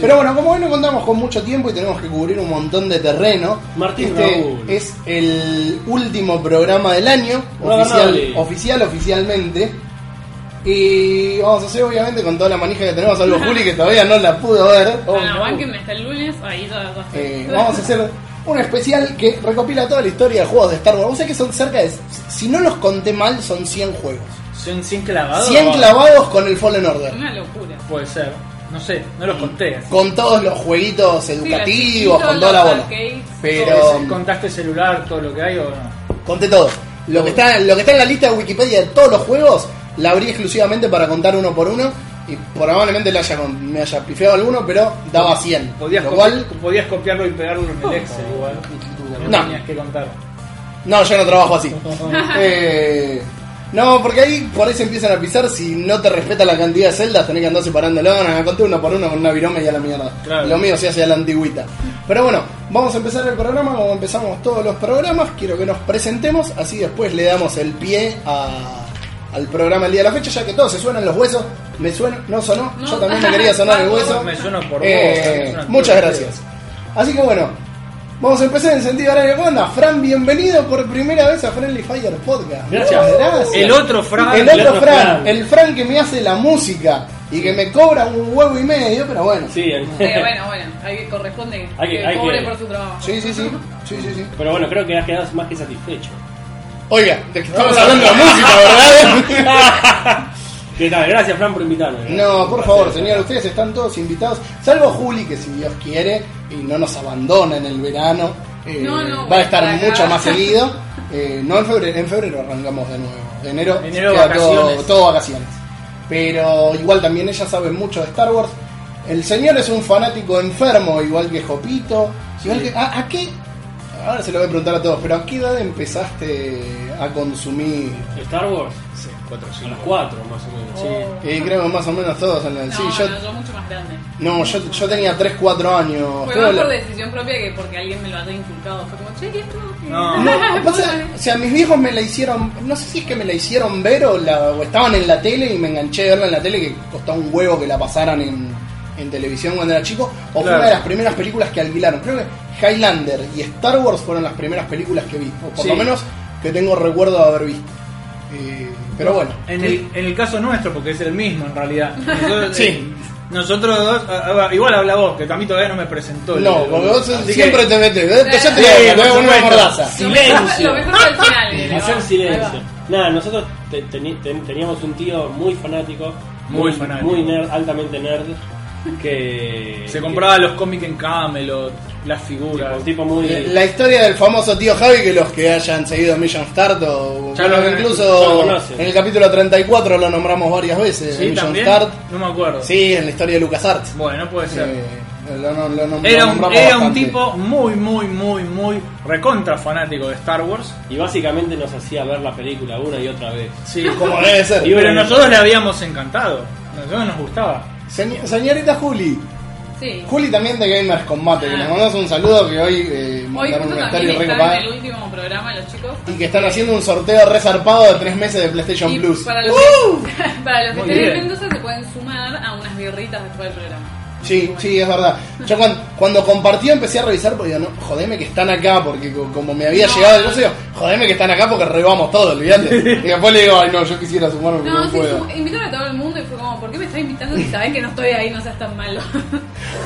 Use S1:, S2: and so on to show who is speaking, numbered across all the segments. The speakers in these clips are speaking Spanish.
S1: Pero bueno, como hoy no contamos con mucho tiempo y tenemos que cubrir un montón de terreno,
S2: Martín
S1: este
S2: Raúl.
S1: es el último programa del año,
S2: Bravo,
S1: oficial,
S2: Raúl.
S1: oficial, oficialmente. Y vamos a hacer obviamente con toda la manija que tenemos, algo Juli que todavía no la pudo ver.
S3: Bueno, bánquenme hasta el lunes, ahí toda la cosa.
S1: Oh, Eh, vamos a hacer un especial que recopila toda la historia de juegos de Star Wars. Vos sabés que son cerca de. Si no los conté mal, son 100 juegos.
S4: ¿Son 100
S2: Ah,
S4: clavados?
S1: 100 clavados con el Fallen Order.
S3: Una locura.
S4: Puede ser. No sé, no los conté. así.
S1: Con todos los jueguitos
S3: los
S1: educativos,
S3: chiquitos,
S1: con toda la
S3: los
S1: bola.
S3: arcades,
S1: Pero
S4: ¿Contaste celular, todo lo que hay o no?
S1: conté todo. Lo que, está, lo que está en la lista de Wikipedia de todos los juegos, la abrí exclusivamente para contar uno por uno. Y probablemente le haya, con- me haya pifeado alguno, pero daba 100.
S4: Podías,
S1: lo
S4: copi-
S1: cual,
S4: podías copiarlo y pegarlo en el Excel igual.
S1: No.
S4: tenías que contar.
S1: No, yo no trabajo así. Eh, no, porque ahí por ahí se empiezan a pisar. Si no te respeta la cantidad de celdas, tenés que andar separándolo. No, no, conté uno por uno con una viroma y a la mierda.
S4: Claro.
S1: Lo mío se hace a la antigüita. Pero bueno, vamos a empezar el programa como empezamos todos los programas. Quiero que nos presentemos, así después le damos el pie a- al programa el día de la fecha, ya que todos se suenan los huesos. Me suena, no sonó,
S3: No.
S1: yo también me quería sonar el hueso.
S4: Me suena por vos.
S1: Eh,
S4: me suena
S1: muchas
S4: por
S1: gracias. Así que bueno, vamos a empezar en sentido horario. ¿Cómo anda? Fran, bienvenido por primera vez a Friendly Fire Podcast.
S2: Gracias.
S1: No, gracias.
S4: El otro Fran,
S1: El otro
S2: el otro
S1: Fran,
S2: Fran.
S1: El Fran que me hace la música y que me cobra un huevo y medio, pero bueno.
S2: Sí, el-
S3: Pero Eh, bueno, bueno, hay que corresponde
S2: Hay que-
S3: que
S2: hay que-
S3: cobre por su trabajo.
S1: Sí, sí, sí. sí, sí, sí.
S2: pero bueno, creo que has quedado más que satisfecho.
S1: Oiga, de que estamos hablando de música, ¿verdad?
S2: ¿Qué tal? Gracias, Fran, por invitarme.
S1: No, por favor, señor, ustedes están todos invitados, salvo Juli, que si Dios quiere y no nos abandona en el verano, eh,
S3: No, no,
S1: va a estar
S3: para acá.
S1: mucho más seguido. Eh, no, en febrero, en febrero arrancamos de nuevo. De enero,
S4: Enero,
S1: queda todo,
S4: vacaciones.
S1: todo vacaciones. Pero igual también ella sabe mucho de Star Wars. El señor es un fanático enfermo, igual que Jopito. Igual que, ¿a, a qué? Ahora se lo voy a preguntar a todos, pero ¿a qué edad empezaste a consumir?
S2: Star Wars,
S4: Sí, cuatro,
S2: a
S4: cinco.
S2: las 4 más o menos.
S3: Oh.
S1: Eh, creo que más o menos todos en la...
S3: No,
S1: sí, yo,
S3: no, yo mucho más grande.
S1: No, yo, yo tenía 3, 4 años.
S3: Fue
S1: Creo
S3: más
S1: la-
S3: por decisión propia que porque alguien me lo haya inculcado. Fue como, che, ¿qué es esto?
S4: No.
S1: No, pasa- o sea, mis viejos me la hicieron, no sé si es que me la hicieron ver o, la- o estaban en la tele y me enganché de verla en la tele que costaba un huevo que la pasaran en, en televisión cuando era chico, o fue
S4: Claro.
S1: una de las primeras películas que alquilaron. Creo que Highlander y Star Wars fueron las primeras películas que vi, o por
S4: Sí.
S1: lo menos que tengo recuerdo de haber visto. Eh, pero bueno,
S4: En el, en el caso nuestro, porque es el mismo en realidad. Nosotros,
S1: Sí.
S4: eh, nosotros dos, ah, ah, igual habla vos, que a mí todavía no me presentó.
S1: no, porque vos
S4: Así que-
S1: siempre te metes, ¿eh? yo te
S3: Sí,
S1: digo,
S4: por
S1: te hago una
S4: supuesto.
S1: mordaza.
S3: Lo mejor- Lo mejor fue el final. eh, ahí
S2: Hacer
S3: va.
S2: silencio. Nada, nosotros te- teni- ten- teníamos un tío muy fanático,
S4: Muy fanático.
S2: muy nerd, altamente nerd, que
S4: Se compraba los cómics en Camelot, las figuras.
S2: un tipo muy
S1: La historia del famoso tío Javi, que los que hayan seguido Mission Start, o
S4: Ya
S1: bueno,
S4: lo conocen,
S2: ya lo
S1: incluso
S2: conocen.
S1: en el capítulo 34 lo nombramos varias veces.
S4: sí,
S1: Mission
S4: también.
S1: Start.
S4: No me acuerdo.
S1: Sí, en la historia de LucasArts.
S4: Bueno, puede ser.
S1: Eh, lo, no- lo nom-
S4: Era
S1: lo
S4: un,
S1: nombramos
S4: era un
S1: bastante.
S4: tipo muy, muy, muy, muy recontra fanático de Star Wars.
S2: y básicamente nos hacía ver la película una y otra vez.
S4: Sí,
S1: Como debe ser.
S2: Y-
S4: Pero nosotros le habíamos encantado. Nosotros nos gustaba.
S1: Señ- señorita Juli.
S3: Sí.
S1: Juli también de Gamers Combate, que
S3: Ah.
S1: les mandamos un saludo que hoy eh,
S3: Hoy
S1: mandaron
S3: justo
S1: una historia
S3: también están
S1: recopada.
S3: en el último programa los chicos.
S1: Y que están haciendo un sorteo resarpado de tres meses de PlayStation
S3: Y
S1: Plus. ¡Uh!
S3: Para los que, para los que
S4: Muy
S3: estén en
S4: bien.
S3: Mendoza se pueden sumar a unas birritas después del programa.
S1: Sí, sí, es verdad. Yo cuando, cuando compartí empecé a revisar porque digo, no, jodeme que están acá, porque co- como me había
S3: No.
S1: llegado el negocio, jodeme que están acá porque rebamos todo, olvídate. Y después le digo, ay no, yo quisiera sumarme porque no,
S3: No, sí,
S1: puedo.
S3: su- invitaron a todo el mundo y fue como, ¿por qué me estás invitando si sabes que no estoy ahí? No seas tan malo.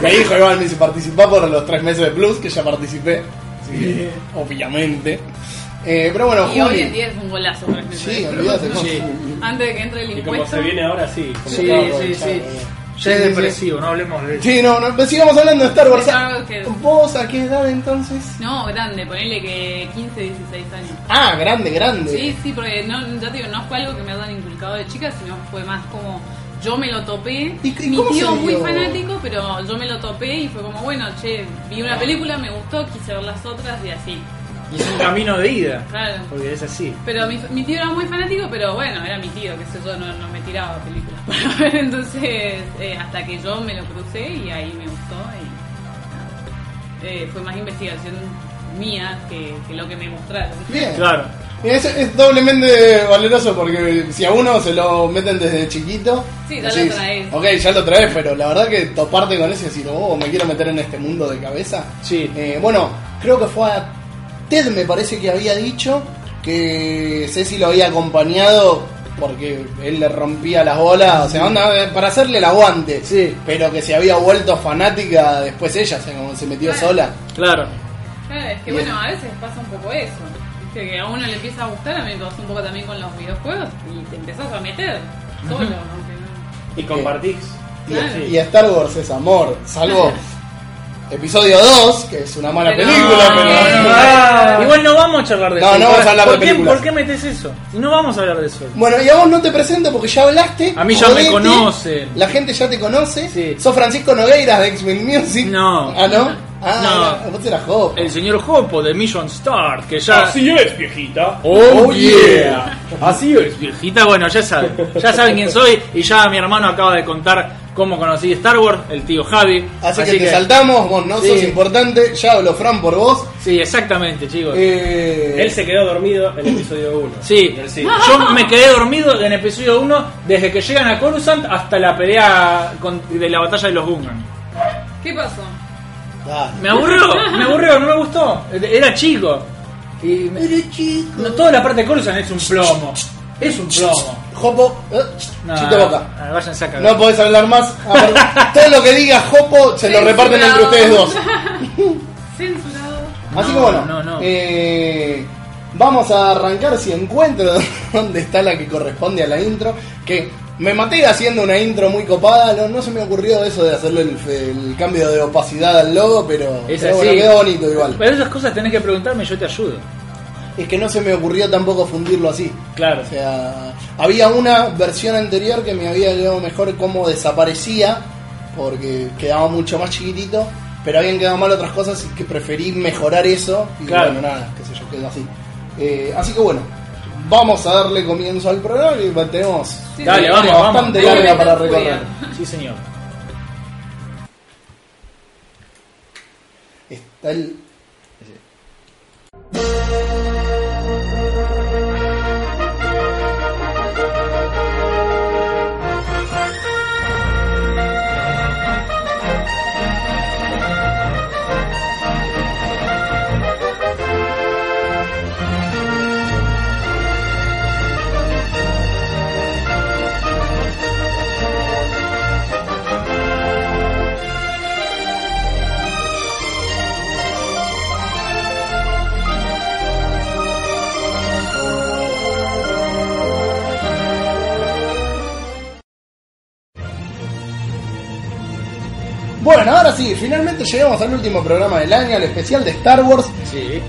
S1: Me dijo Iván, me dice, participá por los tres meses de Plus, que ya participé. Así que, obviamente. Eh, pero bueno,
S3: y hoy en
S1: Juli.
S3: día es un golazo para este
S1: Sí,
S3: país.
S1: olvídate. no.
S4: Sí.
S3: Antes de que entre el
S2: Y como
S3: impuesto.
S2: se viene ahora, sí. como
S4: Sí,
S2: todo.
S4: sí,
S1: Sí,
S4: sí.
S1: sí,
S4: Ya es
S1: sí.
S4: depresivo, no hablemos de eso.
S1: Sí, no, no, pero sigamos hablando de Star Wars.
S3: Star Wars que-
S1: ¿Vos a qué edad entonces?
S3: No, grande, ponele que 15, 16 años.
S1: Ah, grande, grande.
S3: Sí, sí, porque no, ya te digo, no fue algo que me hayan inculcado de chica, sino fue más como yo me lo topé.
S1: ¿Y c- y
S3: Mi
S1: cómo
S3: tío
S1: se
S3: muy
S1: dio?
S3: fanático, pero yo me lo topé y fue como, bueno, che, vi
S1: Ah.
S3: una película, me gustó, quise ver las otras y así.
S4: Y es un camino de ida.
S3: Claro.
S4: Porque es así.
S3: Pero mi, mi tío era muy fanático, pero bueno, era mi tío, que sé yo, no, no me tiraba películas para ver. Entonces, eh, hasta que yo me lo crucé y ahí me gustó. Y, nada. Eh, fue más investigación mía que, que lo que me mostraron.
S1: Bien.
S4: Claro.
S1: Es, es doblemente valeroso porque si a uno se lo meten desde chiquito.
S3: Sí, ya lo
S1: decís,
S3: traes.
S1: Ok, ya lo traes, pero la verdad que toparte con eso y decir, oh, me quiero meter en este mundo de cabeza.
S4: Sí.
S1: Eh, bueno, creo que fue a Ted, me parece que había dicho que Ceci lo había acompañado porque él le rompía las bolas, o sea, onda, eh, para hacerle el aguante.
S4: Sí.
S1: Pero que se había vuelto fanática después ella, o sea, como se metió
S3: Claro.
S1: sola.
S4: Claro.
S3: Claro, es que
S1: Bien.
S3: bueno, a veces pasa un poco eso. Viste que a uno le empieza a gustar, a mí me pasó un poco también con los videojuegos y te empezás a meter solo. aunque no.
S2: Y compartís.
S1: Y,
S3: Claro.
S1: y a Star Wars es amor, salvo episodio 2, que es una mala
S3: Pero-
S1: película,
S3: No,
S1: pero...
S3: no, no.
S4: Igual no vamos a charlar de
S1: No,
S4: eso.
S1: no vamos a hablar
S4: ¿Por
S1: de
S4: qué-
S1: películas.
S4: ¿Por qué metes eso? No vamos a hablar de eso.
S1: Bueno, y a vos no te presento porque ya hablaste.
S4: A mí ya me conocen.
S1: La gente ya te conoce.
S4: Sí.
S1: ¿Sos Francisco Nogueira de X-Men Music?
S4: No. Eh,
S1: ¿Ah, no? Ah,
S4: No.
S1: era- vos eras joven.
S4: El señor Hopo de Mission Star, que ya...
S2: es, viejita.
S4: Oh,
S1: Oh,
S4: yeah.
S1: yeah.
S4: Así es, viejita. Bueno, ya saben. Ya saben quién soy. Y ya mi hermano acaba de contar cómo conocí Star Wars, el tío Javi.
S1: Así, que, te saltamos, vos no
S4: Sí.
S1: sos importante, ya habló Fran por vos.
S4: Sí, exactamente, chicos.
S1: Eh,
S2: Él se quedó dormido en el episodio 1.
S4: Sí, yo me quedé dormido en episodio 1 desde que llegan a Coruscant hasta la pelea con- de la batalla de los Gungan.
S3: ¿Qué pasó?
S1: ah,
S4: Me aburrió, me aburrió, no me gustó. Era chico. Y me- No, toda la parte de Coruscant es un plomo. Es un plomo.
S1: Jopo, eh,
S4: No,
S1: chito boca.
S4: ah, Váyanse a cagar.
S1: No podés hablar más. Aparte, todo lo que diga Jopo se lo
S3: Censurado.
S1: reparten entre ustedes dos.
S3: Censurado.
S1: Así
S4: No,
S1: que bueno,
S4: no, no.
S1: eh, vamos a arrancar si encuentro dónde está la que corresponde a la intro. Que me maté haciendo una intro muy copada, no, no se me ocurrió eso de hacerle el, el cambio de opacidad al logo, pero,
S4: Es
S1: pero
S4: así.
S1: bueno, quedó bonito igual.
S4: Pero esas cosas tenés que preguntarme y yo te ayudo.
S1: Es que no se me ocurrió tampoco fundirlo así.
S4: Claro.
S1: O sea, había una versión anterior que me había quedado mejor cómo desaparecía, porque quedaba mucho más chiquitito, pero habían quedado mal otras cosas y que preferí mejorar eso. Y
S4: Claro.
S1: bueno, nada, qué sé yo, quedó así. Eh, así que bueno, vamos a darle comienzo al programa y tenemos
S3: Sí,
S4: Dale,
S3: sí.
S4: vamos, vamos.
S1: bastante
S4: vamos.
S1: larga para
S3: Julia.
S1: recorrer.
S4: Sí, señor.
S1: Está el. Bueno, ahora sí, finalmente llegamos al último programa del año, al especial de Star Wars.
S4: Sí.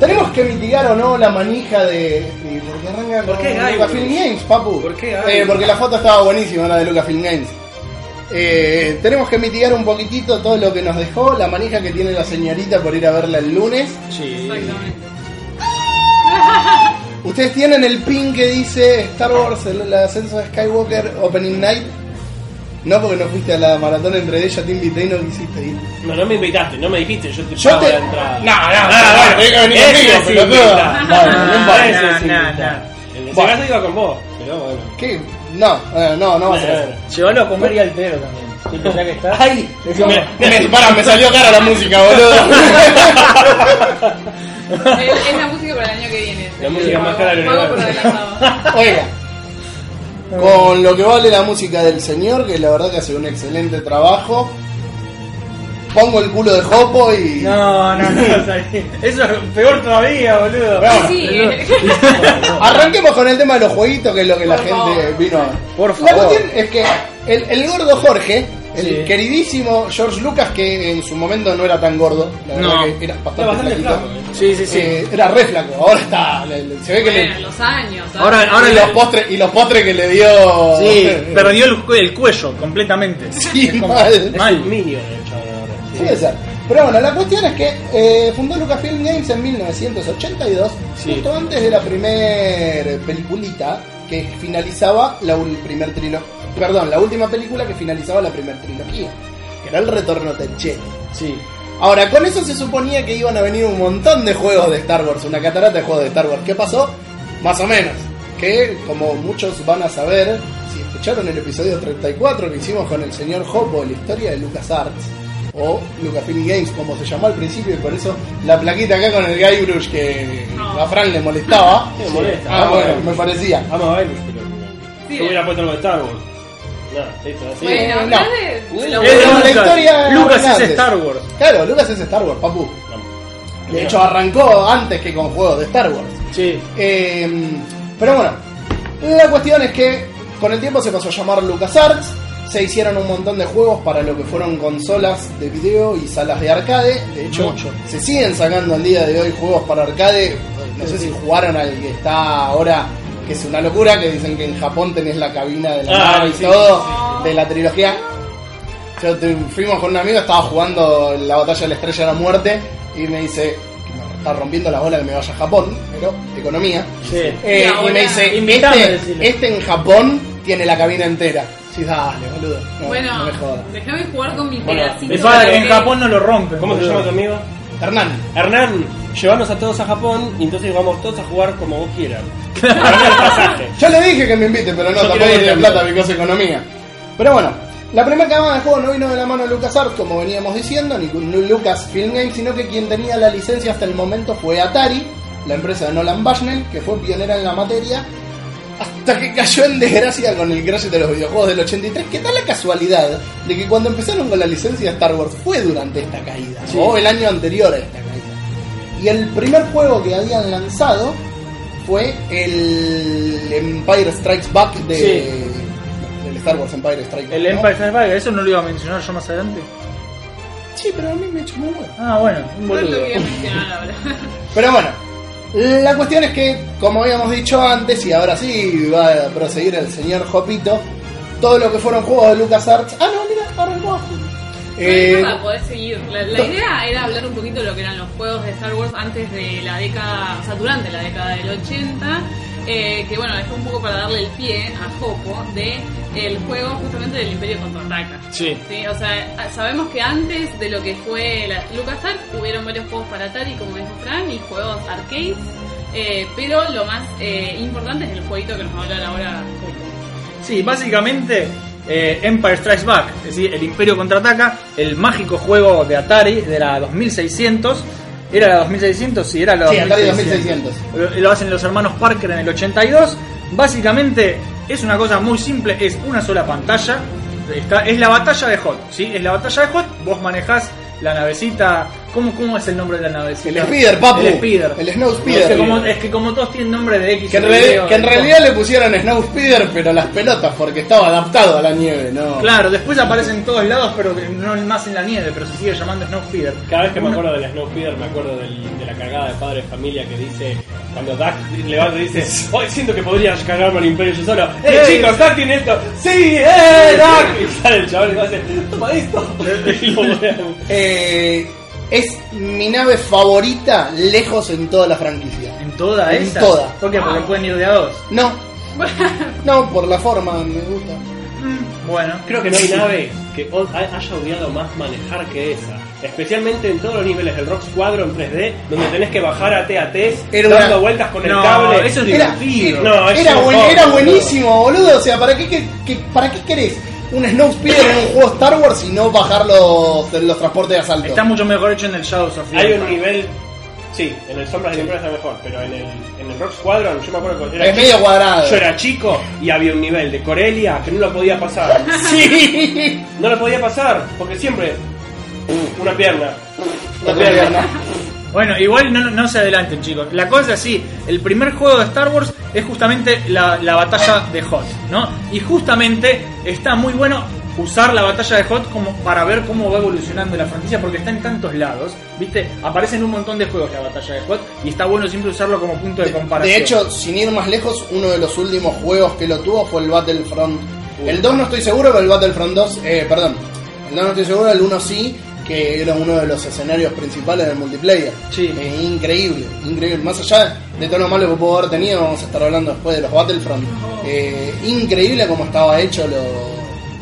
S1: Tenemos que mitigar o no la manija de. y porque arranca
S4: ¿Por
S1: con
S4: qué Guybrush?
S1: Lucasfilm Games, papu.
S4: ¿Por qué
S1: eh,
S4: Guybrush?
S1: Porque la foto estaba buenísima, la de Lucasfilm Games. Eh, tenemos que mitigar un poquitito todo lo que nos dejó, la manija que tiene la señorita por ir a verla el lunes.
S4: Sí.
S3: Exactamente.
S1: Ustedes tienen el pin que dice Star Wars, el, el ascenso de Skywalker, Opening Night. No, porque no fuiste a la maratón entre ellas, te invité y no quisiste ir.
S2: No, no me invitaste, no me dijiste, yo te
S1: Yo
S2: pago
S1: te-
S2: la entrada.
S1: No, no,
S2: Ah, bueno,
S1: tenés que venir
S2: ese
S1: conmigo,
S2: sí
S1: pelotudo.
S2: invita.
S1: Bueno,
S4: Ah,
S1: un par-
S4: nah,
S1: ese sí
S4: nah,
S1: invita.
S4: nah.
S2: En ese
S1: Bueno.
S2: caso iba con vos, pero bueno.
S1: ¿Qué? No, eh, no, no va a ser eso.
S4: Llévalo a comer y altero también. Sí, pensá que está.
S1: ¡Ay!
S4: Déjame-
S1: Me, para, me salió cara la música, boludo.
S3: Es es la música para el año que viene.
S2: La música más cara del
S3: Pago por
S2: universo.
S3: adelantado.
S1: Oiga, con lo que vale la música del señor, que la verdad que hace un excelente trabajo, pongo el culo de Jopo y...
S4: No, no, no, está bien. Eso es peor todavía, boludo.
S1: Bueno,
S3: Sí,
S1: Arranquemos con el tema de los jueguitos, que es lo que la
S3: Por
S1: gente
S3: favor.
S1: vino a ver.
S4: Por
S1: La
S4: favor.
S1: cuestión es que el, el gordo Jorge, el
S4: Sí.
S1: queridísimo George Lucas, que en su momento no era tan gordo, la verdad
S4: No.
S1: que era bastante,
S2: Era bastante
S1: flaquito.
S2: flaco, eh.
S4: Sí, sí, sí.
S1: Eh, era re flaco, ahora está. le- le- se ve que
S3: Bueno,
S1: le.
S3: los años. ¿sabes?
S4: Ahora- ahora
S1: y, los postres, y los postres que le dio.
S4: Sí, perdió el, cu- el cuello completamente.
S1: Sí,
S4: Es como-
S1: mal.
S2: Es un
S4: mal.
S2: minion el chaval ahora. sí.
S1: Puede ser. Pero bueno, la cuestión es que eh, fundó Lucasfilm Games en 1982,
S4: Sí.
S1: justo antes de la primer peliculita que finalizaba la ul- primer trilogía. Perdón, la última película que finalizaba la primer trilogía, que era El Retorno de Jedi.
S4: Sí.
S1: Ahora, con eso se suponía que iban a venir un montón de juegos de Star Wars, una catarata de juegos de Star Wars. ¿Qué pasó? Más o menos. Que, como muchos van a saber, si escucharon el episodio 34 que hicimos con el señor Hopo, la historia de LucasArts, o Lucasfilm Games, como se llamó al principio, y por eso la plaquita acá con el Guybrush que
S3: No.
S1: a Fran le molestaba.
S2: Me molesta.
S1: Ah,
S2: Vamos a
S1: bueno,
S2: ver.
S1: me parecía.
S2: Vamos a ver, pero.
S3: Sí.
S2: Yo hubiera puesto algo de Star Wars. Nada, listo, así.
S3: Bueno,
S1: no.
S3: hablar de-
S2: Bueno,
S4: Es de
S1: la
S4: Lucas.
S1: historia
S4: Lucas es
S1: antes.
S4: Star Wars.
S1: Claro, Lucas es Star Wars, papu.
S2: Vamos.
S1: De hecho, arrancó antes que con juegos de Star Wars.
S4: Sí.
S1: Eh, pero bueno, la cuestión es que con el tiempo se pasó a llamar LucasArts, se hicieron un montón de juegos para lo que fueron consolas de video y salas de arcade. De hecho,
S4: Mucho.
S1: se siguen sacando al día de hoy juegos para arcade. No sé si jugaron al que está ahora, que es una locura, que dicen que en Japón tenés la cabina de la
S2: Ah,
S1: nave y
S2: sí,
S1: todo,
S2: sí,
S1: de la trilogía. Yo te- fuimos con un amigo, estaba jugando la batalla de la estrella de la muerte y me dice, "Me está rompiendo la bola que me vaya a Japón, pero economía.
S4: Sí.
S1: Eh,
S3: Y ahora-
S1: y me dice,
S4: Invítame,
S1: este,
S4: decile.
S1: este en Japón tiene la cabina entera. Sí, dale, boludo. No, no
S3: Bueno,
S1: me jodas.
S3: déjame jugar con mi
S2: Bueno,
S3: pedacito.
S4: Mi
S2: es
S3: de-
S4: padre en Japón no lo rompe.
S2: ¿Cómo se llama tu amigo?
S1: Hernán,
S2: Hernán, llevanos a todos a Japón y entonces vamos todos a jugar como vos quieras. Pagame el pasaje.
S1: yo le dije que me invite, pero no,
S2: Yo
S1: tampoco
S2: quiero ir
S1: tiene
S2: también.
S1: plata porque es economía. Pero bueno, la primera cámara de juego no vino de la mano de LucasArts, como veníamos diciendo, ni con Lucas Film Games, sino que quien tenía la licencia hasta el momento fue Atari, la empresa de Nolan Bushnell, que fue pionera en la materia, Hasta que cayó en desgracia con el crash de los videojuegos del 83, que da la casualidad de que cuando empezaron con la licencia de Star Wars fue durante esta caída, o el año anterior a esta caída. Y el primer juego que habían lanzado fue el Empire Strikes Back de. El Star Wars Empire Strikes Back.
S4: El
S1: ¿no?
S4: Empire Strikes Back, eso no lo iba a mencionar yo más adelante.
S1: Sí, pero a mí me echó muy bueno.
S4: Ah, bueno, un
S3: No lo
S4: boludo.
S3: voy a mencionar ahora.
S1: Pero bueno, la cuestión es que, como habíamos dicho antes, y ahora sí va a proseguir el señor Jopito, todo lo que fueron juegos de LucasArts. Ah, no, mira, arrancó. Eh,
S3: Para poder seguir. La, la idea era hablar un poquito de lo que eran los juegos de Star Wars antes de la década, o sea, durante la década del 80. eh, que bueno, es un poco para darle el pie a Jopo de el juego justamente del Imperio Contraataca.
S4: Sí.
S3: Sí, o sea, sabemos que antes de lo que fue la LucasArts hubieron varios juegos para Atari, como dijo Fran, y juegos arcades, eh, pero lo más eh, importante es el jueguito que nos va a hablar ahora Jopo.
S4: Sí, básicamente eh, Empire Strikes Back, es decir, el Imperio contraataca, el mágico juego de Atari de la 2600. ¿Era la 2600? Sí, era la
S1: Sí, Atari
S4: 2600. Lo, lo hacen los hermanos Parker en el 82. Básicamente es una cosa muy simple, es una sola pantalla. Está, es la batalla de Hot, ¿sí? Es la batalla de Hot, vos manejás la navecita... ¿Cómo, cómo es el nombre de la navecita?
S1: El Speeder, papu.
S4: El Speeder.
S1: El Snow
S4: No, es, que
S1: Speeder.
S4: como, es que como todos tienen nombre de X...
S1: que, en
S4: y
S1: re-
S4: Y,
S1: que en
S4: y-
S1: realidad le pusieron Snow Speeder, pero las pelotas, porque estaba adaptado a la nieve, ¿no?
S4: Claro, después aparece en todos lados, pero no más en la nieve, pero se sigue llamando Snow Feeder.
S2: Cada vez que me
S4: Una-
S2: acuerdo del Snowfeeder me acuerdo del- de la cagada de padre de familia que dice, cuando Duck levanta y dice, hoy siento que podría cagarme al imperio yo solo. ¡Eh,
S4: Sí.
S2: chicos, Duck tiene esto! ¡Sí, eh, Duck! Y sale el chaval y hace, ¡toma esto! Y lo vuelan.
S1: Eh, es mi nave favorita lejos en toda la franquicia.
S4: En toda
S1: En
S4: esa.
S1: toda.
S4: ¿Por qué? Porque pueden ir de a dos.
S1: No, no, por la forma me gusta.
S4: Mm, Bueno.
S2: Creo que no hay nave que o- ha- haya odiado más manejar que esa. Especialmente en todos los niveles del Rock Squadron 3D, donde tenés que bajar a TATs,
S1: Era
S2: dando
S1: una-
S2: vueltas con
S4: No,
S2: el cable.
S4: eso es
S1: Era-
S4: divertido.
S2: No, es
S1: Era,
S2: un
S1: buen-
S2: juego,
S1: era
S2: boludo.
S1: buenísimo, boludo. O sea, ¿para qué, que- que- ¿para qué querés un Snow Speeder en un juego Star Wars y no bajar los, los transportes de asalto?
S4: Está mucho mejor hecho en el Shadows of
S2: Hay un
S4: Empire.
S2: nivel. Sí, en el Sombras del Imperio está mejor, pero en el, en el Rock Squadron, yo me acuerdo que era
S1: es
S2: chico,
S1: medio cuadrado.
S2: yo era chico y había un nivel de Corelia que no lo podía pasar.
S1: Sí.
S2: No lo podía pasar, porque siempre.
S1: Uh.
S2: Una pierna.
S1: La otra pierna.
S4: Bueno, igual no, no se adelanten, chicos. La cosa es así: el primer juego de Star Wars es justamente la, la batalla de Hot, ¿no? Y justamente está muy bueno usar la batalla de Hot como para ver cómo va evolucionando la franquicia, porque está en tantos lados, ¿viste? Aparece en un montón de juegos la batalla de Hot, y está bueno siempre usarlo como punto de comparación.
S1: De hecho, sin ir más lejos, uno de los últimos juegos que lo tuvo fue el Battlefront. El 2 no estoy seguro, pero el Battlefront 2, eh, perdón. El 2 no estoy seguro, el 1 sí, que era uno de los escenarios principales del multiplayer.
S4: Sí.
S1: Eh, increíble, increíble. Más allá de todo lo malo que pudo haber tenido, vamos a estar hablando después de los Battlefront. Eh, increíble cómo estaba hecho lo,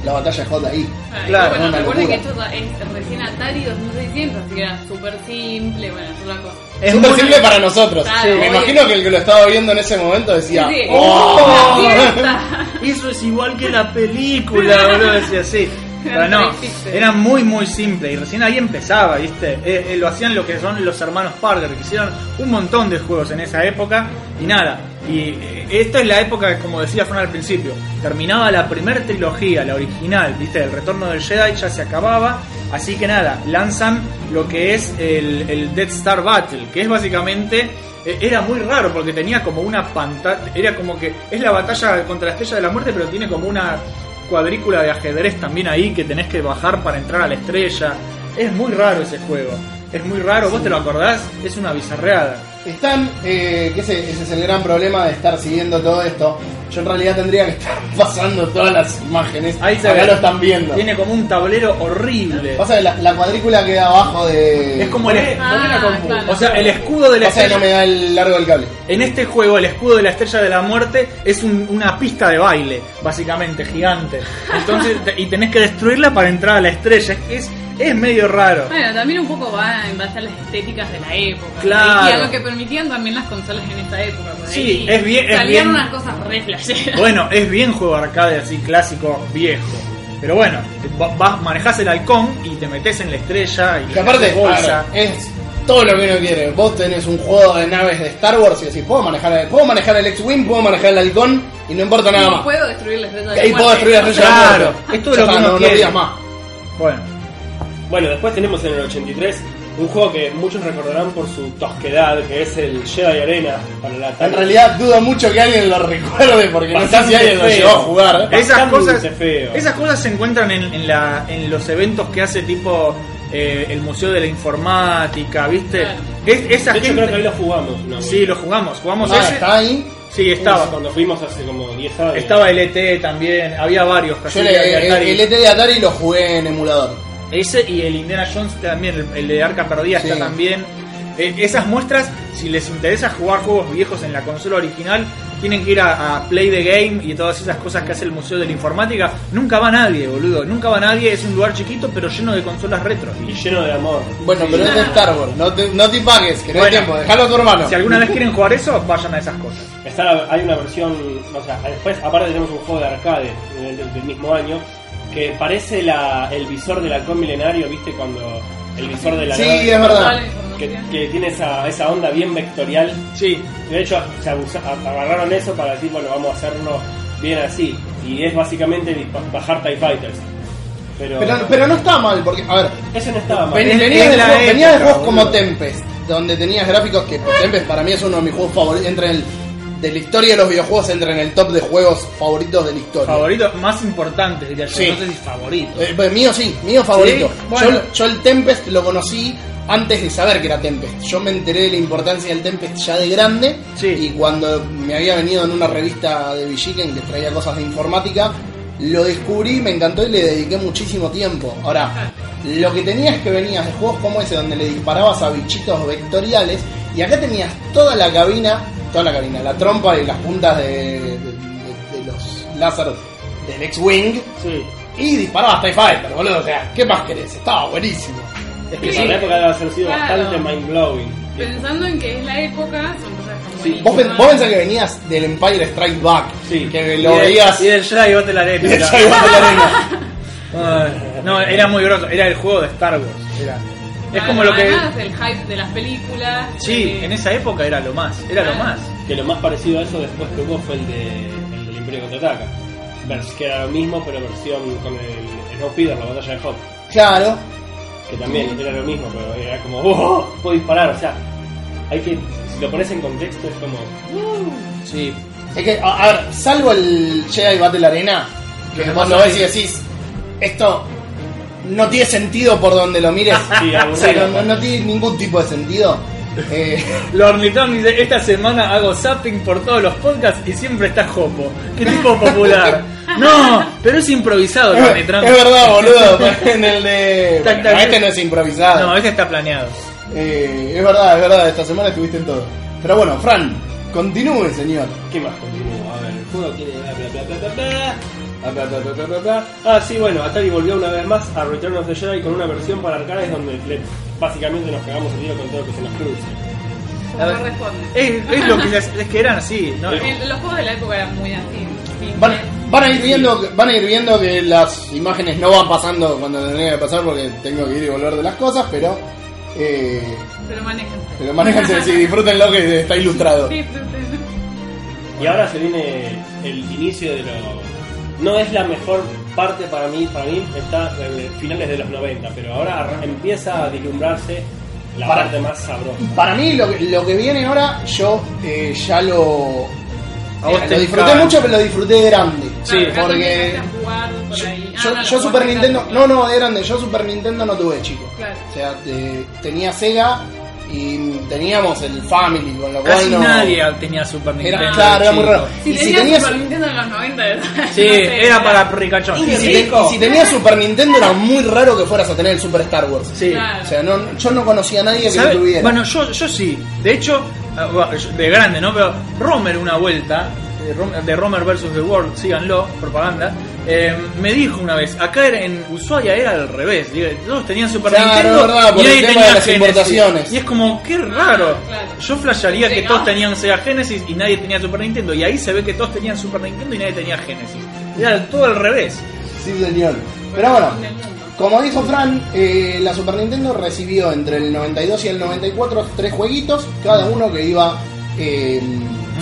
S1: la batalla de Hot ahí.
S3: Ah, y
S4: Claro,
S1: una
S3: bueno, recuerden que
S1: locura.
S3: esto es recién Atari 2600, así que era súper simple, bueno, es otra cosa.
S1: Es
S4: Es
S1: súper
S4: muy-
S1: simple para nosotros.
S3: Claro,
S1: Me
S3: obvio.
S1: imagino que el que lo estaba viendo en ese momento decía.
S3: Sí, sí.
S1: ¡Oh!
S3: La fiesta.
S4: Eso es igual que la película, boludo, decía así. Pero no, era muy muy simple y recién ahí empezaba, ¿viste? Eh, eh, lo hacían lo que son los hermanos Parker, que hicieron un montón de juegos en esa época y nada. Y eh, esta es la época, como decía Fran al principio, terminaba la primera trilogía, la original, ¿viste? El retorno del Jedi ya se acababa, así que nada, lanzan lo que es el, el Death Star Battle, que es básicamente... eh, Era muy raro porque tenía como una pantalla. Era como que. Es la batalla contra la estrella de la muerte, pero tiene como una cuadrícula de ajedrez también ahí que tenés que bajar para entrar a la estrella. Es muy raro ese juego. Es muy raro, vos te lo acordás, es una bizarreada.
S1: Están, eh, que ese, ese es el gran problema de estar siguiendo todo esto. Yo en realidad tendría que estar pasando todas las imágenes.
S4: Ahí se
S1: Acá
S4: ve.
S1: lo están viendo.
S4: Tiene como un tablero horrible.
S1: Pasa que la, la cuadrícula queda abajo de.
S4: Es como el,
S3: Ah,
S2: la confundo.
S3: claro.
S4: o sea, el escudo de la
S1: Pasa que no me
S4: estrella.
S1: da el largo del cable.
S4: En este juego, el escudo de la estrella de la muerte es un- una pista de baile, básicamente, gigante. Entonces, te- y tenés que destruirla para entrar a la estrella. Es, es, es medio raro.
S3: Bueno, también un poco va en base a las estéticas de la época.
S4: Claro.
S3: Y a lo que permitían también las consolas en esta época. por
S4: Sí,
S3: ahí
S4: es bien- es
S3: Salían
S4: bien-
S3: unas cosas re flasheras.
S4: Bueno, es bien juego arcade así clásico, viejo. Pero bueno, va- vas, manejás el halcón y te metes en la estrella y
S1: Que aparte,
S4: haces bolsa.
S1: claro, es todo lo que uno quiere. Vos tenés un juego de naves de Star Wars y decís, puedo manejar, puedo manejar el X-Wing, puedo manejar el Halcón y no importa nada
S3: No
S1: más.
S3: puedo destruir las redes
S1: Que ahí puedo destruir la estrella de la
S4: Claro,
S1: muerte.
S4: es todo
S1: Ya
S4: lo que
S1: está,
S4: uno
S1: no, no
S4: quiere.
S1: pidas más.
S4: Bueno,
S2: Bueno, después tenemos en el 83 un juego que muchos recordarán por su tosquedad, que es el Jedi Arena para la
S1: En realidad dudo mucho que alguien lo recuerde porque no sé si
S2: Bastante
S1: alguien lo
S2: feo.
S1: llegó a jugar.
S2: Bastante
S4: esas cosas,
S2: feo.
S4: esas cosas se encuentran en, en la- en los eventos que hace tipo eh, el Museo de la Informática, ¿viste?
S3: Claro.
S4: Es, esa
S2: De hecho,
S4: gente-
S2: creo que ahí lo jugamos. una vez.
S4: Sí, lo jugamos, jugamos
S1: Ah,
S4: ese.
S1: está ahí.
S4: Sí, estaba.
S2: Cuando fuimos hace como 10 años.
S4: Estaba el ET también, había varios.
S1: Yo
S4: así
S1: le-
S4: de
S1: el, E
S4: Atari.
S1: el ET de Atari lo jugué en emulador.
S4: Ese y el Indiana Jones también, el, el de Arca Perdida
S1: Sí.
S4: está también. Eh, esas muestras, si les interesa jugar juegos viejos en la consola original, tienen que ir a, a Play the Game y todas esas cosas que hace el Museo de la Informática. Nunca va nadie, boludo. Nunca va nadie. Es un lugar chiquito, pero lleno de consolas retro.
S2: Y lleno de amor.
S1: Bueno, pero es de Star Wars. No te, no te impagues, que no hay
S4: Bueno.
S1: tiempo. Dejalo a tu hermano.
S4: Si alguna vez quieren jugar eso, vayan a esas cosas.
S2: Está la- hay una versión, o sea, después aparte tenemos un juego de arcade del, del- del mismo año que parece la, el visor del halcón milenario, ¿viste? Cuando el visor de la
S1: Sí,
S2: nave-
S1: es verdad.
S3: Toda la
S2: que,
S3: información.
S2: que tiene esa, esa onda bien vectorial.
S4: Sí,
S2: De hecho, se abusa- agarraron eso para decir, bueno, vamos a hacerlo bien así. Y es básicamente dispa- bajar TIE Fighters. Pero,
S1: Pero, pero no está mal, porque, a ver,
S2: eso no estaba mal.
S1: Ven-
S4: Es-
S1: venía,
S4: es
S1: de
S4: la
S1: juegos, venía de
S4: época,
S1: juegos como
S4: boludo.
S1: Tempest, donde tenías gráficos que pues, Tempest para mí es uno de mis juegos favoritos. Entre el, de la historia de los videojuegos, entra en el top de juegos favoritos de la historia.
S4: favorito, más importante, diría yo.
S1: Sí.
S4: No sé si favorito.
S1: Eh, pues, mío sí, mío favorito.
S4: Sí, bueno.
S1: yo, yo el Tempest lo conocí antes de saber que era Tempest. Yo me enteré de la importancia del Tempest ya de grande.
S4: Sí.
S1: Y cuando me había venido en una revista de Villiquen que traía cosas de informática, lo descubrí, me encantó y le dediqué muchísimo tiempo. Ahora, lo que tenías que venías de juegos como ese, donde le disparabas a bichitos vectoriales, y acá tenías toda la cabina, toda la cabina, la trompa y las puntas de, de- de- de los láser del X-Wing
S4: Sí.
S1: y disparabas TIE Fighter, boludo. O sea, ¿qué más querés? Estaba buenísimo.
S2: Es que
S3: Sí.
S2: en la época debe haber sido
S3: Claro.
S2: bastante mind blowing.
S3: Pensando en que es la época, son cosas como.
S2: Sí,
S1: Vos, pen- vos pensás que venías del Empire Strike Back.
S2: Sí.
S1: Que
S4: Y
S1: lo
S4: del-
S1: veías.
S4: Y del Jedi Battle Arena.
S1: y eso iba a la arena.
S4: Ay, No, era muy grosso. Era el juego de Star Wars. Era.
S3: Ah,
S4: Es como lo que.
S3: Además, el hype de las películas.
S4: Sí,
S3: eh,
S4: en esa época era lo más, era lo más.
S2: Que lo más parecido a eso después que hubo fue el, de, el del Imperio Contraataca. Vers- Que era lo mismo, pero versión con el Snowpeeder, la batalla de Hoth.
S1: Claro.
S2: Que también era lo mismo, pero era como, ¡oh! Puedo disparar, o sea, hay que. Si lo pones en contexto, es como.
S4: Sí.
S1: Es que, a, a ver, salvo el Jedi Battle Arena, que
S4: Lo que
S1: vos
S4: pasa
S1: lo ves
S4: es-
S1: y decís, esto no tiene sentido por donde lo mires.
S2: Sí,
S1: O sea,
S2: aburrido.
S1: no, no- no tiene ningún tipo de sentido. Eh,
S4: Lornitón dice, esta semana hago zapping por todos los podcasts y siempre está Jopo. Qué tipo popular. No, pero es improvisado,
S1: es
S4: Lornitón.
S1: verdad, boludo. En el de.
S4: Tac, tac,
S1: Bueno,
S4: tac.
S1: este no es improvisado.
S4: No, este está planeado.
S1: Eh, es verdad, es verdad, esta semana estuviste en todo. Pero bueno, Fran, Continúe, señor.
S2: ¿Qué más continúa? A ver, el juego tiene. Bla, bla, bla, bla, bla, bla. Bla, bla, bla, bla, bla, bla. Ah, sí, bueno, Atari volvió una vez más a Return of the Jedi con una versión para arcades donde le- básicamente nos cagamos el tiro con todo lo que se nos cruce.
S4: A ver,
S3: No responde.
S4: Es, es lo que les- es que eran así, ¿no?
S1: Eh,
S3: El- los juegos de la época eran muy así.
S1: Van, van a ir viendo, van a ir viendo que las imágenes no van pasando cuando tendrían que pasar porque tengo que ir y volver de las cosas, pero eh,
S3: Pero manéjense.
S1: pero manéjense si disfruten lo que está ilustrado.
S3: Sí, sí, sí.
S2: Y ahora se viene el inicio de lo... No es la mejor parte para mí, para mí está en finales de los 90, pero ahora arran- empieza a vislumbrarse la
S1: Para-
S2: parte más sabrosa.
S1: Para mí lo, que- lo que viene ahora, yo eh, ya lo, eh,
S4: A vos te Ah,
S1: lo disfruté
S4: encaban.
S1: mucho, pero lo disfruté de grande.
S4: Sí,
S3: Claro, acá
S1: porque-
S3: empezaste a jugar por ahí. Ah,
S1: Yo, yo
S3: no, lo
S1: Super
S3: jugaste
S1: Nintendo,
S3: tanto.
S1: no, no, de grande, yo Super Nintendo no tuve chico.
S3: Claro.
S1: O sea, te- tenía Sega y teníamos el Family, con lo cual
S4: Casi
S1: no-
S4: nadie tenía Super
S1: Era,
S4: Nintendo.
S1: claro, era muy
S4: chico.
S1: raro.
S3: Si
S1: Y si
S3: tenías
S1: tenías-
S3: Super Nintendo en los 90, ¿verdad?
S4: Sí,
S3: No sé,
S4: era para ricachón.
S1: Y si, te- y si tenías Super Nintendo era muy raro que fueras a tener el Super Star Wars.
S4: Sí.
S3: Claro.
S1: O sea, no, yo no conocía a nadie que lo
S4: ¿Sabe?
S1: tuviera.
S4: Bueno, yo, yo sí. De hecho, ah, bueno, yo- de grande, ¿no? Pero Romer una vuelta, eh, Rom- de Romer versus The World, síganlo, propaganda, eh, me dijo una vez, acá era- en Ushuaia era al revés, digo, todos tenían Super
S1: Claro,
S4: Nintendo
S1: es verdad, por
S4: y
S1: el
S4: nadie
S1: tema
S4: tenía
S1: de las
S4: Genesis.
S1: importaciones.
S4: Y es como, qué raro.
S3: Ah, claro.
S4: Yo flasharía
S3: Sí,
S4: que
S3: ¿no?
S4: todos tenían Sega Genesis y nadie tenía Super Nintendo. Y ahí se ve que todos tenían Super Nintendo y nadie tenía Genesis. Era todo al revés.
S1: Sí, señor. Pero bueno,
S3: En el mundo.
S1: como dijo Fran, eh, la Super Nintendo recibió entre el 92 y el 94 tres jueguitos, cada uno que iba... eh,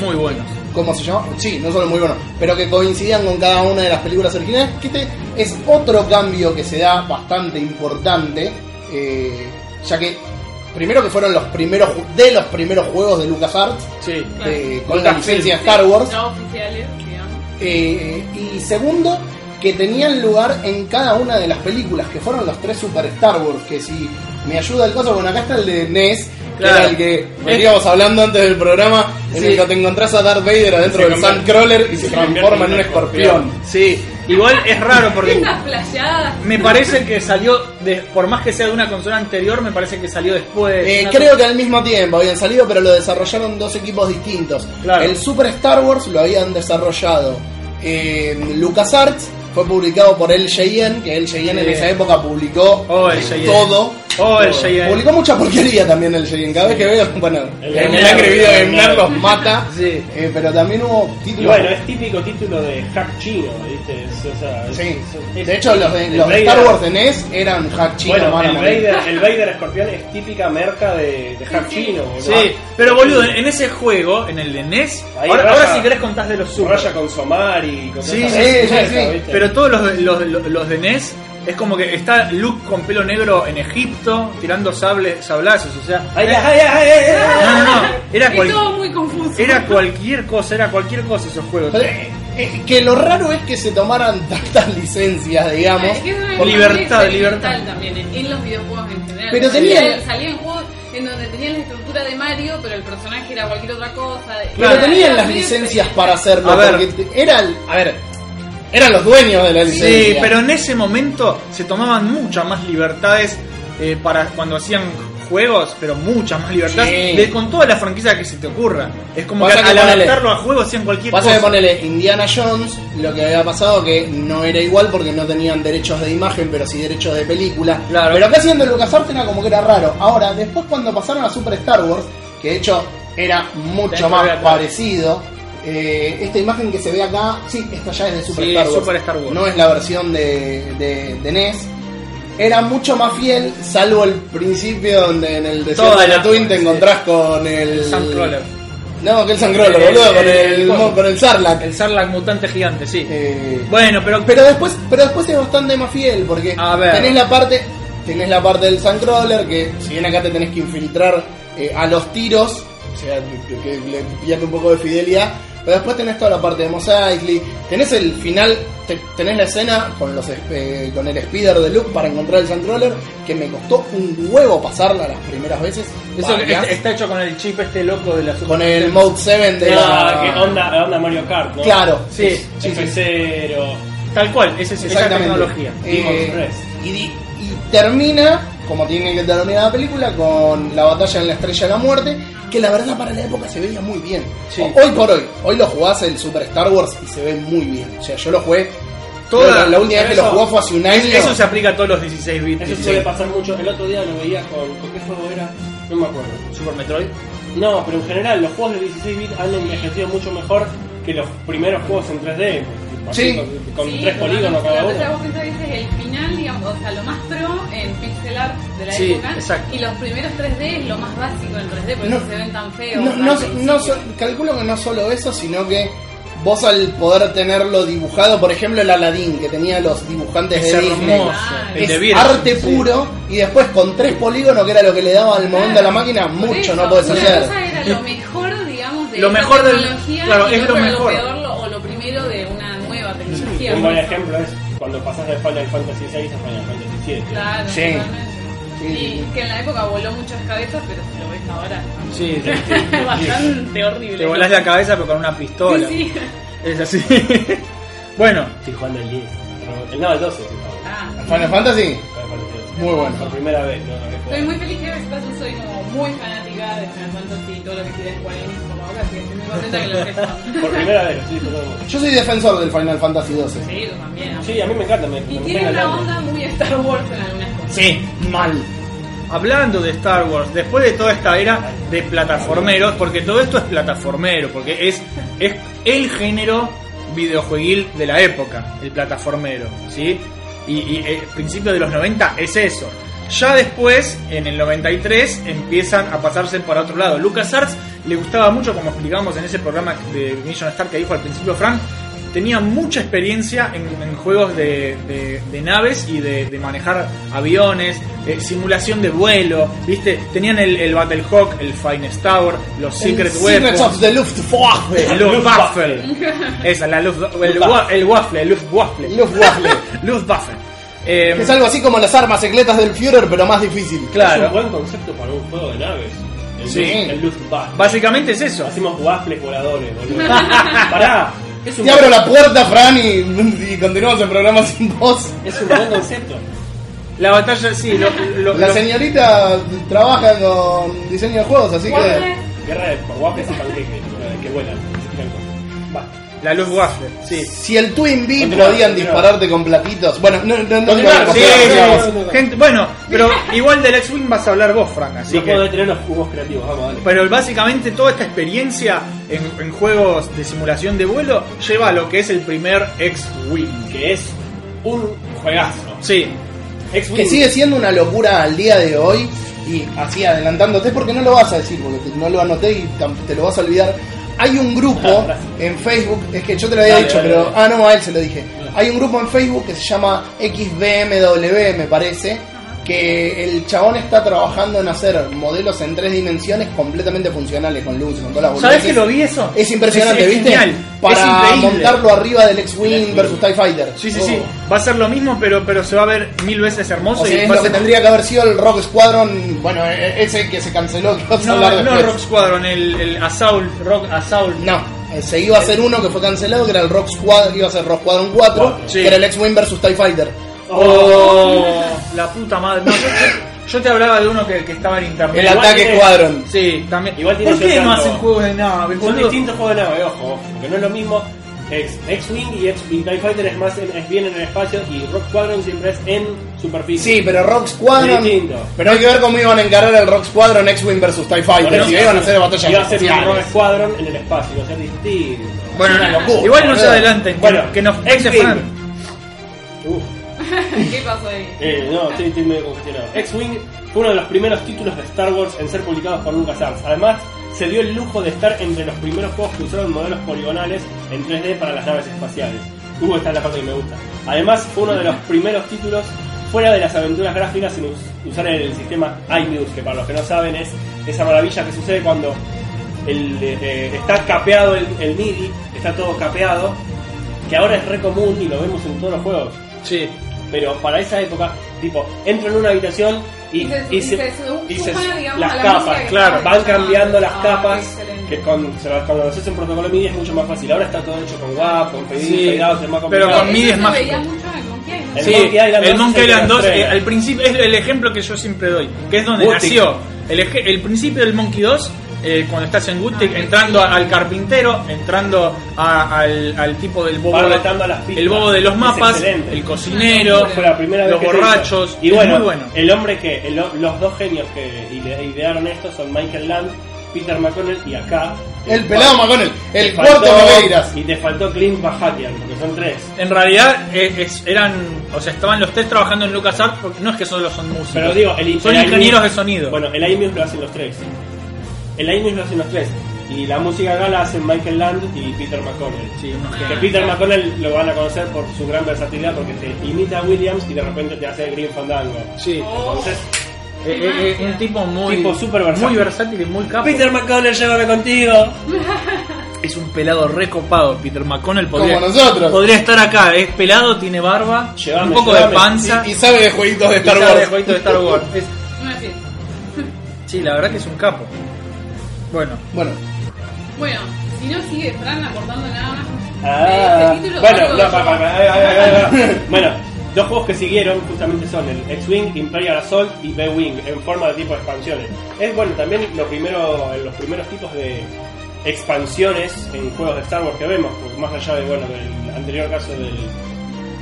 S4: Muy bueno.
S1: ¿Cómo se llama? Sí, no solo muy bueno, pero que coincidían con cada una de las películas originales. Que este es otro cambio que se da bastante importante, eh, ya que primero que fueron los primeros ju- de los primeros juegos de LucasArts
S4: Sí.
S3: Claro.
S1: eh, con la licencia Star
S3: Sí,
S1: Wars,
S3: No oficiales, digamos.
S1: eh, y segundo que tenían lugar en cada una de las películas, que fueron los tres Super Star Wars, que si me ayuda el caso, bueno, acá está el de NES. Que
S4: Claro.
S1: era el que veníamos hablando antes del programa, en
S4: Sí.
S1: el que te encontrás a Darth Vader adentro del
S2: convierte-
S1: Sandcrawler y se
S2: se
S1: transforma en un
S2: convierte
S1: escorpión.
S4: Sí. Igual es raro porque...
S3: Estas flasheadas.
S4: Me parece que salió, de- por más que sea de una consola anterior, me parece que salió después.
S1: Eh,
S4: Una
S1: creo que al mismo tiempo habían salido, pero lo desarrollaron dos equipos distintos.
S4: Claro.
S1: El Super Star Wars lo habían desarrollado eh, LucasArts, fue publicado por LJN, que LJN en
S4: Bien.
S1: esa época publicó
S4: Oh, LJN.
S1: todo.
S4: Oh, el
S1: Todo.
S4: JN.
S1: Publicó mucha porquería también el JN. Cada vez que veo, bueno,
S2: El
S1: el, el,
S2: Gamer,
S1: video
S2: el
S1: de Gamer
S2: Gamer.
S1: los mata.
S4: Sí.
S1: Eh, pero también hubo
S2: Y
S1: títulos.
S2: bueno, es típico título de hack chino, ¿viste? Es- o sea, es-
S1: Sí.
S2: es-
S1: De hecho, los de,
S2: el
S1: los de Star
S2: Vader-
S1: Wars de NES eran hack chino,
S2: Bueno,
S1: van a
S2: el
S1: morir.
S2: Vader, el Vader escorpión es típica merca de, de hack chino, boludo.
S4: Sí, pero boludo, en ese juego, en el de NES,
S2: Ahí
S4: ahora,
S2: raya-
S4: ahora si querés contás de los Super.
S2: Raya con Somari, con
S4: Sí,
S2: esas
S1: sí, sí,
S2: cosas,
S1: sí.
S2: ¿viste?
S4: Pero todos los, los, los- los de NES es como que está Luke con pelo negro en Egipto tirando sables, sablazos, o sea...
S2: Ay, ay, ay, ay, ay, ay.
S4: No, no, no, era,
S3: Es
S4: cual-
S3: todo muy confuso.
S4: era cualquier cosa, era cualquier cosa esos juegos.
S1: Pero, eh, eh, que lo raro es que se tomaran tantas licencias, digamos.
S3: Es que eso es
S1: por-
S4: Porque- Libertad,
S3: muy experimental
S4: libertad.
S3: También en, en los videojuegos en general.
S1: Pero
S3: Salía-
S1: tenía-
S3: Salían juegos en donde tenían la estructura de Mario, pero el personaje era cualquier otra cosa.
S1: Pero
S3: Era-
S1: tenían
S3: era
S1: las
S3: muy
S1: licencias
S3: experimental.
S1: para hacerlo.
S4: A ver.
S1: porque te- era el- a ver, eran los dueños de la licencia.
S4: Sí, pero en ese momento se tomaban muchas más libertades eh, para cuando hacían juegos, pero muchas más libertades
S1: Sí.
S4: de- con todas las franquicias que se te ocurra. Es como
S1: Pasa
S4: que,
S1: que
S4: al
S1: ponele-
S4: adaptarlo a juegos hacían cualquier
S1: Pasa que
S4: cosa.
S1: ponele Indiana Jones, lo que había pasado que no era igual porque no tenían derechos de imagen, pero sí derechos de película.
S4: Claro.
S1: Pero acá siendo LucasArts era como que era raro. Ahora, después cuando pasaron a Super Star Wars, que de hecho era
S4: Tenés
S1: mucho
S4: que
S1: más
S4: ver acá.
S1: parecido, eh, esta imagen que se ve acá, sí, esta ya es de Super,
S4: Sí,
S1: Star, Wars.
S4: Super Star Wars.
S1: No es la versión de, de, de NES. Era mucho más fiel, salvo el principio donde en el desierto
S4: Toda
S1: de
S4: la-
S1: Tatooine te
S4: sí.
S1: encontrás con el...
S4: El Sandcrawler.
S1: No, que el Sandcrawler,
S4: El-
S1: boludo, con
S4: el-
S1: el,
S4: el-
S1: mo- con el Sarlacc.
S4: El Sarlacc mutante gigante, sí.
S1: Eh,
S4: Bueno, pero,
S1: pero después, pero después es bastante más fiel, porque
S4: A ver.
S1: tenés la parte, tenés la parte del Sandcrawler, que si bien acá te tenés que infiltrar eh, a los tiros, o sea, que- que le pillaste un poco de fidelidad, pero después tenés toda la parte de Mos Eisley, tenés el final, te- tenés la escena con los es- eh, con el speeder de Luke para encontrar el Sandcrawler, que me costó un huevo pasarla las primeras veces.
S4: eso que
S1: varias,
S4: es- está hecho con el chip este loco de la Super
S1: con el
S4: Nintendo.
S1: Mode 7 de
S2: Ah,
S1: la...
S2: que onda, onda Mario Kart, ¿no?
S1: Claro,
S4: Sí,
S1: sí, sí.
S2: F0.
S4: Tal cual, esa es esa tecnología.
S1: Eh,
S2: Demon Press.
S1: y, di- y termina, como tiene que terminar la película, con la batalla en la estrella de la muerte, que la verdad para la época se veía muy bien.
S4: Sí.
S1: O- Hoy por hoy, hoy lo jugás el Super Star Wars y se ve muy bien. O sea, yo lo jugué.
S4: Toda-
S1: la, la última vez que lo
S2: eso-
S1: jugué fue hace un año.
S4: Eso se aplica a todos los 16 bits.
S2: Eso
S4: 16.
S2: suele pasar mucho. El otro día lo veía con. ¿Con qué juego era? No me acuerdo.
S4: Super Metroid.
S2: No, pero en general, los juegos de 16 bits han envejecido mucho mejor que los primeros juegos en 3D.
S1: Sí.
S2: Con, con
S3: Sí,
S2: tres
S3: pero
S2: polígonos
S3: bueno,
S2: cada
S3: la cosa
S2: uno.
S3: Vos pensás que es el final, digamos, o sea, lo más pro en pixel art de la
S4: Sí,
S3: época.
S4: exacto.
S3: Y los primeros 3D es lo más básico en 3D, por
S1: No,
S3: eso se ven tan feos.
S1: No,
S3: tan
S1: no,
S3: sencillos.
S1: no so- calculo que no solo eso, sino que vos al poder tenerlo dibujado, por ejemplo el Aladdin que tenía los dibujantes
S4: Es
S1: de Disney,
S4: hermoso.
S3: Claro.
S4: El de
S1: es
S4: Virgen.
S1: arte puro y después con tres polígonos que era lo que le daba al momento a la máquina,
S3: Por
S1: mucho
S3: eso,
S1: no podés
S3: una
S1: hacer.
S3: cosa era lo mejor, digamos, de
S4: Lo
S3: esta
S4: mejor del-
S3: tecnología
S4: claro,
S3: y
S4: es lo
S3: otra era
S4: mejor.
S3: peor lo- o lo primero de una nueva tecnología.
S2: Un
S3: por
S2: buen
S3: eso.
S2: ejemplo es cuando pasas de Final Fantasy VI a Final Fantasy VII.
S3: Claro,
S1: Sí.
S3: totalmente.
S1: Sí.
S3: Y que en la época voló muchas cabezas, pero si lo ves ahora,
S4: Sí, te,
S3: es bastante horrible.
S4: te volás la cabeza pero con una pistola.
S3: Sí, sí.
S4: Es así. bueno,
S2: Estoy jugando el 10. El, no, el 12. estoy jugando.
S3: Ah.
S1: Final Fantasy,
S2: Final Fantasy VII.
S1: muy bueno.
S2: Por primera vez. ¿no?
S3: Estoy muy feliz que ahora yo soy como muy fanática de Final Fantasy y todo lo que quiera jugar en el como ahora, así que estoy muy contenta que lo que
S2: Por primera vez, sí, totalmente.
S1: Yo soy defensor del Final Fantasy 12.
S3: Sí, yo también.
S2: Sí, a mí me encanta. Me,
S3: Y
S2: me
S3: tiene
S2: encanta
S3: una
S2: el
S3: onda muy Star Wars en algunas cosas.
S4: sí, mal. Hablando de Star Wars, después de toda esta era de plataformeros, porque todo esto es plataformero, porque es, es el género videojueguil de la época, el plataformero, ¿sí? Y, y eh, principios de los 90 es eso. Ya después, en el 93, empiezan a pasarse para otro lado. LucasArts le gustaba mucho, como explicamos en ese programa de Mission Star que dijo al principio Frank, tenía mucha experiencia en, en juegos de, de- de naves y de, de manejar aviones, eh, simulación de vuelo, ¿viste? Tenían el, el Battlehawk, el Finest Tower, los Secret
S1: El Secrets
S4: Weapons.
S1: of the Luftwaffe.
S4: El Luftwaffe. Esa, la Luft, el, wa- el waffle, el Luftwaffe.
S1: Luftwaffe.
S4: Luftwaffe. Eh,
S1: Que es algo así como las armas secretas del Führer, pero más difícil.
S2: Es un
S4: claro.
S2: buen concepto para un juego de naves. El
S4: Sí.
S2: Luft- El Luftwaffe.
S4: Básicamente es eso.
S2: Hacemos waffles voladores, boludo. Pará. Es un,
S1: Te abro la puerta, Fran, y, y continuamos el programa sin vos.
S2: es un buen concepto.
S4: La batalla, sí, lo, lo-
S1: La
S4: lo-
S1: señorita trabaja con diseño de juegos, así que.
S3: Guarda,
S2: Guerra de waffles y panqueques, boludo, que vuelan. Basta.
S4: la luz waffle, sí.
S1: Si el Twin Bee
S2: Continúa,
S1: podían
S2: continúa.
S1: dispararte con platitos. Bueno, no, no, no.
S2: Continúa,
S1: no,
S4: Sí,
S2: sí,
S1: no,
S2: sí.
S1: no.
S4: gente- bueno, pero igual del X-Wing vas a hablar vos, Frank, así
S2: no
S4: que...
S2: puedo detener los jugos creativos, vamos, dale.
S4: Pero básicamente toda esta experiencia en, en juegos de simulación de vuelo lleva a lo que es el primer X-Wing.
S2: Que es un juegazo.
S4: Sí,
S2: Ex-Wing.
S1: Que sigue siendo una locura al día de hoy. Y así adelantándote, porque no lo vas a decir, porque te- no lo anoté y tam- te lo vas a olvidar. Hay un grupo
S2: Ah, gracias.
S1: en Facebook, es que yo te lo había
S2: Dale,
S1: dicho,
S2: dale,
S1: pero.
S2: dale.
S1: Ah, no, a él se lo dije. Hay un grupo en Facebook que se llama XBMW, me parece. Que el chabón está trabajando en hacer modelos en tres dimensiones completamente funcionales, con luz, con todas las
S4: ¿sabes
S1: boludeces.
S4: que lo vi eso?
S1: Es impresionante,
S4: Es- es
S1: ¿viste?
S4: genial,
S1: Para
S4: es increíble.
S1: montarlo arriba del X-Wing versus TIE Fighter. Oh.
S4: Sí, sí, sí. Va a ser lo mismo, pero, pero se va a ver mil veces hermoso.
S1: O sea,
S4: y
S1: es
S4: va a
S1: lo que
S4: ser-
S1: tendría que haber sido el Rock Squadron, bueno, e- ese que se canceló, que vamos a hablar
S4: No, no
S1: después.
S4: Rock Squadron, el, el Assault, Rock Assault.
S1: No, eh, se iba a hacer uno que fue cancelado, que era el Rock Squadron, iba a ser Rock Squadron 4,
S4: Sí.
S1: que era el X-Wing versus TIE Fighter.
S4: Oh, la puta madre. No, yo, yo- yo te hablaba de uno que, que estaba en internet.
S1: El
S2: Igual
S1: Ataque
S2: tiene-
S1: Squadron.
S4: Sí, también.
S2: Igual tiene
S4: ¿Por qué
S2: yo
S4: no
S2: tanto-
S4: hacen juegos de nave?
S2: Son
S4: boludo?
S2: distintos juegos de nave, ojo, ojo, porque no es lo mismo. Ex- X-Wing y X y TIE Fighter es más en- es bien en el espacio y Rock Squadron siempre es en superficie.
S1: Sí, pero Rock Squadron.
S2: Distinto.
S1: Pero hay que ver cómo iban a encarar el Rock Squadron X-Wing versus TIE
S2: Por
S1: Fighter.
S2: eso
S1: Si iban a hacer batallas
S2: Iba a ser un
S1: espaciales.
S2: Rock Squadron en el espacio, iba a ser distinto.
S4: Bueno,
S1: Es una
S4: no,
S1: locura,
S4: igual no se
S1: boludo.
S4: adelanten. que-
S2: Bueno,
S4: que nos
S2: X-Wing.
S4: se fueran.
S2: Uf,
S3: ¿Qué pasó ahí?
S2: eh, no, estoy, estoy medio congestionado. X-Wing fue uno de los primeros títulos de Star Wars en ser publicados por LucasArts. Además, se dio el lujo de estar entre los primeros juegos que usaron modelos poligonales en 3D para las naves espaciales. Uh, esta es la parte que me gusta. Además, fue uno de los primeros títulos fuera de las aventuras gráficas sin us- usar el sistema iNews, que para los que no saben es esa maravilla que sucede cuando el, eh, eh, está capeado el, el MIDI, está todo capeado, que ahora es re común y lo vemos en todos los juegos.
S4: Sí.
S2: Pero para esa época, tipo, entro en una habitación y,
S3: Y se-
S2: y
S3: y
S2: se-
S3: se suma,
S2: y se-
S3: digamos,
S2: las
S3: a la
S2: capas,
S3: música que
S2: claro,
S3: estaba
S2: van
S3: escuchando.
S2: cambiando las
S3: Ah,
S2: capas.
S3: excelente.
S2: Que con, se las- cuando lo haces en protocolo MIDI es mucho más fácil. Ahora está todo hecho con WAP, con pedidos,
S4: Sí,
S2: es más
S4: pero
S2: complicado.
S4: con MIDI
S3: Eso
S4: es
S3: se
S4: mágico.
S3: veía mucho en el Monkey Island.
S2: El
S4: Sí,
S2: Monkey Island
S4: el
S2: 2
S4: Monkey
S2: es el
S4: Island
S2: que
S4: 2,
S2: la
S4: eh,
S2: estrena.
S4: al principio, es el ejemplo que yo siempre doy, que es donde
S2: Gothic.
S4: nació. El, eje- el principio del Monkey 2 eh, cuando estás en Gothic,
S3: Ah,
S4: entrando al carpintero, entrando a- al, al tipo del bobo,
S2: Va anotando las pistas.
S4: el bobo de los
S2: Es
S4: mapas,
S2: excelente.
S4: el cocinero,
S2: Fue la primera vez
S4: los
S2: que se
S4: borrachos.
S2: hizo. Y
S4: es
S2: bueno,
S4: muy bueno.
S2: el hombre que, el- los dos genios que ide- idearon esto son Michael Land, Peter McConnell y acá.
S1: El pelado McConnell, el
S2: te faltó-
S1: cuarto Nogueiras.
S2: Y te faltó Clint Bajatian, porque son tres.
S4: En realidad eh, es- eran, o sea, estaban los tres trabajando en LucasArts, porque no es que solo son músicos.
S2: Pero digo, el
S4: son
S2: el
S4: ingenieros de
S2: IMUS
S4: sonido.
S2: Bueno, el IMUS lo hacen los tres. El IMUS lo hacen los tres. Y la música acá la hacen Michael Land y Peter McConnell.
S4: Sí, unos
S2: Que
S4: genios.
S2: Peter McConnell lo van a conocer por su gran versatilidad porque te imita a Williams y de repente te hace Green Fandango.
S4: Sí.
S3: Oh,
S2: Entonces,
S4: Eh, eh, eh, un tipo muy
S2: Tipo súper versátil.
S4: muy versátil y muy capo.
S2: Peter McConnell, llévame contigo.
S4: es un pelado recopado. Peter McConnell podría,
S1: Como nosotros.
S4: podría estar acá. Es pelado, tiene barba,
S2: Llévame,
S4: un poco
S2: llévame.
S4: de panza
S1: Y, y sabe de jueguitos de
S4: y
S1: Star
S4: sabe de
S1: Wars.
S4: jueguito de Star Wars. Es-
S3: una fiesta.
S4: sí, la verdad que es un capo. Bueno,
S1: Bueno,
S3: Bueno, si no sigue Fran aportando nada más.
S2: Ah,
S3: de este título,
S2: bueno,
S3: algo
S2: no,
S3: yo-
S2: pa, pa, eh, pa, ay, ay, ay, ay, ay. bueno, dos juegos que siguieron justamente son el X-Wing, Imperial Assault y B-Wing en forma de tipo de expansiones. Es bueno, también lo primero, eh, los primeros tipos de expansiones en juegos de Star Wars que vemos, porque más allá de, bueno, del anterior caso del,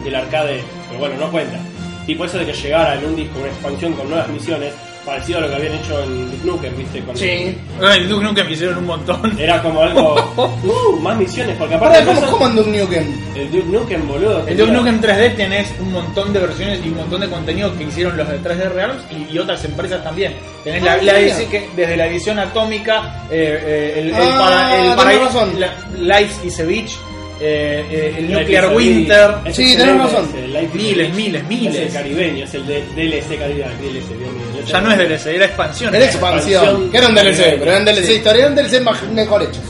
S2: del arcade, pero bueno, no cuenta. Tipo eso de que llegara en un disco una expansión con nuevas misiones, parecido a lo que habían hecho en Duke Nukem, ¿viste? Con
S1: sí.
S4: el Duke Nukem hicieron un montón.
S2: Era como algo, uh, más misiones, porque aparte
S1: Pará,
S2: de
S1: ¿cómo,
S2: eso-
S1: ¿cómo anda un Nukem?
S2: el Duke Nukem, boludo.
S4: El
S2: tenía-
S4: Duke Nukem 3D tenés un montón de versiones y un montón de contenido que hicieron los de 3D Realms y, y otras empresas también. Tenés la,
S1: Ah,
S4: la
S1: mira.
S4: edici- que- desde la edición atómica, eh, eh, el, el
S1: Ah,
S4: para- el
S1: tenés
S4: paraíso-
S1: razón.
S4: la- Lives is a Beach, eh, eh, el
S2: Life
S4: Nuclear
S2: is a
S4: Winter.
S2: Beach. Es
S1: Sí,
S2: excelente
S1: tenés razón.
S2: ese, Life is a
S4: Miles,
S2: Beach.
S4: miles, miles.
S2: Es el caribeño, es el de DLC calidad, DLC, Dios mío.
S4: Ya no es DLC, E era expansión.
S1: Era expansión.
S2: Expansión.
S1: Que era un DLC,
S2: Sí.
S1: pero era un DLC historia, era un DLC más- mejor hecho.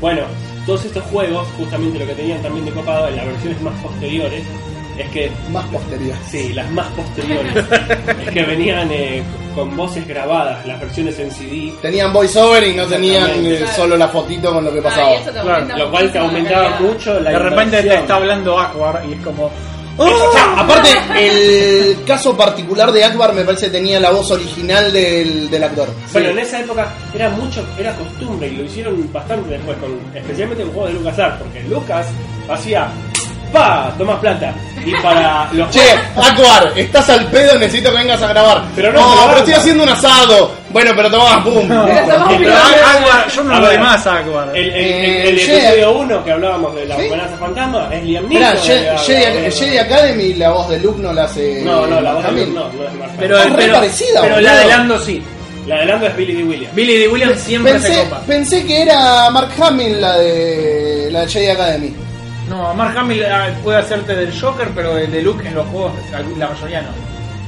S2: Bueno, todos estos juegos, justamente lo que tenían también de copado en las versiones más posteriores, es que
S1: Más posterior.
S2: Sí, las más posteriores. es que venían eh, con voces grabadas, las versiones en CD,
S1: Tenían voiceover y no tenían eh,
S3: Claro.
S1: solo la fotito con lo que
S3: Ah, y
S1: pasaba.
S3: eso te
S4: Claro,
S3: aumenta
S2: lo cual te
S3: muchísimo la
S2: aumentaba
S3: calidad.
S2: mucho la
S4: de repente te
S2: inversión.
S4: está hablando Aquar y es como.
S1: O
S4: ¡Oh!
S1: sea, Ah, aparte, el caso particular de Akbar me parece que tenía la voz original del, del actor.
S2: Bueno, en esa época era mucho, era costumbre y lo hicieron bastante después, con, especialmente con juegos de LucasArts, porque Lucas hacía ¡Pa! Tomás plata. Y para los
S1: Che, Akbar, estás al pedo, necesito que vengas a grabar.
S2: Pero no,
S1: "No,
S2: pero
S1: pero
S2: basta".
S1: estoy haciendo un asado. Bueno, pero tomá, pum. Ah,
S3: Estamos
S2: Pero
S4: Pero
S3: mirando-
S4: Aquar, yo no
S2: A
S4: lo doy
S2: ver,
S4: más a Aquar.
S2: El, el,
S1: Eh,
S2: el- el
S1: Jedi.
S2: episodio 1 que hablábamos de la
S1: ¿Sí?
S2: amenaza fantasma es Liam
S1: Mirá,
S2: Neeson.
S1: Je-
S2: la-
S1: Jedi
S2: la-
S1: Jedi Academy, la voz de Luke no la hace.
S2: No, no, la voz de
S1: Hamill.
S2: Luke no, no es Mark Hamill.
S4: Pero,
S1: es re
S4: pero,
S1: parecida,
S4: pero la
S1: boludo.
S4: de Lando sí.
S2: La de Lando es Billy D. Williams.
S4: Billy D. Williams siempre se
S1: Pensé,
S4: copa.
S1: pensé que era Mark Hamill la de la Jedi Academy.
S4: No, Mark Hamill ah, puede hacerte del Joker, pero el de Luke en los juegos, la mayoría no.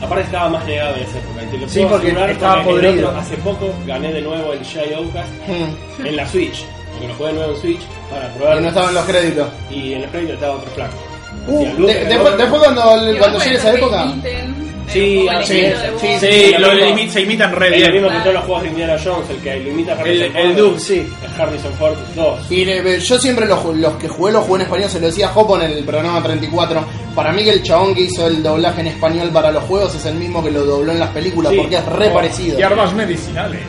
S2: Aparte estaba más negado en esa época. y te lo
S4: Sí,
S2: puedo
S4: porque
S2: asegurar
S4: estaba
S2: porque el
S4: podrido.
S2: otro- hace poco gané de nuevo el Jedi Outcast
S1: Hmm,
S2: en la Switch. Porque lo jugué de nuevo en Switch para
S1: Que
S2: probar.
S1: no estaba en los créditos.
S2: Y en los créditos estaba otro flaco.
S1: Uh,
S2: Hacía Luke,
S1: de-
S2: el
S1: después,
S2: otro-
S1: después cuando,
S3: Y
S1: cuando
S3: aparte
S1: llegue esa
S3: después que
S1: época.
S3: imiten,
S2: Sí,
S3: eh, un poco el
S1: sí,
S3: estilo de voz.
S1: sí, sí.
S4: Sí,
S2: lo
S4: lo
S2: mismo.
S4: imi- se imitan re
S2: Es lo
S4: bien.
S2: mismo que todos los juegos de Indiana Jones, el que lo imita a Harrison
S4: El,
S2: Ford.
S4: el Duke, sí.
S2: El Harrison Ford 2.
S1: Y eh, yo siempre los, los que jugué los jugué en español, se lo decía a Jopo en el programa 34. Para mí que el chabón que hizo el doblaje en español para los juegos es el mismo que lo dobló en las películas
S2: Sí.
S1: porque es re
S2: Oh,
S1: parecido.
S4: armas medicinales.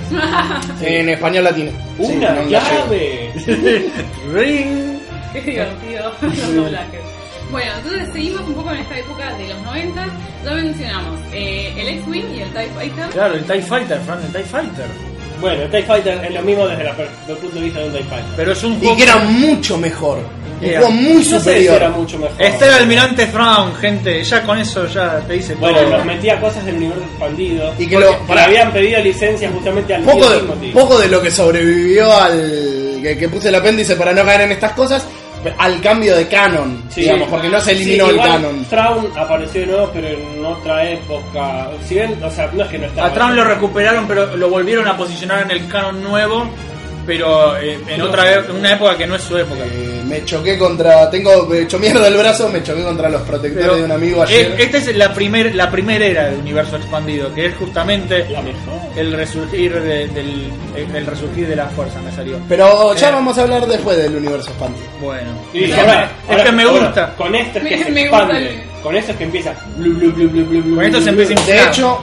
S1: En español latino. Sí,
S2: ¡Una
S1: no, no sé.
S2: llave!
S4: Ring.
S3: Qué divertido los doblajes. Bueno, entonces seguimos un poco en esta época de los 90. Ya mencionamos eh, el X-Wing y el TIE Fighter.
S4: Claro, el TIE Fighter, Fran, el TIE Fighter.
S2: bueno, el TIE Fighter es lo mismo desde, la per- desde el punto de vista de un TIE Fighter.
S4: Pero es un
S1: Y
S4: juego.
S1: que era mucho mejor. Un
S4: Era-
S1: juego muy
S2: no sé si era
S1: superior.
S2: mucho mejor.
S4: Está Este el almirante Frown, gente. Ya con eso ya te dice
S2: Bueno,
S4: todo.
S2: nos metía cosas del universo expandido.
S1: Y que lo.
S2: porque
S1: para-
S2: habían pedido licencia justamente al
S1: poco
S2: tío
S1: de,
S2: Timothy.
S1: poco de lo que sobrevivió al que, que puse el apéndice para no caer en estas cosas al cambio de canon
S2: Sí.
S1: digamos porque no se eliminó
S2: Sí,
S1: el
S2: igual
S1: canon
S2: Traun apareció de nuevo, pero en otra época. Si bien, o sea, no es que no estaba.
S4: A Traun lo recuperaron, pero lo volvieron a posicionar en el canon nuevo. Pero eh, en otra e- en una época que no es su época.
S1: Eh, me choqué contra tengo me hecho mierda el brazo me choqué contra los protectores
S4: Pero
S1: de un amigo ayer
S4: es- esta es la primer, la primera era del universo expandido, que es justamente
S2: La mejor.
S4: el resurgir de- del, el resurgir de la fuerza, me salió.
S1: pero ya
S4: eh.
S1: vamos a hablar después del universo expandido
S4: Bueno.
S2: Y dije,
S4: Este
S2: ahora-
S4: me-
S2: ahora-
S4: este me
S2: ahora,
S4: gusta.
S2: con esto es que
S3: Me-
S2: se
S3: me gusta
S2: expande. este
S3: el-
S2: Con esto es que empieza. blu, blu, blu, blu, blu, blu,
S4: Con esto se
S2: blu,
S4: empieza
S2: blu.
S1: de hecho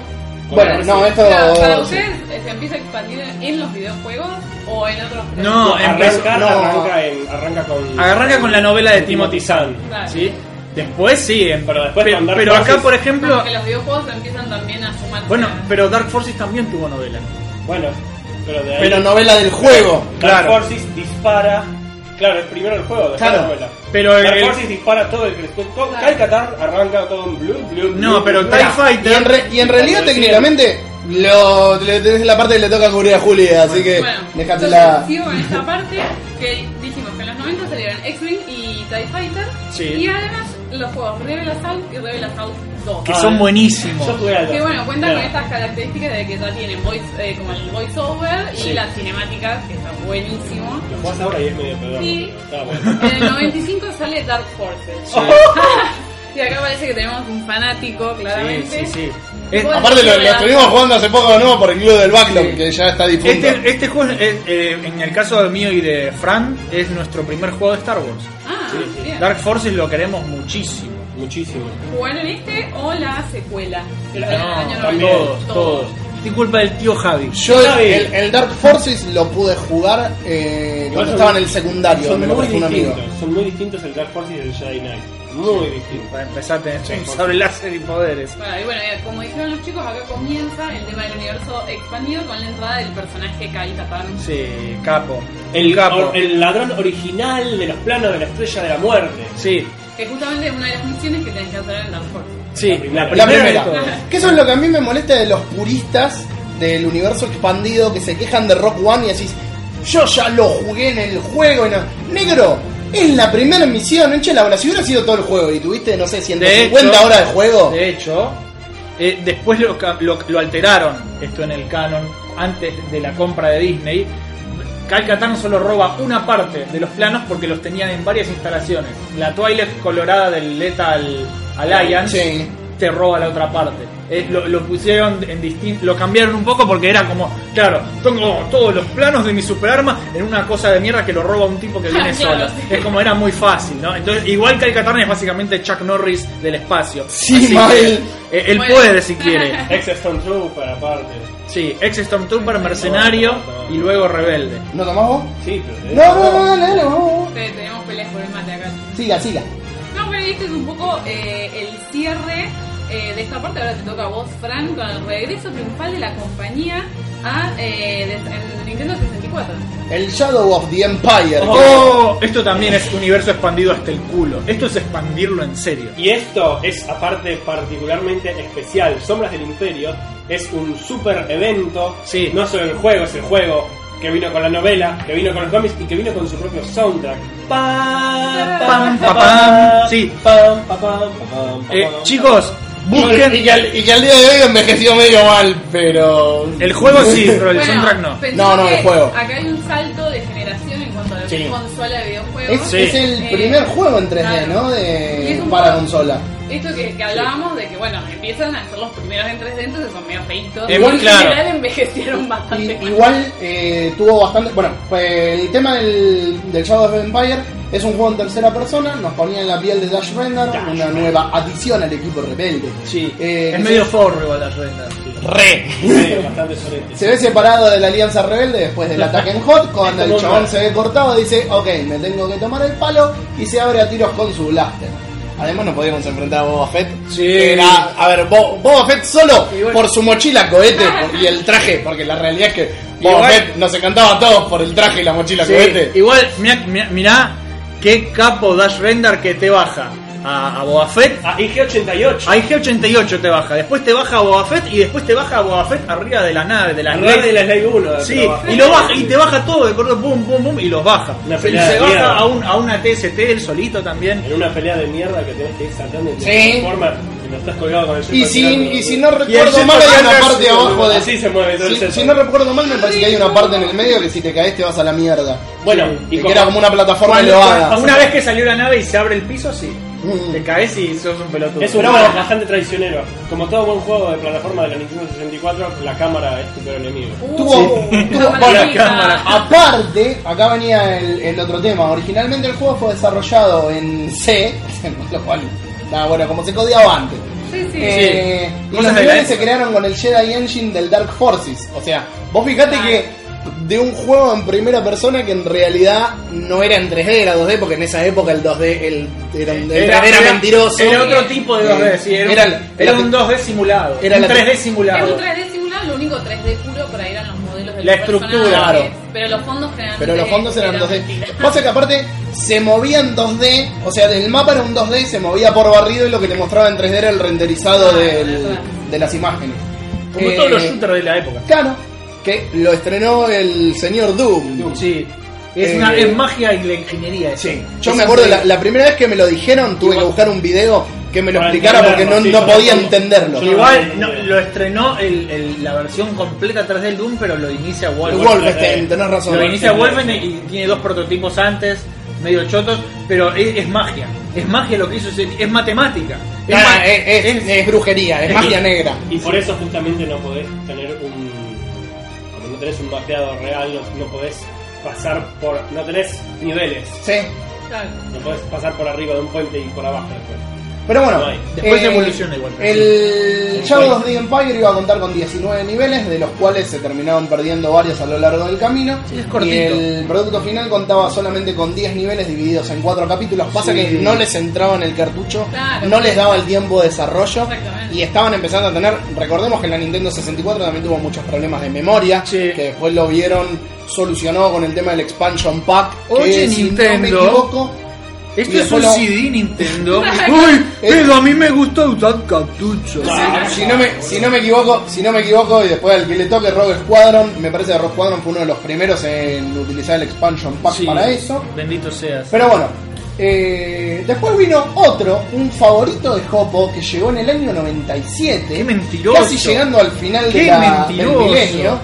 S1: Bueno, no, esto.
S3: Claro, ¿Para ustedes eh, se empieza a expandir en los videojuegos o en otros?
S4: No, empezó-
S2: Arranca,
S1: no.
S2: arranca, en- arranca con.
S4: Arranca con la novela de Timothy Zahn,
S3: Claro.
S4: ¿sí? Después sí, em-
S2: Pero después
S4: pe-
S2: con Dark
S4: pero acá por
S2: Forces-
S3: Como
S4: ejemplo,
S3: que los videojuegos empiezan también a sumar.
S4: bueno, pero Dark Forces también tuvo novela.
S2: Bueno, pero de ahí.
S1: Pero novela del juego.
S2: Dark
S4: claro.
S2: Forces dispara. Claro, es primero el juego, después
S1: Claro,
S2: la novela.
S4: pero
S2: Dark
S4: el-
S2: Forces dispara todo el crecimiento.
S3: Claro.
S2: Calcatar arranca todo en blue, blue.
S4: No,
S2: blue,
S4: pero
S2: blue,
S4: TIE
S1: Y
S2: blue.
S1: en,
S4: Fighter
S1: re- y en realidad,
S2: Bueno, sí.
S1: técnicamente, lo, le tenés la parte que le toca cubrir a Juli, así que
S4: eh,
S3: Bueno,
S1: dejate
S3: entonces,
S1: la.
S3: sigo con esta parte que dijimos que en los 90 salieron X-Wing y TIE Fighter
S4: Sí.
S3: y además los juegos Rebel Assault y Rebel Assault 2.
S4: que
S2: Ah,
S4: son
S2: eh.
S4: buenísimos.
S2: Yo jugué al
S3: Que
S2: dos.
S3: bueno, cuentan
S2: Claro.
S3: con estas características de que ya tienen voice, eh, como el voiceover y las cinemáticas, que está buenísimo.
S2: Lo jugás ahora y es medio peor.
S3: Sí.
S2: Está bueno.
S3: En el 95 sale Dark Forces. y acá parece que tenemos un fanático,
S4: Sí,
S3: claramente.
S4: sí, sí. Es-
S3: Bueno,
S1: Aparte, lo,
S3: sí,
S1: lo estuvimos
S3: verdad.
S1: jugando hace poco de nuevo por el club del Backlog, que ya está difunto.
S4: Este, este juego, es- eh, en el caso mío y de Fran, es nuestro primer juego de Star Wars.
S3: Ah,
S2: Sí, sí.
S3: bien.
S4: Dark Forces lo queremos muchísimo.
S2: Muchísimo.
S3: ¿Jugaron este o la secuela?
S2: El-
S3: La del
S2: no,
S3: año
S2: también,
S3: 90.
S4: Todos, todos. Es culpa del tío Javi.
S1: Yo
S2: Javi.
S1: el, el Dark Forces lo pude jugar eh,
S2: Igual
S1: cuando
S2: son-
S1: estaba en el secundario,
S2: Son
S1: me lo
S2: muy
S1: prestó un amigo.
S2: distintos. Son muy distintos el Dark Forces y el Jedi Knight. Muy distintos.
S4: Para empezar a tener
S2: Sí,
S4: un
S2: por-
S4: sable láser y poderes.
S3: Bueno, y bueno, eh, como dijeron los chicos, acá comienza el tema del universo expandido con la entrada del personaje Kyle Katarn.
S4: Sí, capo.
S2: El,
S4: capo.
S2: or- el ladrón original de los planos de la estrella de la muerte.
S4: Sí,
S3: Que justamente es una de las misiones que tenés que hacer en Dark Force.
S4: sí.
S2: La
S1: La
S2: Primero
S1: primera.
S4: de todas.
S1: Que eso es lo que a mí me molesta de los puristas del universo expandido que se quejan de Rock One y decís, yo ya lo jugué en el juego. Y no. Negro, es la primera misión, en la Si hubiera sido todo el juego y tuviste, no sé, 150
S4: hecho-
S1: horas de juego.
S4: De hecho, eh, después lo, ca- lo- lo alteraron esto en el canon antes de la compra de Disney. Cal Catán solo roba una parte de los planos porque los tenían en varias instalaciones. La Twilight colorada del Lethal Alliance
S1: Sí.
S4: te roba la otra parte. Eh, lo, lo pusieron en distinto, lo cambiaron un poco porque era como, claro, tengo todos los planos de mi superarma en una cosa de mierda que lo roba un tipo que viene
S3: Claro,
S4: solo.
S3: sí.
S4: Es como era muy fácil, ¿no? Entonces, igual que Alcatarn es básicamente Chuck Norris del espacio.
S1: Sí,
S4: Así que,
S1: mal.
S4: eh, él
S3: Bueno.
S4: puede si quiere.
S2: Ex Stormtrooper aparte.
S4: Sí, ex Stormtrooper mercenario y luego rebelde.
S1: ¿No tomás vos?
S2: Sí, pero te-
S1: No, no, no, no, no, no.
S3: Te- tenemos peleas por el mate acá.
S1: Siga, siga.
S3: No, pero este es un poco eh, el cierre eh, de esta parte. Ahora te toca a vos, Fran, con el regreso triunfal de la compañía a eh, de- en Nintendo 64.
S1: El Shadow of the Empire.
S4: Oh, esto también es universo expandido hasta el culo. Esto es expandirlo en serio.
S2: Y esto es aparte particularmente especial. Sombras del Imperio es un super evento.
S4: Sí.
S2: No solo el juego, es el juego que vino con la novela, que vino con los cómics y que vino con su propio soundtrack. Pa,
S4: Pam, pa, pam. Sí.
S2: Pam, pa, pam, pa, pam, pa,
S4: Eh,
S2: pam.
S4: chicos, busquen.
S1: Y que, al, y que al día de hoy envejeció medio mal, pero.
S4: El juego sí, pero el
S3: Bueno,
S4: soundtrack no.
S3: pensá
S1: No, no, el
S3: que
S1: juego.
S3: Acá hay un salto de generación en cuanto a la
S2: Sí.
S3: consola de videojuegos.
S1: Es, es el
S3: Eh,
S1: primer juego en 3D,
S3: claro.
S1: ¿no?
S3: Y es
S1: De,
S3: un
S1: para
S3: juego-
S1: consola.
S3: Esto que, que hablábamos de que, bueno, empiezan a ser los primeros en 3D, entonces son medio feitos.
S4: Eh,
S3: Y en
S4: claro.
S3: general envejecieron
S1: Y-
S3: bastante. mal.
S1: igual eh, tuvo bastante. Bueno, pues, el tema del, del Shadow of the Empire es un juego en tercera persona. Nos ponía en la piel de Dash Render,
S2: Dash
S1: una
S2: Render.
S1: nueva adición al equipo rebelde.
S4: Sí,
S1: Eh,
S4: es
S1: que
S4: medio forro igual la renda.
S1: Re.
S2: Sí, bastante solente.
S1: se, se ve separado de la Alianza Rebelde después del ataque en Hot. Cuando el
S2: como
S1: chabón
S2: un-
S1: se ve cortado, dice: Ok, me tengo que tomar el palo. Y se abre a tiros con su blaster. Además, nos podíamos enfrentar a Boba Fett.
S4: Sí.
S1: Que Era, a ver, Bo- Boba Fett solo
S4: Y bueno.
S1: por su mochila, cohete por- y el traje. Porque la realidad es que Boba
S4: Igual-
S1: Fett nos encantaba a todos por el traje y la mochila,
S4: Sí,
S1: cohete.
S4: Igual, mirá, mirá, mirá qué capo Dash Render que te baja a, a Boba Fett.
S2: Ah, IG88.
S4: A IG-88 te baja, después te baja a Boba Fett y después te baja a Boba Fett arriba de la nave, de la
S2: Arriba de la Slide 1.
S4: Sí, y lo baja, y te baja todo de corto, pum, pum, pum, y los baja.
S2: Una
S4: Se,
S2: pelea
S4: se
S2: de
S4: baja
S2: mierda.
S4: a, un, a una TST él solito también.
S2: En una pelea de mierda que tenés que ir saltando en
S1: Sí.
S2: forma y lo estás colgado con el
S1: Y
S2: jetpack
S1: si,
S2: tirando.
S1: y si no
S4: Y el
S1: recuerdo
S4: Jet
S1: mal, hay una
S4: Pack
S1: parte
S4: es-
S1: abajo de.
S2: así se mueve todo el
S1: si,
S2: Jet
S1: si
S2: Pack.
S1: no recuerdo mal, me parece que hay una parte en el medio que si te caes te vas a la mierda.
S2: Bueno,
S1: Y que
S2: como-
S1: era como una plataforma
S4: Cuando-
S1: elevada.
S4: una vez que salió la nave y se abre el piso, sí.
S1: Mm.
S4: Te caes y sos un pelotudo.
S2: Es un
S1: Pero
S2: juego
S1: bueno.
S2: bastante traicionero. Como todo buen juego de plataforma de la Nintendo 64, la cámara es tu peor enemigo.
S3: Uh,
S1: Tuvo-
S3: la
S1: tuvo-
S3: cámara
S1: bueno,
S3: chica.
S4: cámara.
S1: Aparte, acá venía el, el otro tema. Originalmente el juego fue desarrollado en C, lo cual, nada, bueno, como se codiaba antes.
S3: Sí, sí.
S1: Eh, y los
S4: Cosas de la
S1: niveles
S4: época.
S1: se crearon con el Jedi Engine del Dark Forces. O sea, vos fijate
S3: Ah.
S1: que de un juego en primera persona que en realidad no era en 3D, era 2D, porque en esa época el 2D el, era, un- el 3D era mentiroso.
S4: Era otro tipo de 2D, sí, era, un-
S1: Era-
S4: era
S1: era-
S4: un 2D simulado.
S1: era
S4: un
S1: la-
S4: 3D
S3: Es
S4: simulado.
S3: un 3D singular, lo único 3D puro por ahí eran los modelos de
S4: La
S3: los
S4: estructura,
S3: personajes,
S1: claro.
S3: Pero los fondos generalmente
S1: Pero los fondos eran 2D.
S3: mentira.
S1: Pasa que aparte se movía en 2D, o sea, del mapa era un 2D, se movía por barrido y lo que te mostraba en 3D era el renderizado
S3: Ah,
S1: del-
S3: verdad.
S1: de las imágenes.
S4: Como
S1: Eh,
S4: todos los shooters de la época.
S1: Claro, que lo estrenó el señor Doom.
S4: Sí. Es,
S1: Eh,
S4: una, es magia y la ingeniería. eso.
S1: Sí, yo
S4: Es
S1: me acuerdo, la,
S4: increíble.
S1: la primera vez que me lo dijeron tuve que
S2: Igual-
S1: buscar un video que me lo
S2: Para
S1: explicara porque no,
S2: entenderlo, sí,
S1: no
S2: yo
S1: podía
S2: tampoco.
S1: entenderlo.
S2: Yo
S4: Igual no, lo estrenó el- el- la versión completa 3D del Doom, pero lo inicia
S1: El
S4: Wolf.
S1: Wolfenstein, tenés razón.
S4: Lo inicia
S2: sí,
S4: Wolfen y tiene dos prototipos antes, medio chotos, pero es, es magia. Es magia lo que hizo, ese- es matemática. Es
S1: Ah,
S4: ma-
S1: es, es-
S4: es-
S1: es brujería, es
S2: es-
S1: magia negra.
S2: Y por eso justamente no podés tener un... Como no tenés un mapeado real, no, no podés pasar por... No tenés niveles.
S1: Sí.
S3: Claro.
S2: No podés pasar por arriba de un puente y por abajo después.
S1: Pero bueno, eh,
S4: Después evoluciona igual.
S1: El Shadow of the Empire iba a contar con 19 niveles, de los cuales se terminaron perdiendo varios a lo largo del camino.
S4: Sí, es cortito.
S1: Y el producto final contaba solamente con 10 niveles divididos en 4 capítulos. Pasa
S4: Sí.
S1: que no les entraba en el cartucho,
S3: Claro.
S1: no les daba el tiempo de desarrollo
S3: Exactamente.
S1: y estaban empezando a tener. Recordemos que la Nintendo 64 también tuvo muchos problemas de memoria,
S4: Sí.
S1: que después lo vieron solucionado con el tema del expansion pack. que,
S4: Oye,
S1: si no me
S4: Nintendo.
S1: equivoco,
S4: Esto
S1: y
S4: es un
S1: después lo-
S4: CD Nintendo.
S3: Uy,
S1: pero
S4: a mí me gusta usar cartuchos.
S2: Ah,
S1: Si no, me, si no me equivoco, si no me equivoco, y después al que le toque Rogue Squadron, me parece que Rogue Squadron fue uno de los primeros en utilizar el expansion pack para eso.
S4: Bendito seas.
S1: Pero bueno, eh, después vino otro, un favorito de Hopo, que llegó en el año 97.
S4: Qué mentiroso.
S1: Casi llegando al final de
S4: Qué
S1: la, del
S4: mentiroso.
S1: milenio.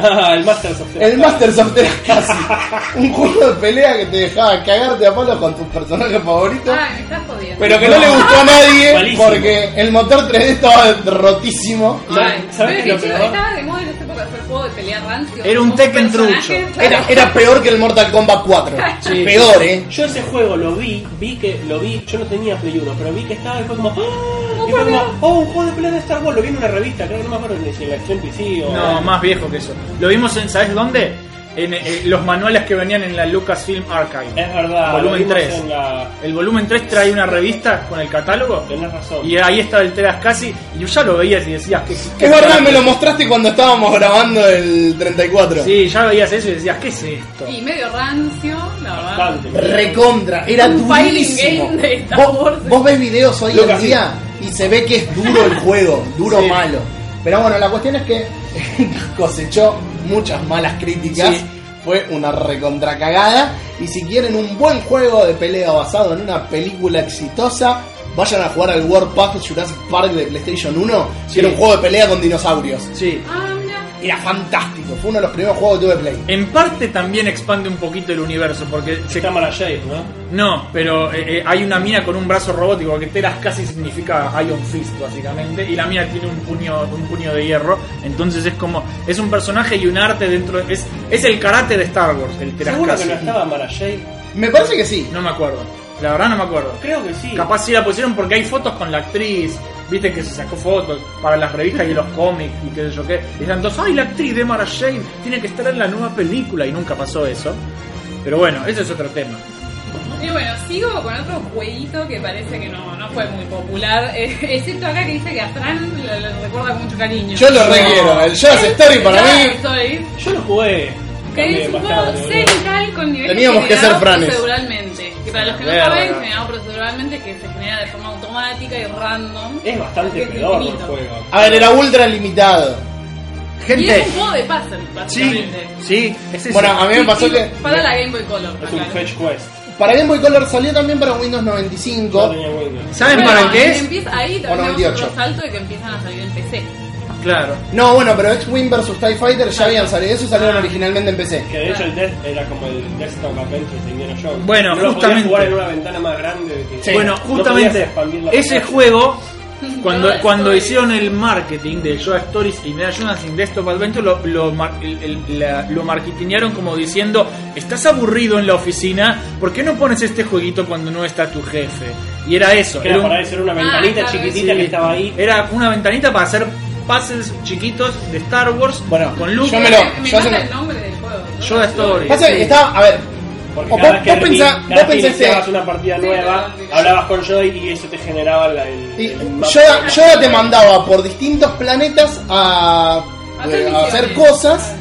S2: Ah, el Masters of
S1: El Masters of Terascasi. un juego de pelea que te dejaba cagarte a palos con tus personajes favoritos.
S3: Ah, me estás jodiendo.
S1: Pero que no le gustó a nadie
S2: Malísimo.
S1: porque el motor 3D estaba rotísimo.
S3: Ay,
S2: ¿Sabes
S3: ¿sabes
S2: qué
S3: que
S2: es lo
S3: chido?
S2: peor?
S3: Estaba de moda en esa época hacer juego de pelea rancio.
S4: Era un
S3: Con
S4: Tekken
S3: personajes,
S4: trucho.
S3: claro.
S1: Era, era peor que el Mortal Kombat 4.
S4: Sí.
S1: Peor, eh.
S2: Yo ese juego lo vi, vi que lo vi, yo no tenía Play 1, pero vi que estaba y fue como, ¡Ah! Y fue como, oh, un juego de pelea de Star Wars, lo vi en una revista, creo que no me acuerdo ni si en la Extreme PC o...
S4: No, más viejo que eso. Lo vimos en, ¿sabes dónde? En eh, los manuales que venían en la Lucasfilm Archive.
S2: Es verdad, lo
S4: Volumen
S2: vimos
S4: 3.
S2: en la...
S4: El volumen 3 trae una revista con el catálogo.
S2: Tenés razón.
S4: Y ahí estaba el Teras casi. Y ya lo veías y decías que.
S1: Es verdad, me lo mostraste cuando estábamos grabando el 34.
S4: Sí, ya veías eso y decías, ¿qué es esto?
S3: Y medio rancio, la verdad.
S2: Bastante.
S1: Recontra, era
S3: Un
S1: durísimo.
S3: fighting game de Star
S1: Vos,
S3: Wars.
S1: vos ves videos hoy
S2: Lucas,
S1: en día y se ve que es duro el juego, duro
S4: Sí.
S1: malo. Pero bueno, la cuestión es que cosechó muchas malas críticas.
S4: Sí.
S1: Fue una recontra cagada. Y si quieren un buen juego de pelea basado en una película exitosa, vayan a jugar al World Path Jurassic Park de PlayStation 1,
S4: Sí.
S1: que era un juego de pelea con dinosaurios.
S4: Sí.
S3: Ah, mira.
S1: Era fantástico, fue uno de los primeros juegos que tuve de Play.
S4: En parte también expande un poquito el universo. Porque se-
S2: Está Mara Jade, ¿no?
S4: No, pero eh, eh, hay una mina con un brazo robótico, porque Teras casi significa Iron Fist, básicamente, y la mina tiene un puño, un puño de hierro, entonces es como, es un personaje y un arte dentro, de- es, es el karate de Star Wars, el Teras
S2: Seguro que
S4: casi.
S2: no estaba Mara Jade.
S1: Me parece que sí.
S4: No me acuerdo, la verdad no me acuerdo.
S2: Creo que sí.
S4: Capaz sí la pusieron porque hay fotos con la actriz, viste que se sacó fotos para las revistas y los cómics y qué sé yo qué. Y están todos, ay, la actriz de Mara Jane tiene que estar en la nueva película y nunca pasó eso. Pero bueno, ese es otro tema.
S3: Y bueno, sigo con otro jueguito que parece que no, no fue muy popular. eh, excepto acá que dice que a Fran lo, lo recuerda con mucho cariño.
S1: Yo lo requiero, el Jazz Story para
S3: Jazz
S1: mí.
S3: Story,
S2: Yo lo jugué.
S3: Que es un
S2: también
S3: juego
S2: bastante, boludo.
S3: serial con niveles
S1: Teníamos que
S3: generados
S1: ser franes.
S3: proceduralmente. Que para los que no
S4: Verga.
S3: saben, generado proceduralmente, que se genera de forma automática y random.
S2: Es bastante
S3: Que es
S2: peor el
S3: infinito.
S2: juego.
S1: A ver, era ultra limitado.
S3: Y
S4: Gente,
S3: es un juego de puzzle,
S4: Sí,
S3: básicamente.
S2: eh.
S4: sí, es eso.
S1: Bueno, a mí me pasó
S3: Y-
S1: que
S3: Para la Game Boy Color.
S2: Es un
S3: aclaro.
S2: fetch quest.
S1: para Game Boy Color salió también para Windows
S2: No
S1: 95.
S2: tenía Windows.
S4: ¿saben
S3: Bueno,
S4: para qué es?
S3: Empieza ahí
S1: O
S3: también
S1: 98.
S3: otro salto de que empiezan a salir en PC.
S4: Claro.
S1: No, bueno, pero X-Wing vs TIE Fighter ya habían salido. Eso salieron
S4: Ah.
S1: originalmente en PC.
S2: Que de hecho el Death era como el Desktop Adventures de Indiana Jones.
S4: Bueno,
S2: no lo podías
S4: justamente.
S2: jugar en una ventana más grande. que-
S1: Sí.
S4: Bueno,
S2: No podías
S4: justamente
S2: expandir la
S4: ese
S2: pantalla.
S4: juego Cuando,
S3: Toda
S4: cuando
S3: story.
S4: hicieron el marketing de Joa Stories y Indiana Jones in Desktop Adventure, lo, lo, mar- el- el- la- lo marketingaron como diciendo: Estás aburrido en la oficina, ¿por qué no pones este jueguito cuando no está tu jefe? Y era eso.
S2: Que era
S4: era un-
S2: para eso, era una
S3: Ah,
S2: ventanita
S3: claro,
S2: chiquitita
S4: sí.
S2: que estaba ahí.
S1: Eh,
S4: Era una ventanita para hacer puzzles chiquitos de Star Wars
S1: Bueno,
S4: con Luke.
S1: yo me lo-
S3: me
S1: yo
S3: mata
S1: se me-
S3: el nombre del juego. ¿no?
S4: Yoda Stories.
S1: Pasa que
S4: sí.
S1: estaba, a ver,
S2: Porque
S1: o
S2: cada
S1: vos-
S2: vez
S1: vos
S2: que
S1: pensá-
S2: cada
S1: vos
S2: vez que
S1: pensás
S2: iniciabas
S1: que-
S2: una partida
S3: Sí,
S2: nueva,
S3: no, no, no.
S2: hablabas con Joy y eso te generaba la, el,
S1: y
S2: el mapa.
S1: Yoda, Yoda te mandaba por distintos planetas a,
S3: A
S1: eh,
S3: hacer
S1: a hacer
S3: misiones.
S1: cosas.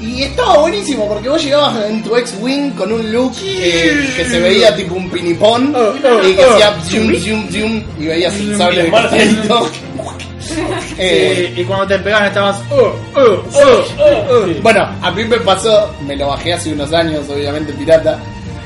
S1: Y estaba buenísimo porque vos llegabas en tu ex-wing con un look eh, que se veía tipo un pinipón
S4: Oh, oh,
S1: y que
S4: oh.
S1: hacía zoom, zoom, zoom y veías
S4: Y
S1: el sable de
S2: Marte.
S1: costadito. Eh,
S4: Sí, y cuando te pegaban estabas. "Oh, oh, oh, oh".
S2: Sí.
S1: Bueno, a mí me pasó, me lo bajé hace unos años, obviamente pirata.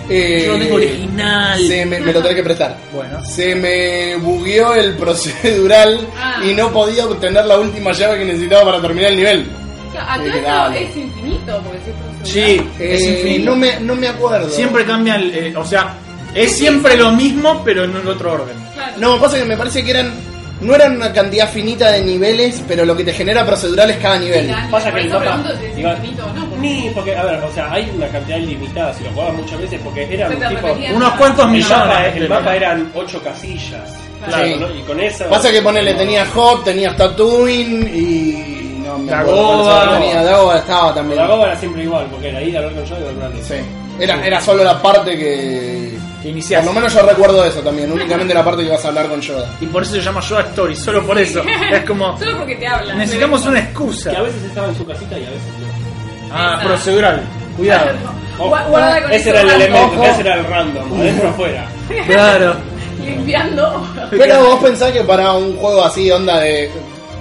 S1: Eh,
S4: Yo lo tengo original.
S1: Se me, me lo tenés que prestar.
S4: Bueno.
S1: Se me bugueó el procedural
S3: Ah.
S1: y no podía obtener la última llave que necesitaba para terminar el nivel.
S3: Claro, Acá
S1: Sí,
S3: esto
S1: dale.
S3: es infinito, porque si es por
S4: Sí, es
S1: Eh,
S4: infinito.
S1: No me, no me acuerdo.
S4: Siempre cambian, eh, o sea, es siempre lo mismo, pero en un otro orden.
S3: celular.
S1: No, pasa que me parece que eran. No eran una cantidad finita de niveles, pero lo que te genera procedural es cada nivel.
S3: Claro.
S2: Pasa
S3: Por
S2: que el
S3: eso
S2: mapa.
S3: pregunto si es
S2: igual-
S3: infinito o no, porque-
S2: Ni, porque, a ver, o sea, hay una cantidad ilimitada si lo jugabas muchas veces, porque era
S3: Se
S2: un
S3: te
S2: tipo.
S3: repetían.
S4: Unos cuantos
S2: El
S4: millones.
S2: mapa,
S1: eh,
S4: este,
S2: el mapa eran ocho casillas.
S3: Claro.
S1: Sí.
S2: ¿no? Y con esa.
S1: Pasa que ponele, tenías Hop, tenías Tatooine y. No me acuerdo cuál
S4: Dagobah.
S1: otro tenía Dagoba estaba
S2: Con
S1: también.
S2: La copa era siempre igual, porque era ir a hablar con yo y hablar con
S1: Sí. Era, era solo la parte que.
S4: Que
S1: Por
S4: inicias.
S1: lo menos yo recuerdo eso también, únicamente la parte que vas a hablar con Yoda.
S4: Y por eso se llama Yoda Story, solo por eso. Es como.
S3: Solo porque te hablan.
S4: Necesitamos una
S2: Que a
S4: excusa.
S2: veces estaba en su casita y a veces no.
S4: Ah,
S3: Esa.
S4: procedural. Cuidado.
S2: Ojo.
S3: Gua- guardala con eso,
S2: Ese era el
S3: ojo.
S2: elemento, ese era el random, adentro o afuera.
S4: Claro.
S3: Limpiando.
S1: Pero vos pensás que para un juego así, onda de.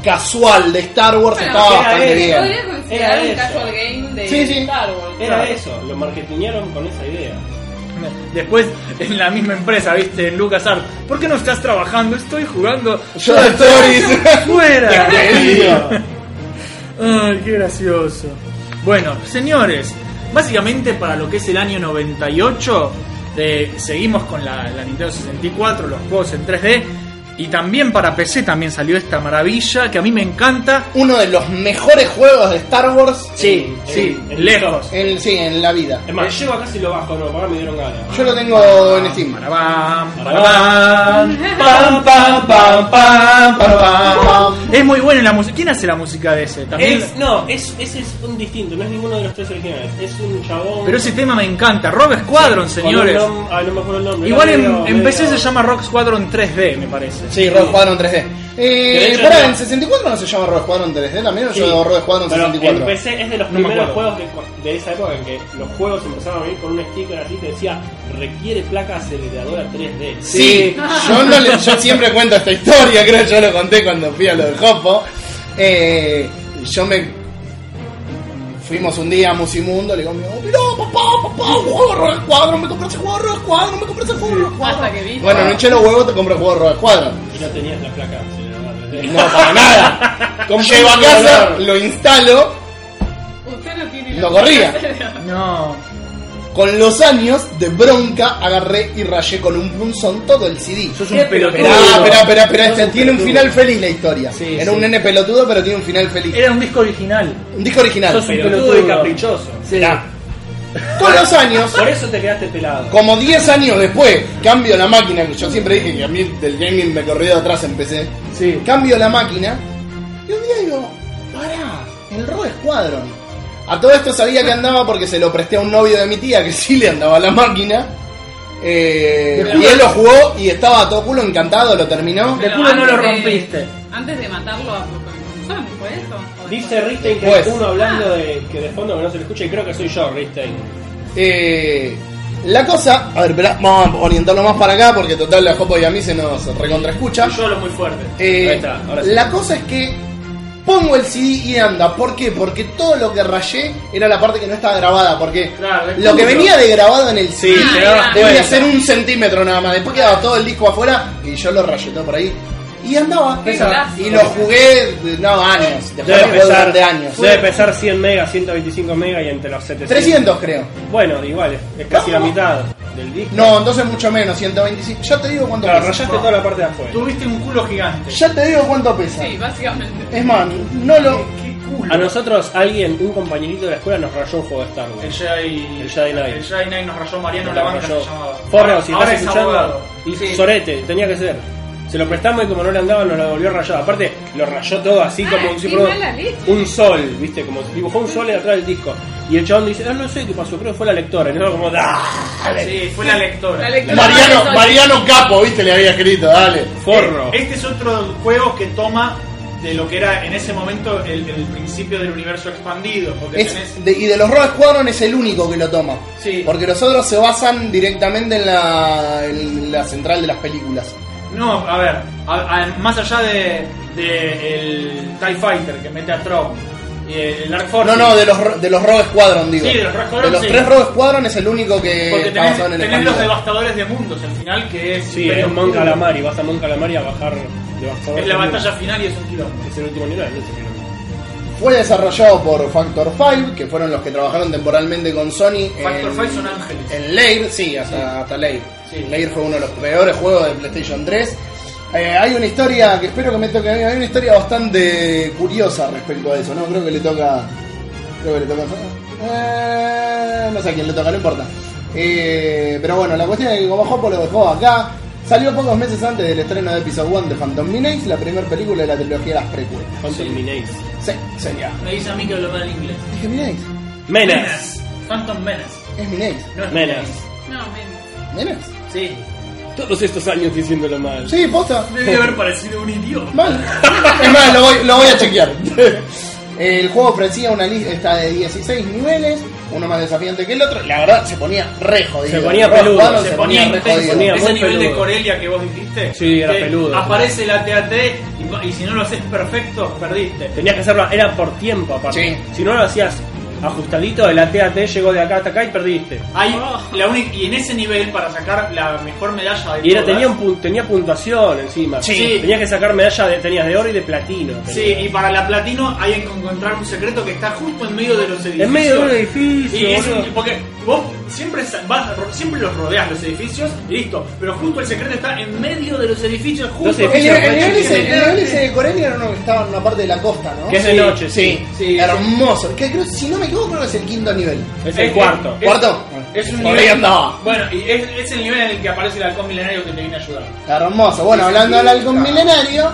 S1: casual de Star Wars,
S3: Bueno,
S1: estaba
S2: era
S1: bastante
S2: eso.
S1: bien.
S3: Podría considerar
S2: Era
S3: un
S2: eso.
S3: casual game de
S1: Sí, sí.
S3: Star Wars.
S2: Era eso, lo marketingaron con esa idea.
S4: Después, en la misma empresa, viste, en LucasArts, ¿por qué no estás trabajando? Estoy jugando.
S1: Yoda Stories.
S4: ¡Fuera!
S1: Querido.
S4: Ay, qué gracioso. Bueno, señores, básicamente para lo que es el año 98, eh, seguimos con la, la Nintendo 64, los juegos en 3D, y también para PC también salió esta maravilla que a mí me encanta.
S1: Uno de los mejores juegos de Star Wars.
S4: Sí,
S2: En-
S4: sí,
S2: en- en
S4: lejos.
S1: En, sí, en la vida.
S2: Es
S4: Eh,
S2: más, llego acá si lo bajo, no, para me dieron ganas.
S1: Yo lo tengo en Steam.
S4: Parabam, parabam, pam, pam, pam, pam, parabam. Es muy buena la música. ¿Quién hace la música de ese? También.
S2: Es, no, es, ese es un distinto, no es ninguno de los tres originales. Es un chabón.
S4: Pero ese tema me encanta. Rob Squadron,
S2: con un
S4: señores.
S2: nom- ah, no me acuerdo el nombre.
S4: Igual
S2: era
S4: en,
S2: medio-
S4: en PC
S2: medio-
S4: se llama Rock Squadron 3D, me parece.
S1: Sí, Rogue Squadron 3D.
S2: De
S1: Eh,
S2: hecho,
S1: pará,
S2: no.
S1: en 64 no se llama Rogue Squadron 3D también, o
S2: Sí.
S1: yo digo Rogue Squadron
S2: Pero
S1: 64.
S2: En PC es de los
S4: No me
S2: primeros
S4: acuerdo.
S2: juegos de, de esa época en que los juegos empezaron a venir con un sticker así que decía requiere placa aceleradora 3D.
S1: Sí, yo, no le- yo siempre cuento esta historia, creo que yo lo conté cuando fui a lo del Jopo. Eh, yo me. Fuimos un día a Musimundo, le digo, pero papá, papá, un juego de Rogue Squadron, me compré ese juego de Rogue Squadron, me compré ese juego de Rogue Squadron.
S3: Hasta que vino.
S1: Bueno, no eché los huevos, te compré el juego de Rogue Squadron.
S2: Y no tenías la placa aceleradora 3D.
S1: No, para nada. Llego a casa, lo instalo,
S3: Usted no tiene.
S1: Lo corría.
S4: No.
S1: con los años de bronca agarré y rayé con un punzón todo el CD.
S4: Sos un pelotudo.
S1: Esperá, esperá, esperá, esperá, este
S4: Sos
S1: tiene un
S4: pelotudo.
S1: final feliz la historia.
S4: Sí,
S1: Era
S4: sí.
S1: un nene pelotudo, pero tiene un final feliz.
S4: Era un disco original.
S1: Un disco original.
S4: Sos un
S2: Pelotudo y
S4: pelotudo.
S2: caprichoso.
S1: Mirá. Con los años,
S2: Por eso te quedaste pelado.
S1: como 10 años después, cambio la máquina, que yo siempre dije que a mí del gaming me corrido atrás empecé.
S4: Sí.
S1: Cambio la máquina y un día digo, pará, el Rogue Squadron. A todo esto sabía que andaba porque se lo presté a un novio de mi tía que sí le andaba la máquina. Eh,
S4: De
S1: y
S4: culo.
S1: él lo jugó y estaba a todo culo encantado, lo terminó.
S4: De culo no lo rompiste.
S3: Antes de matarlo a Son, ¿fue eso? ¿O Ah,
S2: Dice Ristein que
S1: Pues.
S2: uno hablando de que de fondo que no se le escucha y creo que soy yo, Ristein.
S1: Eh, la cosa, a ver, esperá, vamos a orientarlo más para acá porque total la Jopo y a mí se nos recontraescucha.
S2: Y yo hablo muy fuerte.
S1: Eh,
S2: Ahí está, ahora sí.
S1: La cosa es que pongo el CD y anda. ¿Por qué? Porque todo lo que rayé era la parte que no estaba grabada. Porque
S4: Claro, es
S1: lo que
S4: justo.
S1: venía de grabado en el CD
S4: Sí, te dabas
S1: debía
S4: cuenta.
S1: ser un centímetro nada más. Después quedaba todo el disco afuera y yo lo rayé todo por ahí. Y andaba.
S3: Qué golazo.
S1: Y lo jugué, no, años. Después
S2: Debe
S1: lo jugué
S2: pesar,
S1: durante años.
S2: debe pesar 100 megas, 125 megas y entre los 700.
S1: 300 creo.
S2: Bueno, igual, es, es casi la mitad. del disco.
S1: No, entonces mucho menos, 125. Ya te digo cuánto
S2: Claro,
S1: pesa.
S2: rayaste toda la parte de afuera.
S4: Tuviste un culo gigante.
S1: Ya te digo cuánto pesa.
S3: Sí, básicamente.
S1: Es más, no lo.
S4: Qué culo.
S2: A nosotros, alguien, un compañerito de la escuela, nos rayó un juego de Star Wars.
S4: El Jedi.
S2: El Jedi Knight.
S4: El Jedi Knight nos rayó Mariano la
S2: Forro,
S4: banca se llamaba.
S2: si
S4: Ahora
S2: estás
S4: es
S2: escuchando,
S4: abogado.
S2: y
S4: Sí.
S2: sorete, tenía que ser. Se lo prestamos y como no le andaba, nos lo volvió rayado. Aparte, lo rayó todo así
S3: Ah,
S2: como un,
S3: qué mala leche.
S2: un sol, ¿viste? Como dibujó un sol atrás del disco. Y el chabón dice, ah, no sé qué pasó, creo que fue la lectora. Y nosotros como, "Ah, ¡dale!
S4: Sí, fue la lectora.
S3: La lectora
S1: Mariano,
S3: de
S1: Mariano Capo, viste, le había escrito, dale.
S2: Forro.
S4: Este es otro juego que toma de lo que era en ese momento el, el principio del universo expandido. Porque tenés-
S1: Es de- y de los Rogue Squadron es el único que lo toma.
S4: Sí.
S1: Porque los otros se basan directamente en la, en la central de las películas.
S4: No, a ver, a- a- más allá de, de el TIE Fighter que mete a Tron y el Dark Force.
S1: No, no, de los, ro- de los Rogue Squadron, digo.
S4: Oh, Sí, de los Rogue Squadron,
S1: De los
S4: sí.
S1: tres Rogue Squadron es el único que
S2: eh,
S4: Porque
S1: está
S4: tenés,
S1: basado en el
S4: tenés los
S1: expandido.
S4: devastadores de mundos al final que es.
S2: Sí, es
S4: pero-
S2: un Mon Calamari. Vas a Mon Calamari a bajar de bastador.
S4: Es la batalla final y es un quilombo.
S2: Es el último nivel, no sé qué nombre.
S1: Fue desarrollado por Factor 5, que fueron los que trabajaron temporalmente con Sony.
S4: Factor
S1: en-
S4: 5 son ángeles.
S1: En Lair, sí, hasta, hasta Lair.
S4: Sí.
S1: Lair fue uno de los peores juegos de PlayStation 3. Eh, hay una historia que espero que me toque a mí. Hay una historia bastante curiosa respecto a eso, ¿no? Creo que le toca. Creo que le toca. eh, no sé a quién le toca, no importa. Eh, pero bueno, la cuestión es que como Hopo lo dejó acá, salió pocos meses antes del estreno de Episode 1 de Phantom Menace, la primera película de la trilogía de las precuelas.
S2: Phantom Menace.
S1: Sí, sería.
S4: Me dice a mí que habló mal inglés.
S1: Dije Menace,
S2: Menace.
S4: Phantom Menace.
S1: es Menace.
S4: No es
S2: Menace.
S3: Sony. No, menos.
S1: Menace.
S4: Sí.
S2: Todos estos años diciéndolo mal.
S1: Sí, posta.
S4: Debe haber parecido un idioma.
S1: Mal. Es más, lo voy, lo voy a chequear. El juego ofrecía una lista de 16 niveles, uno más desafiante que el otro. La verdad, se ponía re jodido.
S2: Se ponía
S1: Rock
S2: peludo,
S1: Band
S4: Se,
S1: se,
S4: ponía
S1: ponía re
S4: intenso.
S1: jodido.
S2: ponía
S4: Ese
S2: muy
S4: nivel de
S2: peludo.
S4: Corelia que vos dijiste.
S2: Sí, era
S4: que
S2: peludo.
S4: Aparece la TAT y, va- y si no lo haces perfecto, perdiste.
S2: Tenías que hacerlo, era por tiempo aparte.
S1: Sí.
S2: Si no lo hacías ajustadito, el AT-AT llegó de acá hasta acá y perdiste.
S4: Hay
S3: Oh.
S4: la única- y en ese nivel, para sacar la mejor medalla de
S2: Y era,
S4: todas-
S2: tenía, un pun- tenía puntuación encima.
S4: Sí.
S2: Tenías que sacar medallas de, tenías de oro y de platino.
S4: Sí, y para la platino hay que encontrar un secreto que está justo en medio de los edificios.
S2: En medio de un edificio,
S4: Y es un-
S2: boludo.
S4: porque vos siempre sa- vas, ro- siempre los rodeas los edificios y listo. Pero justo el secreto está en medio de los edificios, justo.
S2: Los
S1: El,
S2: edificios
S1: nivel- el nivel ese, el nivel ese
S4: Sí.
S1: de Corelia era uno que estaba en una parte de la costa, ¿no?
S2: Que es de noche, sí.
S4: sí.
S1: Hermoso. Que creo- si no me equivoco, creo que es el quinto nivel.
S2: Es el cuarto.
S4: es-
S1: ¿Cuarto?
S4: Es un
S1: Por ahí
S4: nivel.
S1: andaba.
S4: Bueno, y es, es el nivel en el que aparece el halcón milenario que te viene a ayudar.
S1: Hermoso. Bueno, hablando del halcón milenario,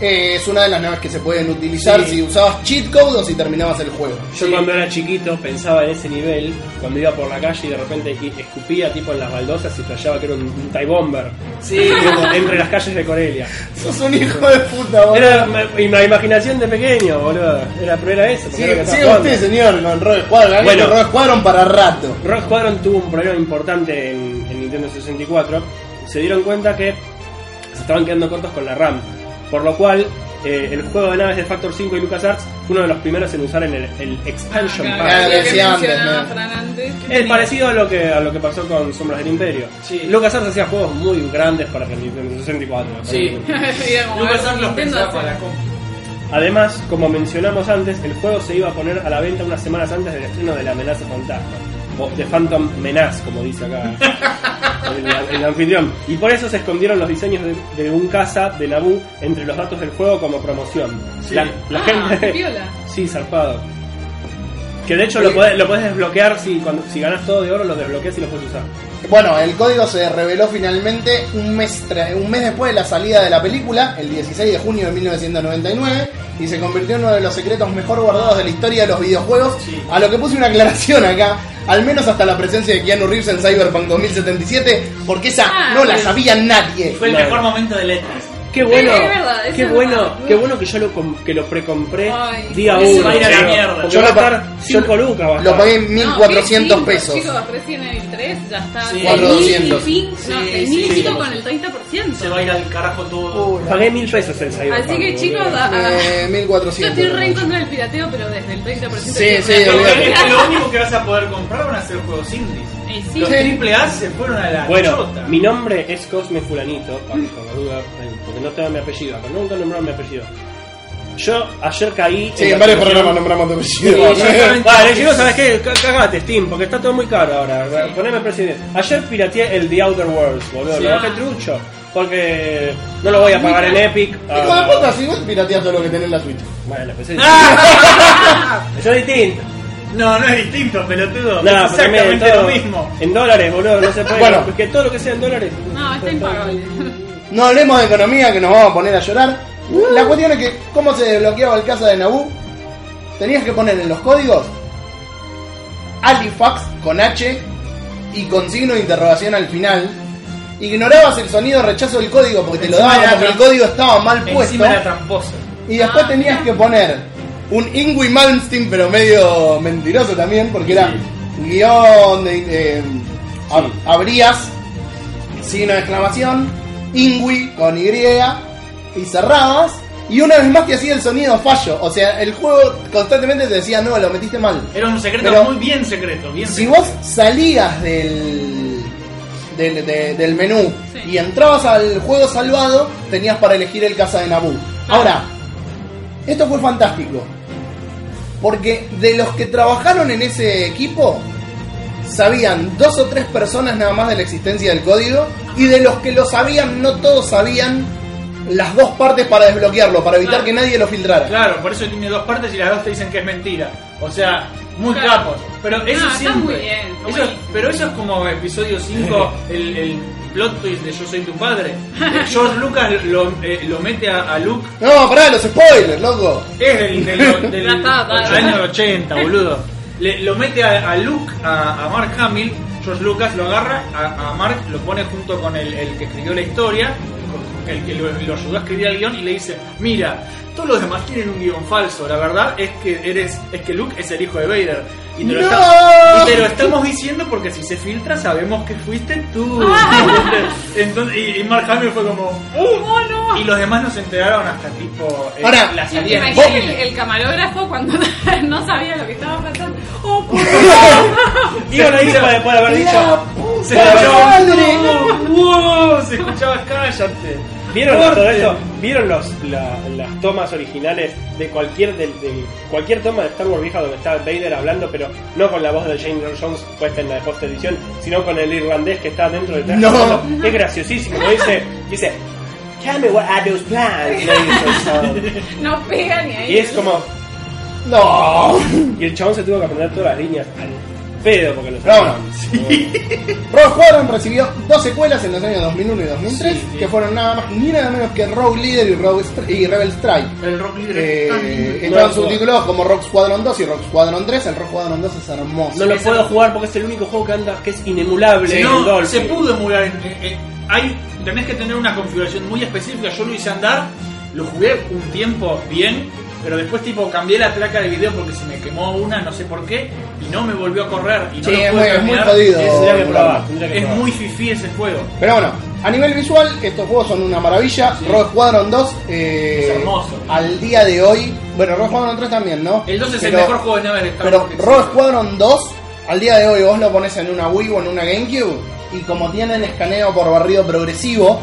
S1: eh, es una de las naves que se pueden utilizar
S4: Sí.
S1: si usabas cheat code o si terminabas el juego.
S2: Yo
S4: Sí.
S2: cuando era chiquito pensaba en ese nivel, cuando iba por la calle y de repente y- escupía tipo en las baldosas y flashaba que era un, un TIE Bomber.
S4: Sí.
S2: Como entre las calles de Corelia.
S1: Sos un hijo de puta, boludo.
S2: Era ma- y la imaginación de pequeño, boludo. Era, pero era eso. porque
S1: Sí,
S2: era lo que
S1: sí,
S2: estaba
S1: usted,
S2: jugando.
S1: señor, con Rogue Squadron.
S2: Bueno.
S1: Bueno, Rogue Squadron para rato.
S2: Rock Squadron tuvo un problema importante en, en Nintendo 64. Se dieron cuenta que se estaban quedando cortos con la RAM. Por lo cual, eh, el juego de naves de Factor 5 y LucasArts fue uno de los primeros en usar en el, el Expansion
S3: Acá,
S1: Ah,
S2: Pack.
S3: lo que
S1: decía antes,
S3: mencionaba
S1: ¿no?
S3: Fran antes.
S2: Es parecido a lo, que, a lo que pasó con Sombras del Imperio.
S4: Sí.
S2: LucasArts hacía juegos muy grandes para el Nintendo 64.
S4: Sí.
S3: Era como, a ver,
S4: Lucas los
S3: Nintendo
S4: pensaba
S3: hace-
S4: para la compu.
S2: Además, como mencionamos antes, el juego se iba a poner a la venta unas semanas antes del estreno de La Amenaza Fantasma. O de Phantom Menace, como dice acá el, el anfitrión. Y por eso se escondieron los diseños de, de un caza de Naboo entre los datos del juego como promoción.
S4: Sí.
S2: La, la
S3: Ah,
S2: gente...
S3: piola.
S2: Sí, zarpado. Que de hecho lo podés, lo podés desbloquear si, cuando, si ganás todo de oro, lo desbloqueas y lo puedes usar.
S1: Bueno, el código se reveló finalmente un mes, tra- un mes después de la salida de la película, el 16 de junio de 1999, y se convirtió en uno de los secretos mejor guardados de la historia de los videojuegos,
S4: Sí.
S1: a lo que puse una aclaración acá, al menos hasta la presencia de Keanu Reeves en Cyberpunk 2077, porque esa
S3: Ah,
S1: no la
S3: sí.
S1: sabía nadie.
S4: Fue el
S2: Claro.
S4: mejor momento de letras.
S2: Qué bueno,
S3: es verdad, eso
S2: qué
S3: es
S2: bueno,
S3: verdad.
S2: qué bueno que yo lo com- que lo precompré
S3: Ay,
S2: día
S3: eso
S2: uno.
S3: va a ir a la
S2: chicos,
S4: mierda.
S2: porque
S1: Yo
S2: va a
S1: lo pa-
S2: estar 5
S1: yo
S2: lucas. va a
S1: Lo
S2: estar.
S1: pagué
S3: No,
S1: 1400
S3: 500,
S1: pesos.
S3: Chicos, recién en el 3 ya está.
S4: Sí.
S1: 400.
S3: 400. No,
S4: Sí,
S3: 6.000
S4: sí,
S3: chicos
S4: sí.
S3: con el 30%.
S4: Se va a ir al carajo todo.
S2: Pagué mil pesos el Cyberpunk.
S3: Así que
S2: boludo.
S3: chicos, a- a-
S1: Eh,
S3: yo
S1: 1400.
S3: estoy re en contra del pirateo, pero desde el 30%.
S1: Sí,
S3: de-
S1: sí,
S4: Pero
S1: olvídate.
S4: es que lo único que vas a poder comprar van a ser juegos indies.
S3: Eh, sí.
S4: Los triple A se fueron a la
S2: Bueno,
S4: chota.
S2: mi nombre es Cosme Fulanito, para que con la duda, eh, porque no tengo mi apellido, pero nunca nombraron mi apellido. Yo ayer caí.
S1: Sí,
S2: la
S1: en varios
S2: tentación-
S1: programas nombramos de
S4: Sí,
S1: Resident Evil.
S4: exactamente.
S2: Vale, chicos, ¿sabes qué? C- Cagate, Steam, porque está todo muy caro ahora. Poneme el presidente. Ayer pirateé el The Outer Worlds, boludo.
S4: Sí.
S2: Lo bajé trucho. Porque no lo voy a pagar en Epic.
S1: Hijo
S2: Ah,
S1: de puta, si vos pirateas todo lo que tenés en la Switch.
S2: Bueno, pues es Eso es distinto.
S4: No, no es distinto, pelotudo.
S2: Nah,
S4: es
S2: porque me-
S4: exactamente
S2: todo
S4: lo mismo.
S2: En dólares, boludo, no se puede.
S1: Bueno.
S2: porque todo lo que sea en dólares.
S3: No, está impagable.
S1: No hablemos de economía que nos vamos a poner a llorar. La cuestión es que, ¿cómo se desbloqueaba el casa de Naboo? Tenías que poner en los códigos Alifax con H y con signo de interrogación al final. Ignorabas el sonido de rechazo del código porque te lo
S4: Encima
S1: daban
S4: era
S1: porque el
S4: tram-
S1: código estaba mal puesto.
S4: Encima era tramposo.
S1: Y después tenías que poner un Ingui Malmsteen, pero medio mentiroso también, porque era guión de. eh, ab-
S2: Sí.
S1: Abrías, signo de exclamación, Ingui con Y, y cerrabas. Y una vez más te hacía el sonido fallo. O sea, el juego constantemente te decía, no, lo metiste mal.
S4: Era un secreto
S1: Pero-
S4: muy bien secreto. Bien
S1: Si
S4: secreto.
S1: vos salías del, del, de- del menú
S3: Sí.
S1: y entrabas al juego salvado, tenías para elegir el casa de Naboo.
S4: Ah.
S1: Ahora, esto fue fantástico. Porque de los que trabajaron en ese equipo, sabían dos o tres personas nada más de la existencia del código. Y de los que lo sabían, no todos sabían las dos partes para desbloquearlo, para evitar
S4: Claro.
S1: que nadie lo filtrara.
S4: Claro, por eso tiene dos partes y las dos te dicen que es mentira. O sea, muy
S3: Claro.
S4: capos. Pero eso
S3: No, está
S4: siempre.
S3: muy bien, está
S4: Eso-
S3: buenísimo.
S4: pero eso es como episodio 5, el, el plot twist de Yo soy tu padre. Eh, George Lucas lo, eh, lo mete a, a Luke.
S1: No, pará, los spoilers, loco.
S4: Es del, del, del
S3: Ya está, está, ya.
S4: año 80, boludo. Le- lo mete a, a Luke, a, a Mark Hamill. George Lucas lo agarra, a, a Mark lo pone junto con el, el que escribió la historia, con- el que lo, lo ayudó a escribir el guión y le dice, mira, todos los demás tienen un guión falso, la verdad es que eres, es que Luke es el hijo de Vader. Y te, lo
S1: ¡No!
S4: está- y te lo estamos diciendo porque si se filtra sabemos que fuiste tú. Entonces, y, y Mark Hamill fue como, "Uh".
S3: ¡Oh, no!
S4: y los demás nos enteraron hasta tipo eh,
S1: Ahora,
S4: la
S3: Y te
S4: salida.
S3: imaginas el, el camarógrafo cuando no sabía lo que estaba pasando. ¡Oh, por
S2: Digo, lo hice para después de haber
S1: La
S2: dicho.
S1: puta
S4: Se escuchaba,
S1: madre.
S4: "No, wow", se escuchaba cállate.
S2: ¿Vieron los- todo
S4: Corten.
S2: eso? ¿Vieron los, la- las tomas originales de cualquier del- del- cualquier toma de Star Wars vieja donde está Vader hablando, pero no con la voz de James Earl Jones puesta en la post edición, sino con el irlandés que está dentro del traje?
S1: No.
S2: hablando? Es graciosísimo. Dice, dice, Tell me what are those plans, ladies and gentlemen?"
S3: No pega ni ahí.
S2: Y es como,
S1: No.
S2: y el chabón se tuvo que aprender todas las líneas al pedo porque lo
S1: Bravo.
S2: sacaban.
S1: Rogue Squadron recibió dos secuelas en los años 2001 y 2003,
S4: Sí, sí.
S1: que fueron nada más ni nada menos que Rogue Leader y, Rogue Stri- y Rebel Strike.
S4: El rock libre. tan
S1: Eh,
S4: lindo.
S1: estaban
S2: Rogue
S1: subtitulados como Rogue Squadron 2 y Rogue Squadron 3. El Rogue Squadron 2 es hermoso.
S2: No lo puedo jugar porque es el único juego que anda que es inemulable.
S4: Sí,
S2: en
S4: no,
S2: Dolphin.
S4: se pudo emular. en- en- en- hay, tenés que tener una configuración muy específica. Yo lo hice andar, lo jugué un tiempo bien, pero después tipo cambié la placa de video porque se me quemó una, no sé por qué, y no me volvió a correr. Y no
S1: Sí,
S4: lo
S1: es
S4: pude
S1: muy- es
S4: terminar.
S1: muy jodido.
S4: Es,
S2: Tendría que probar, tendría que
S4: es
S2: probar.
S4: muy fifí ese juego.
S1: Pero bueno, a nivel visual, estos juegos son una maravilla. Rogue Squadron 2, eh,
S4: Es hermoso.
S1: al día de hoy. Bueno, Rogue Squadron 3 también, ¿no?
S4: El 2 es
S1: Pero-
S4: el mejor juego de naves de Star
S1: Pero
S4: Wars que
S1: Rogue
S4: existe.
S1: Squadron 2, al día de hoy vos lo pones en una Wii o en una GameCube y como tiene el escaneo por barrido progresivo,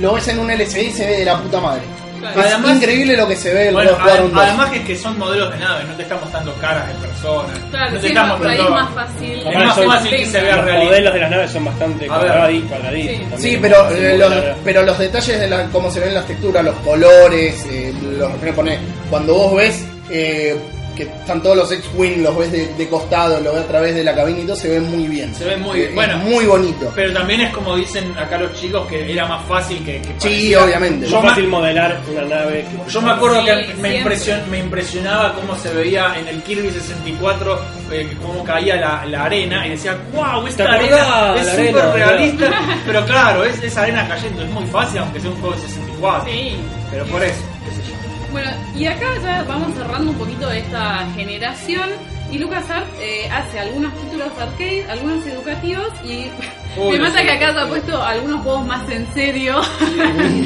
S1: lo ves en un LCD y se ve de la puta madre.
S3: Claro.
S1: es
S4: Además-
S1: increíble lo que se ve el
S4: Bueno,
S1: Rogue Squadron
S4: adem-
S1: 2.
S4: además que es que son modelos de naves, no te están mostrando caras de personas.
S3: Claro,
S4: no te
S3: sí,
S4: están
S3: no, por ahí
S4: mostrando.
S3: es más fácil.
S4: Es más fácil que se vea
S2: Los
S4: realista.
S2: modelos de las naves son bastante
S4: A ver.
S2: cuadradi- cuadraditos.
S1: Sí,
S2: también.
S1: pero, eh,
S2: Sí,
S1: los,
S2: la verdad.
S1: pero los detalles de la- cómo se ven las texturas, los colores, eh, los pone Cuando vos ves eh, que están todos los X-Wing, los ves de, de costado, los ves a través de la cabina y todo, se ve muy bien. Eh,
S4: Se ve muy bien,
S1: Es
S4: bueno.
S1: muy bonito.
S4: Pero también es como dicen acá los chicos que era más fácil que, que
S1: Sí,
S4: pareciera.
S1: obviamente.
S2: Es
S4: Yo
S2: más
S4: me-
S2: fácil modelar una nave. que-
S4: Yo me acuerdo que
S3: Sí,
S4: me,
S3: siempre.
S4: impresion- me impresionaba cómo se veía en el Kirby 64, eh, cómo caía la, la arena, y decía, wow, esta
S2: ¿Te
S4: arena
S2: acordás?
S4: es
S2: La
S4: súper
S2: arena,
S4: realista, pero claro, es, esa arena cayendo es muy fácil, aunque sea un juego de 64.
S3: Sí.
S4: Pero por eso, qué sé yo.
S3: Bueno, y acá ya vamos cerrando un poquito de esta generación. Y LucasArts eh, hace algunos títulos arcade, algunos educativos y
S4: Uy,
S3: me mata
S4: sí.
S3: que acá se ha puesto algunos juegos más en serio.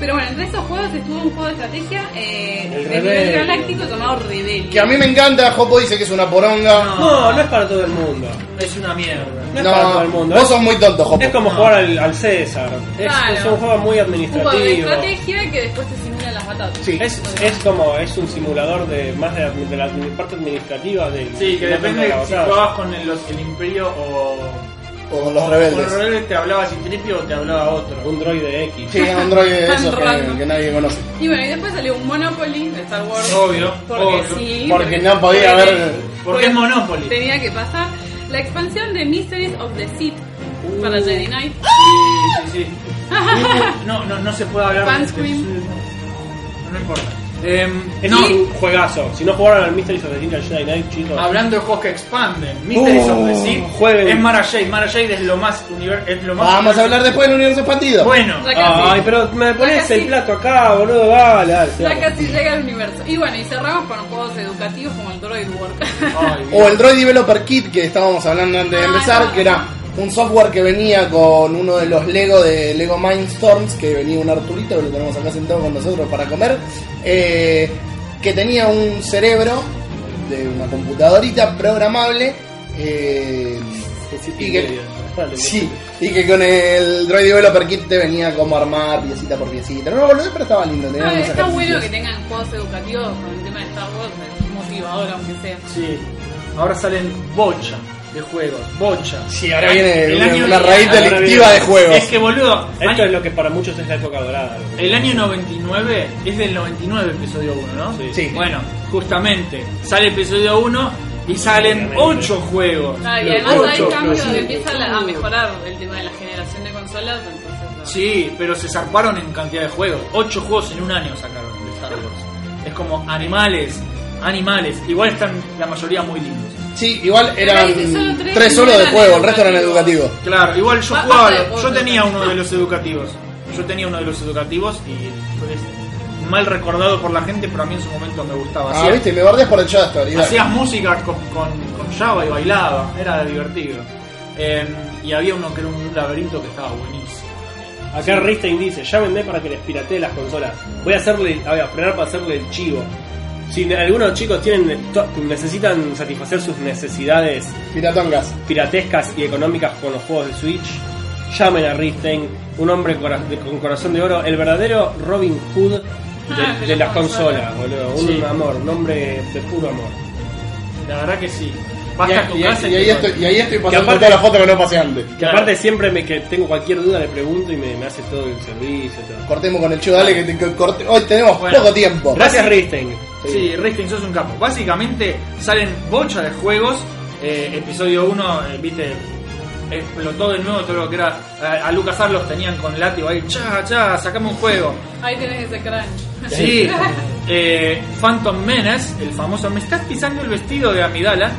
S3: Pero bueno, entre esos juegos estuvo un juego de estrategia eh,
S2: El
S3: de nivel
S2: Rebellion.
S3: galáctico llamado Rebellion.
S1: Que a mí me encanta, Jopo dice que es una poronga.
S4: No,
S2: No, no es para todo el mundo.
S4: es una mierda.
S2: No es para todo el mundo.
S1: vos
S2: es-
S1: sos muy tonto, Jopo.
S2: Es como jugar al, al César. Es,
S3: Claro.
S2: es un juego muy
S3: Un juego de
S2: administrativo.
S3: estrategia que después te simulan las batatas.
S1: Sí.
S2: Es, es como es un simulador de más de la, de la parte administrativa del
S4: Sí, que
S2: del
S4: depende
S2: mercado,
S4: de si
S2: claro.
S4: jugabas con el, los- el imperio o...
S1: O con los
S4: Con los
S1: rebeldes.
S4: rebeldes te hablaba Citripio o te hablaba otro.
S2: un droide X.
S1: Sí, un droide de
S3: Tan
S1: esos que,
S3: random.
S1: que nadie conoce.
S3: Y bueno, y después salió un Monopoly de Star Wars.
S4: Obvio,
S3: Porque
S4: obvio.
S3: sí.
S1: Porque no podía
S3: porque-
S1: haber-
S4: Porque es Monopoly.
S3: Tenía que pasar. La expansión de Mysteries of the Sith para
S4: Uh.
S3: Jedi Knight.
S4: Sí, sí, sí. No, no, no se puede hablar.
S3: Fan
S4: de- este
S3: screen.
S4: No, no importa. Em,
S2: Es
S4: no,
S2: un juegazo. Si no jugaron al Mystery of the Ninja Jedi Knight, chicos.
S4: hablando de juegos que expanden, Mysteries of the Sea,
S2: jueguen.
S4: es Mara Jade. Mara Jade es lo más univer- es lo Ah, más
S1: Vamos a hablar después del universo expandido.
S4: Bueno,
S3: Raquel.
S2: Ay, pero me pones
S3: Acá sí.
S2: el plato acá, boludo. Dale, dale. te
S3: Ya
S2: amo.
S3: casi llega al universo. Y bueno, y cerramos con juegos educativos como el Droid World.
S4: Ay,
S1: O el Droid Developer Kit que estábamos hablando antes de
S3: Ah,
S1: empezar,
S3: no.
S1: que era un software que venía con uno de los Lego de Lego Mindstorms, que venía un Arturito, que lo tenemos acá sentado con nosotros para comer, eh, que tenía un cerebro de una computadorita programable. eh, y que,
S2: Dale.
S1: sí, y que con el Droid Developer Kit te venía como a armar piecita por piecita. No, boludo, pero estaba lindo. tenía
S3: Ah,
S1: unos
S3: está bueno
S1: ejercicios.
S3: que tengan juegos educativos con el tema de Star Wars, es motivador aunque sea.
S4: sí. Ahora salen bocha de juegos, bocha.
S1: Sí, ahora viene
S4: El
S1: una,
S4: año-
S1: una raíz
S4: ahora
S1: delictiva
S2: viene-
S1: de juegos.
S4: Es que boludo,
S2: Esto
S4: año-
S2: es lo que para muchos es la época dorada. boludo.
S4: el año 99 es del 99 episodio 1, ¿no?
S2: Sí.
S1: Sí.
S4: Bueno, justamente sale episodio 1 y salen
S2: Obviamente.
S4: 8 juegos.
S3: Ah, y además hay
S4: Ocho,
S3: cambios
S4: pero
S3: que
S4: sí.
S3: empiezan a mejorar el tema de la generación de consolas, entonces... no.
S4: Sí, pero se zarparon en cantidad de juegos. Ocho juegos en un año sacaron de Star Wars. Es como animales, animales. Igual están la mayoría muy lindos.
S1: Sí, igual
S3: Pero
S1: eran
S3: ahí sí solo tres
S1: tres solo de
S3: eran
S1: juego, el resto eran
S3: educativos.
S1: educativos.
S4: Claro, igual yo
S3: Ba-
S4: jugaba.
S3: basta de juegos
S4: Yo
S3: de
S4: tenía
S3: Star
S4: uno de los educativos. Yo tenía uno de los educativos y es mal recordado por la gente, pero a mí en su momento me gustaba.
S1: Ah,
S4: Hacía-
S1: viste, me bardeas por el Shastor. y dale.
S4: Hacías música con, con, con Java y bailaba, era divertido. Eh, y había uno que era un laberinto que estaba buenísimo.
S2: Acá Ristein dice, llámenme para que les piratee las consolas. Voy a hacerle, a ver, a frenar para hacerle el chivo. Si algunos chicos tienen to- necesitan satisfacer sus necesidades
S1: Piratongas.
S2: piratescas y económicas con los juegos de Switch, llamen a Ristein, un hombre cora- de- con corazón de oro, el verdadero Robin Hood de,
S3: Ah,
S2: de
S3: de
S2: las
S3: las
S2: consolas, boludo. Un
S4: Sí.
S2: amor, un hombre de puro amor.
S4: La verdad que sí.
S1: Y,
S4: Basta tu
S1: y-
S4: casa
S1: y ahí
S4: te-
S1: estoy, y ahí estoy pasando
S2: aparte-
S1: todas las fotos que no pasé antes.
S2: Que
S4: Claro.
S2: aparte siempre me, que tengo cualquier duda le pregunto y me, me hace todo el servicio. todo.
S1: Cortemos con el chivo, dale que, te- que corte- hoy tenemos
S4: Bueno.
S1: poco tiempo.
S2: Gracias Ristein.
S4: Sí, Racing sos un capo. Básicamente salen bocha de juegos. eh, episodio 1, eh, viste, explotó de nuevo todo lo que era. eh, A, a Lucas los tenían con látigo ahí, cha, cha, sacamos un juego.
S3: Ahí tenés ese crunch.
S4: Sí, eh, Phantom Menace, el famoso. Me estás pisando el vestido de Amidala.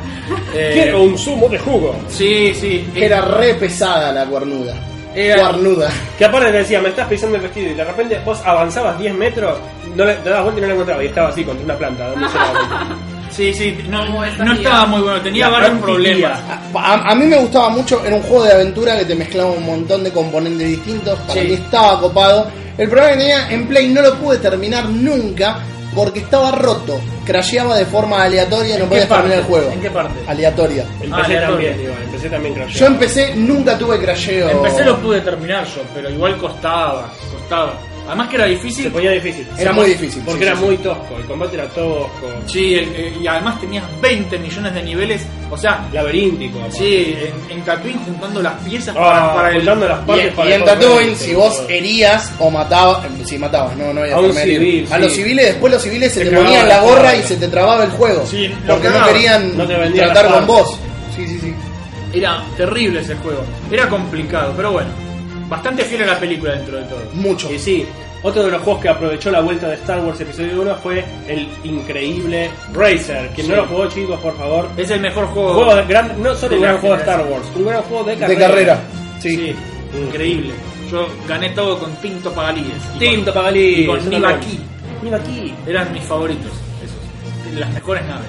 S4: Eh,
S2: Quiero un zumo de jugo.
S4: Sí, sí. Eh,
S1: Que Era re pesada la cuernuda.
S4: Era-
S1: Cuernuda.
S2: Que aparte te decía, me estás pisando el vestido y de repente vos avanzabas 10 metros, no le, te dabas vuelta y no la encontrabas y estaba así contra una planta. dándose la vuelta.
S4: Sí, sí, no,
S3: Como esa
S4: no
S3: tía.
S4: estaba muy bueno, tenía
S2: La
S4: varios
S2: Phantom
S4: problemas.
S2: tía.
S1: A, a- a mí me gustaba mucho, era un juego de aventura que te mezclaba un montón de componentes distintos, para
S4: Sí.
S1: mí estaba copado. El problema que tenía en Play no lo pude terminar nunca porque estaba roto, crasheaba de forma aleatoria y no
S4: ¿En
S1: podías
S4: qué parte?
S1: terminar el juego.
S4: ¿En qué parte?
S1: Aleatoria.
S2: empecé
S4: Ah, la
S2: también,
S4: torre.
S2: igual, empecé también crasheado.
S1: Yo empecé, nunca tuve crasheo.
S4: Empecé lo pude terminar yo, pero igual costaba, costaba. Además que era difícil.
S2: Se ponía difícil.
S1: Era muy difícil,
S2: Porque
S1: sí,
S2: era
S1: sí, sí.
S2: muy tosco, el combate era tosco,
S4: Sí, el- eh, y además tenías 20 millones de niveles, o sea,
S2: laberíntico. aparte.
S4: sí, en, en Tatooine juntando las piezas
S2: Ah,
S4: para, para el...
S2: juntando las
S1: Y,
S2: partes para
S1: y en
S2: después
S1: Tatooine,
S2: ver,
S1: si vos
S2: todo.
S1: herías o matabas, eh, si matabas, no, no había
S2: A un
S1: forma de herir.
S2: civil,
S1: A
S2: sí.
S1: los civiles, después los civiles se
S2: Te
S1: te ponían
S2: cagaban
S1: la
S2: la
S1: gorra
S2: cara.
S1: y se te trababa el juego.
S4: Sí, lo
S1: porque no
S4: cagaban.
S1: querían
S2: No te vendían
S1: tratar
S2: las
S1: con
S2: partes.
S1: vos. Sí, sí, sí.
S4: Era terrible ese juego, era complicado, pero bueno, bastante fiel a la película dentro de todo.
S1: Mucho.
S2: Y sí, otro de los juegos que aprovechó la vuelta de Star Wars Episodio 1 fue el increíble Racer. Quien no
S4: Sí.
S2: lo jugó, chicos, por favor.
S4: Es el mejor juego.
S2: Juego de gran- no solo
S4: De
S2: un
S4: la
S2: gran juego de
S4: generación.
S2: Star Wars, un gran juego de
S1: De
S2: carrera.
S1: carrera. Sí.
S4: Sí, increíble. Yo gané todo con Tinto Pagalíes. y
S2: Tinto
S4: con-
S2: Pagalí.
S4: y con Nivaki.
S2: Nivaki.
S4: Eran mis favoritos, esos. Las mejores naves.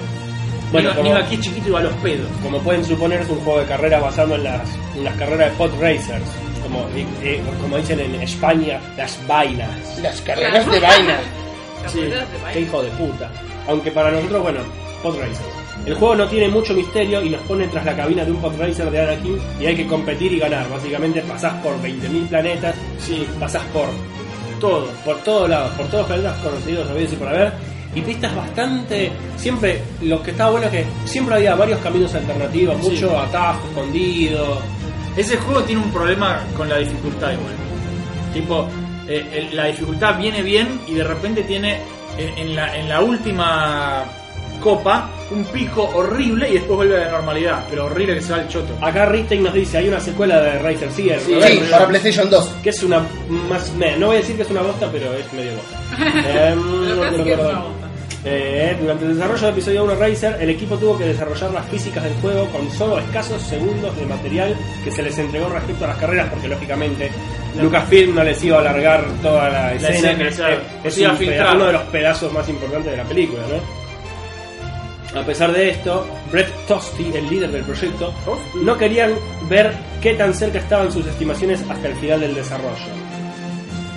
S2: Bueno,
S4: Niva-
S2: como-
S4: Nivaki chiquito iba a los pedos.
S2: Como pueden suponer, es un juego de carreras basado en las, en las carreras de Pod Racers. Como, eh, como dicen en España, las vainas.
S1: Las carreras de vaina.
S3: Las
S4: Sí,
S3: carreras de
S2: Qué
S3: vaina.
S2: hijo de puta. Aunque para nosotros, bueno, Pod Racers. El juego no tiene mucho misterio y nos pone tras la cabina de un pod racer de Anakin y hay que competir y ganar. Básicamente pasás por 20.000 planetas, sí, pasás por todo, por todos lados, por todos los planetas conocidos, habidos y por haber. Y pistas bastante. Siempre, lo que estaba bueno es que siempre había varios caminos alternativos,
S4: Sí.
S2: mucho atajo, escondido.
S4: Ese juego tiene un problema con la dificultad igual. Tipo, eh, el- la dificultad viene bien y de repente tiene en, en la, en la última copa un pico horrible y después vuelve a la normalidad. Pero horrible que se va el choto.
S2: Acá Ristek nos dice, hay una secuela de Racer Seer,
S4: Sí,
S2: ¿no?
S1: Sí, para PlayStation 2.
S2: que es una más me- no voy a decir que es una bosta, pero es medio bosta. Em,
S3: Pero
S2: no
S3: casi
S2: quiero
S3: que es una
S2: acordar.
S3: bosta.
S2: Eh, durante el desarrollo del episodio 1 Racer, el equipo tuvo que desarrollar las físicas del juego con solo escasos segundos de material que se les entregó respecto a las carreras, porque lógicamente Lucasfilm no les iba a alargar toda la escena,
S4: escena,
S2: que
S4: claro.
S2: es, es
S4: Los iba a
S2: un peda-
S4: filtrar.
S2: uno de los pedazos más importantes de la película, ¿no? A pesar de esto, Brett Tosti, el líder del proyecto,
S4: Tosti.
S2: no querían ver qué tan cerca estaban sus estimaciones hasta el final del desarrollo.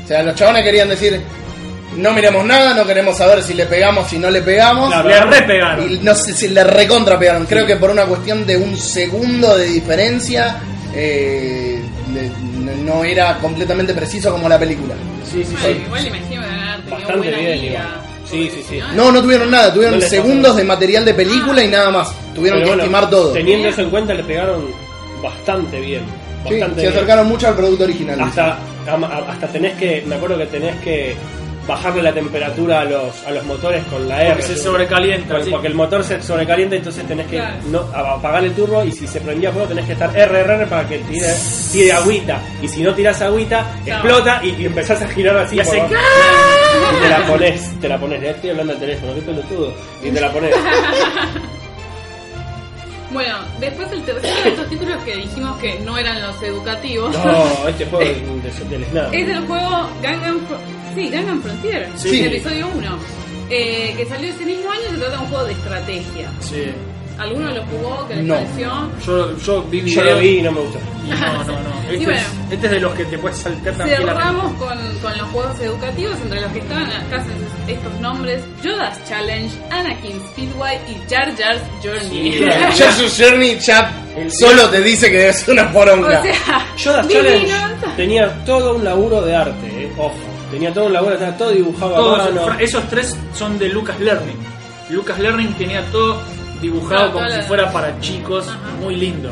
S1: O sea, los chabones querían decir, no miremos nada, no queremos saber si le pegamos, si no le pegamos.
S2: Claro.
S4: Le repegaron.
S1: Y no sé si le recontra pegaron. Creo que por una cuestión de un segundo de diferencia, eh, de- no- no era completamente preciso como la película.
S2: Sí, sí,
S3: Bueno, igual imagino que ganar tenía
S2: Bastante
S3: buena
S2: bien,
S3: guía.
S2: igual. Sí, sí, sí.
S1: No, no tuvieron nada, tuvieron
S2: No les pasó
S1: segundos de material de película y nada más. Tuvieron
S2: Pero
S1: que
S2: bueno,
S1: estimar todo. Sí,
S2: Teniendo eso en cuenta, le pegaron bastante bien. Bastante
S1: se
S2: bien.
S1: acercaron mucho al producto original.
S2: Hasta, am- a- hasta tenés que, me acuerdo que tenés que bajarle la temperatura a los, a los motores con la R.
S4: Porque se
S2: ¿sí?
S4: sobrecalienta.
S2: Porque-
S4: sí.
S2: Porque el motor se sobrecalienta, entonces tenés que
S3: Claro.
S2: no, a- apagar el turbo y si se prendía fuego tenés que estar RRR para que tire, tire agüita. Y si no tirás agüita,
S3: No.
S2: explota y, y empezás a girar así.
S4: Y hace
S2: por- y te la pones, te la pones. Ya Estoy hablando al teléfono, qué pelotudo. Y te la pones.
S3: Bueno, después el tercero de estos títulos que dijimos que no eran los educativos
S2: No, este juego es un des- deleznado.
S3: es el juego Gangnam, Fro- sí, Gangnam Frontier,
S1: Sí.
S3: el episodio 1, eh, que salió ese mismo año. Se trata de un juego de estrategia.
S4: Sí.
S3: ¿Alguno lo jugó que les
S1: No.
S3: pareció?
S4: Yo, yo vi
S2: Yo
S4: videos
S2: lo vi y no me gustó.
S4: y No, no, no. Este,
S3: Y bueno.
S4: es, este es de los que te puedes saltar tranquilamente.
S3: Cerramos con, con los juegos educativos, entre los que estaban acá estos nombres: Yoda's Challenge, Anakin Speedway y Jar Jar's Journey.
S4: Sí.
S1: Jesus Journey Chat solo te dice que es una
S3: o
S1: poronga.
S3: sea,
S2: Yoda's Challenge
S3: divinos.
S2: tenía todo un laburo de arte, eh, ojo. Tenía todo un laburo, estaba todo dibujado
S4: Todos,
S2: a mano.
S4: fra- esos tres son de Lucas Learning. Lucas Learning tenía todo dibujado
S3: Claro,
S4: como
S3: toda
S4: si
S3: la-
S4: fuera para chicos,
S3: Ajá.
S4: muy lindo.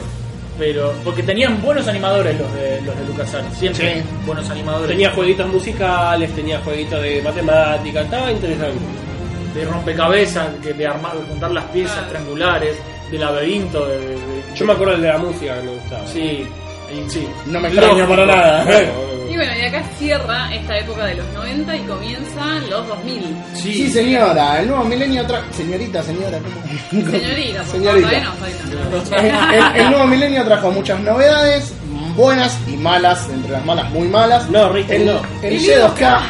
S4: Pero, porque tenían buenos animadores los de, los de LucasArts, siempre
S1: Sí.
S4: buenos animadores.
S2: Tenía jueguitos musicales, tenía jueguitos de matemática, estaba interesante.
S4: de rompecabezas, que de armar, de juntar las piezas
S3: Claro.
S4: triangulares, de laberinto. De, de-
S2: Yo me acuerdo del de la música que me gustaba.
S4: Sí, y sí.
S1: No me
S4: Lógico.
S1: extraña para
S2: Bueno,
S1: nada.
S3: Y bueno, y acá cierra esta época de los 90 y comienza los 2000.
S4: Sí,
S1: Sí, señora, el nuevo milenio trajo. Señorita, señora, ¿cómo?
S3: Señorita, por favor,
S1: Señorita.
S3: todavía no soy tan
S1: El, el- el nuevo milenio trajo muchas novedades, buenas y malas, entre las malas muy malas.
S2: No, Richter,
S1: el,
S2: no.
S1: El
S3: Y
S1: Y2K,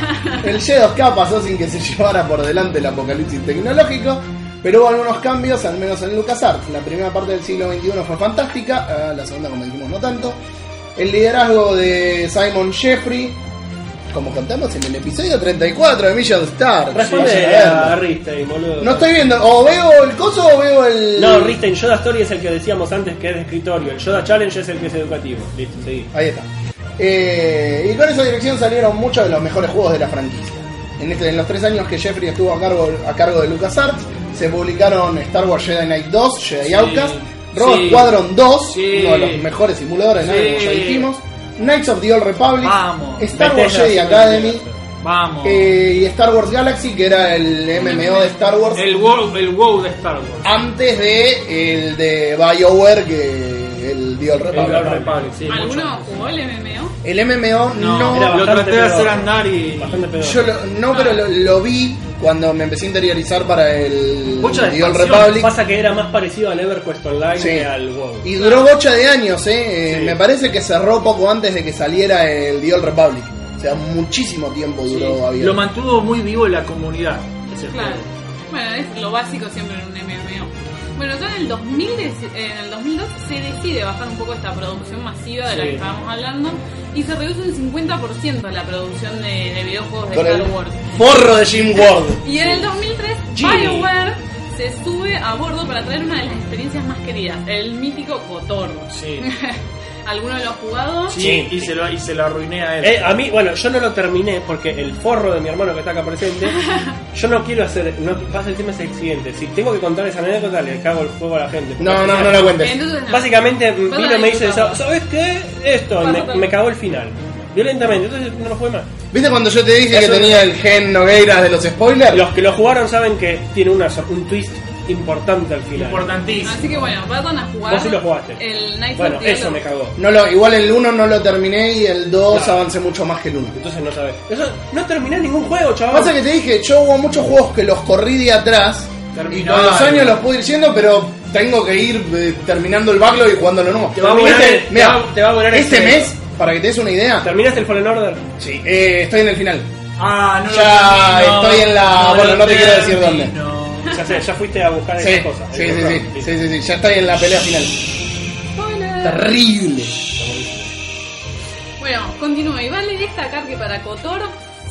S1: el Y2K pasó sin que se llevara por delante el apocalipsis tecnológico, pero hubo algunos cambios, al menos en LucasArts. La primera parte del siglo XXI fue fantástica, eh, la segunda, como dijimos, no tanto. El liderazgo de Simon Jeffrey, como contamos en el episodio 34 de Mission Star. Vayan
S2: Responde
S1: a verlo.
S2: a Ristein, boludo.
S1: No estoy viendo, o veo el coso o veo el.
S2: No, Ristein, Yoda Story es el que decíamos antes que es de escritorio. El Yoda Challenge es el que es educativo. Listo, seguí.
S1: Ahí está. Eh, y con esa dirección salieron muchos de los mejores juegos de la franquicia. En, este- en los tres años que Jeffrey estuvo a cargo, a cargo de LucasArts, se publicaron Star Wars Jedi Knight 2, Jedi
S4: Sí,
S1: Outcast, Rogue
S4: sí.
S1: Squadron 2,
S4: Sí.
S1: uno de los mejores simuladores, ¿no?
S4: Sí.
S1: como ya dijimos, Knights of the Old Republic,
S4: Vamos.
S1: Star Wars
S2: Bethesda,
S1: Jedi
S2: sí,
S1: Academy
S4: vamos.
S1: eh, y Star Wars Galaxy, que era el MMO de Star Wars
S4: el, wow, el wow de Star Wars.
S1: antes de el de BioWare, que el The Old
S4: El
S1: Republic.
S4: Old Republic, sí, mucho.
S3: ¿Alguno jugó el MMO?
S1: El MMO
S4: No,
S1: no
S4: era Lo
S2: bastante
S4: traté de
S2: pedorro.
S4: hacer andar y-
S2: Bastante pedorro.
S1: Yo lo- no, pero lo, lo vi cuando me empecé a interiorizar para el
S4: Mucha
S1: The Old
S4: expansión,
S1: Republic.
S2: Pasa que era más parecido al EverQuest Online
S1: Sí.
S2: que al WoW.
S1: Y duró bocha de años, ¿eh? Eh,
S2: Sí.
S1: Me parece que cerró poco antes de que saliera el The Old Republic. O sea, muchísimo tiempo duró
S4: Sí.
S1: abierto.
S4: Lo mantuvo muy vivo la comunidad. ese
S3: Claro.
S4: juego.
S3: Bueno, es lo básico siempre en un MMO. Bueno, ya en el, 2000, dec- eh, en el 2002 se decide bajar un poco esta producción masiva de la
S2: Sí.
S3: que estábamos hablando y se reduce un 50% la producción de, de videojuegos de
S1: Con el
S3: Star Wars.
S1: forro de Jim Ward.
S3: Y en el 2003
S2: Genie.
S3: BioWare se sube a bordo para traer una de las experiencias más queridas, el mítico Cotorro.
S4: Sí.
S3: ¿Alguno lo ha jugado?
S4: Sí,
S2: Sí,
S4: y,
S2: sí.
S4: Se lo, y se lo arruiné a él.
S2: Eh, a mí, bueno, yo no lo terminé porque el forro de mi hermano que está acá presente, yo no quiero hacer, no pasa el tema es el siguiente, si tengo que contar esa anécdota le cago el fuego a la gente.
S1: No,
S2: Porque,
S1: no,
S2: o sea,
S1: no la cuentes.
S3: Entonces, no.
S2: Básicamente
S3: Vos
S2: vino
S3: no
S2: y me dice,
S3: disfrutabas.
S2: ¿sabes qué? Esto, y me,
S3: Pásatelo.
S2: me cagó el final, violentamente, entonces no lo jugué más.
S1: ¿Viste cuando yo te dije
S2: Eso-
S1: que tenía el gen Nogueira de los spoilers?
S2: Los que lo jugaron saben que tiene una, sor- un twist importante al final.
S4: Importantísimo.
S3: Así que bueno, vayan a jugar.
S2: Vos sí lo jugaste.
S3: El Knights
S2: Bueno,
S3: of the
S2: eso
S3: Old-
S2: me cagó.
S1: No lo, igual el 1 no lo terminé y el 2
S2: No.
S1: avancé mucho más que el 1.
S2: Entonces no sabes. Eso, no terminé ningún juego, chaval.
S1: Pasa que te dije, yo hubo muchos juegos que los corrí de atrás y
S4: Terminaba
S1: con los
S4: el-
S1: años los pude ir yendo, pero tengo que ir eh, terminando el backlog y jugando lo nuevo.
S4: Te va a volar
S1: Este-
S4: el- te
S1: mirá,
S4: va- te va a volar el
S1: este
S4: cerebro.
S1: mes, para que te des una idea,
S2: ¿Terminaste el Fallen Order?
S1: sí, eh, estoy en el final.
S4: Ah, no lo
S1: Ya
S4: termino,
S1: estoy en la- bueno,
S4: lo
S1: no te quiero decir
S4: termino.
S2: Ya sé, ya fuiste a buscar
S1: Sí,
S2: esas cosas.
S1: sí, sí, sí, sí, sí, sí, ya estoy en la pelea final.
S3: Hola.
S1: Terrible.
S3: Bueno, continúo. Y vale destacar que para Cotor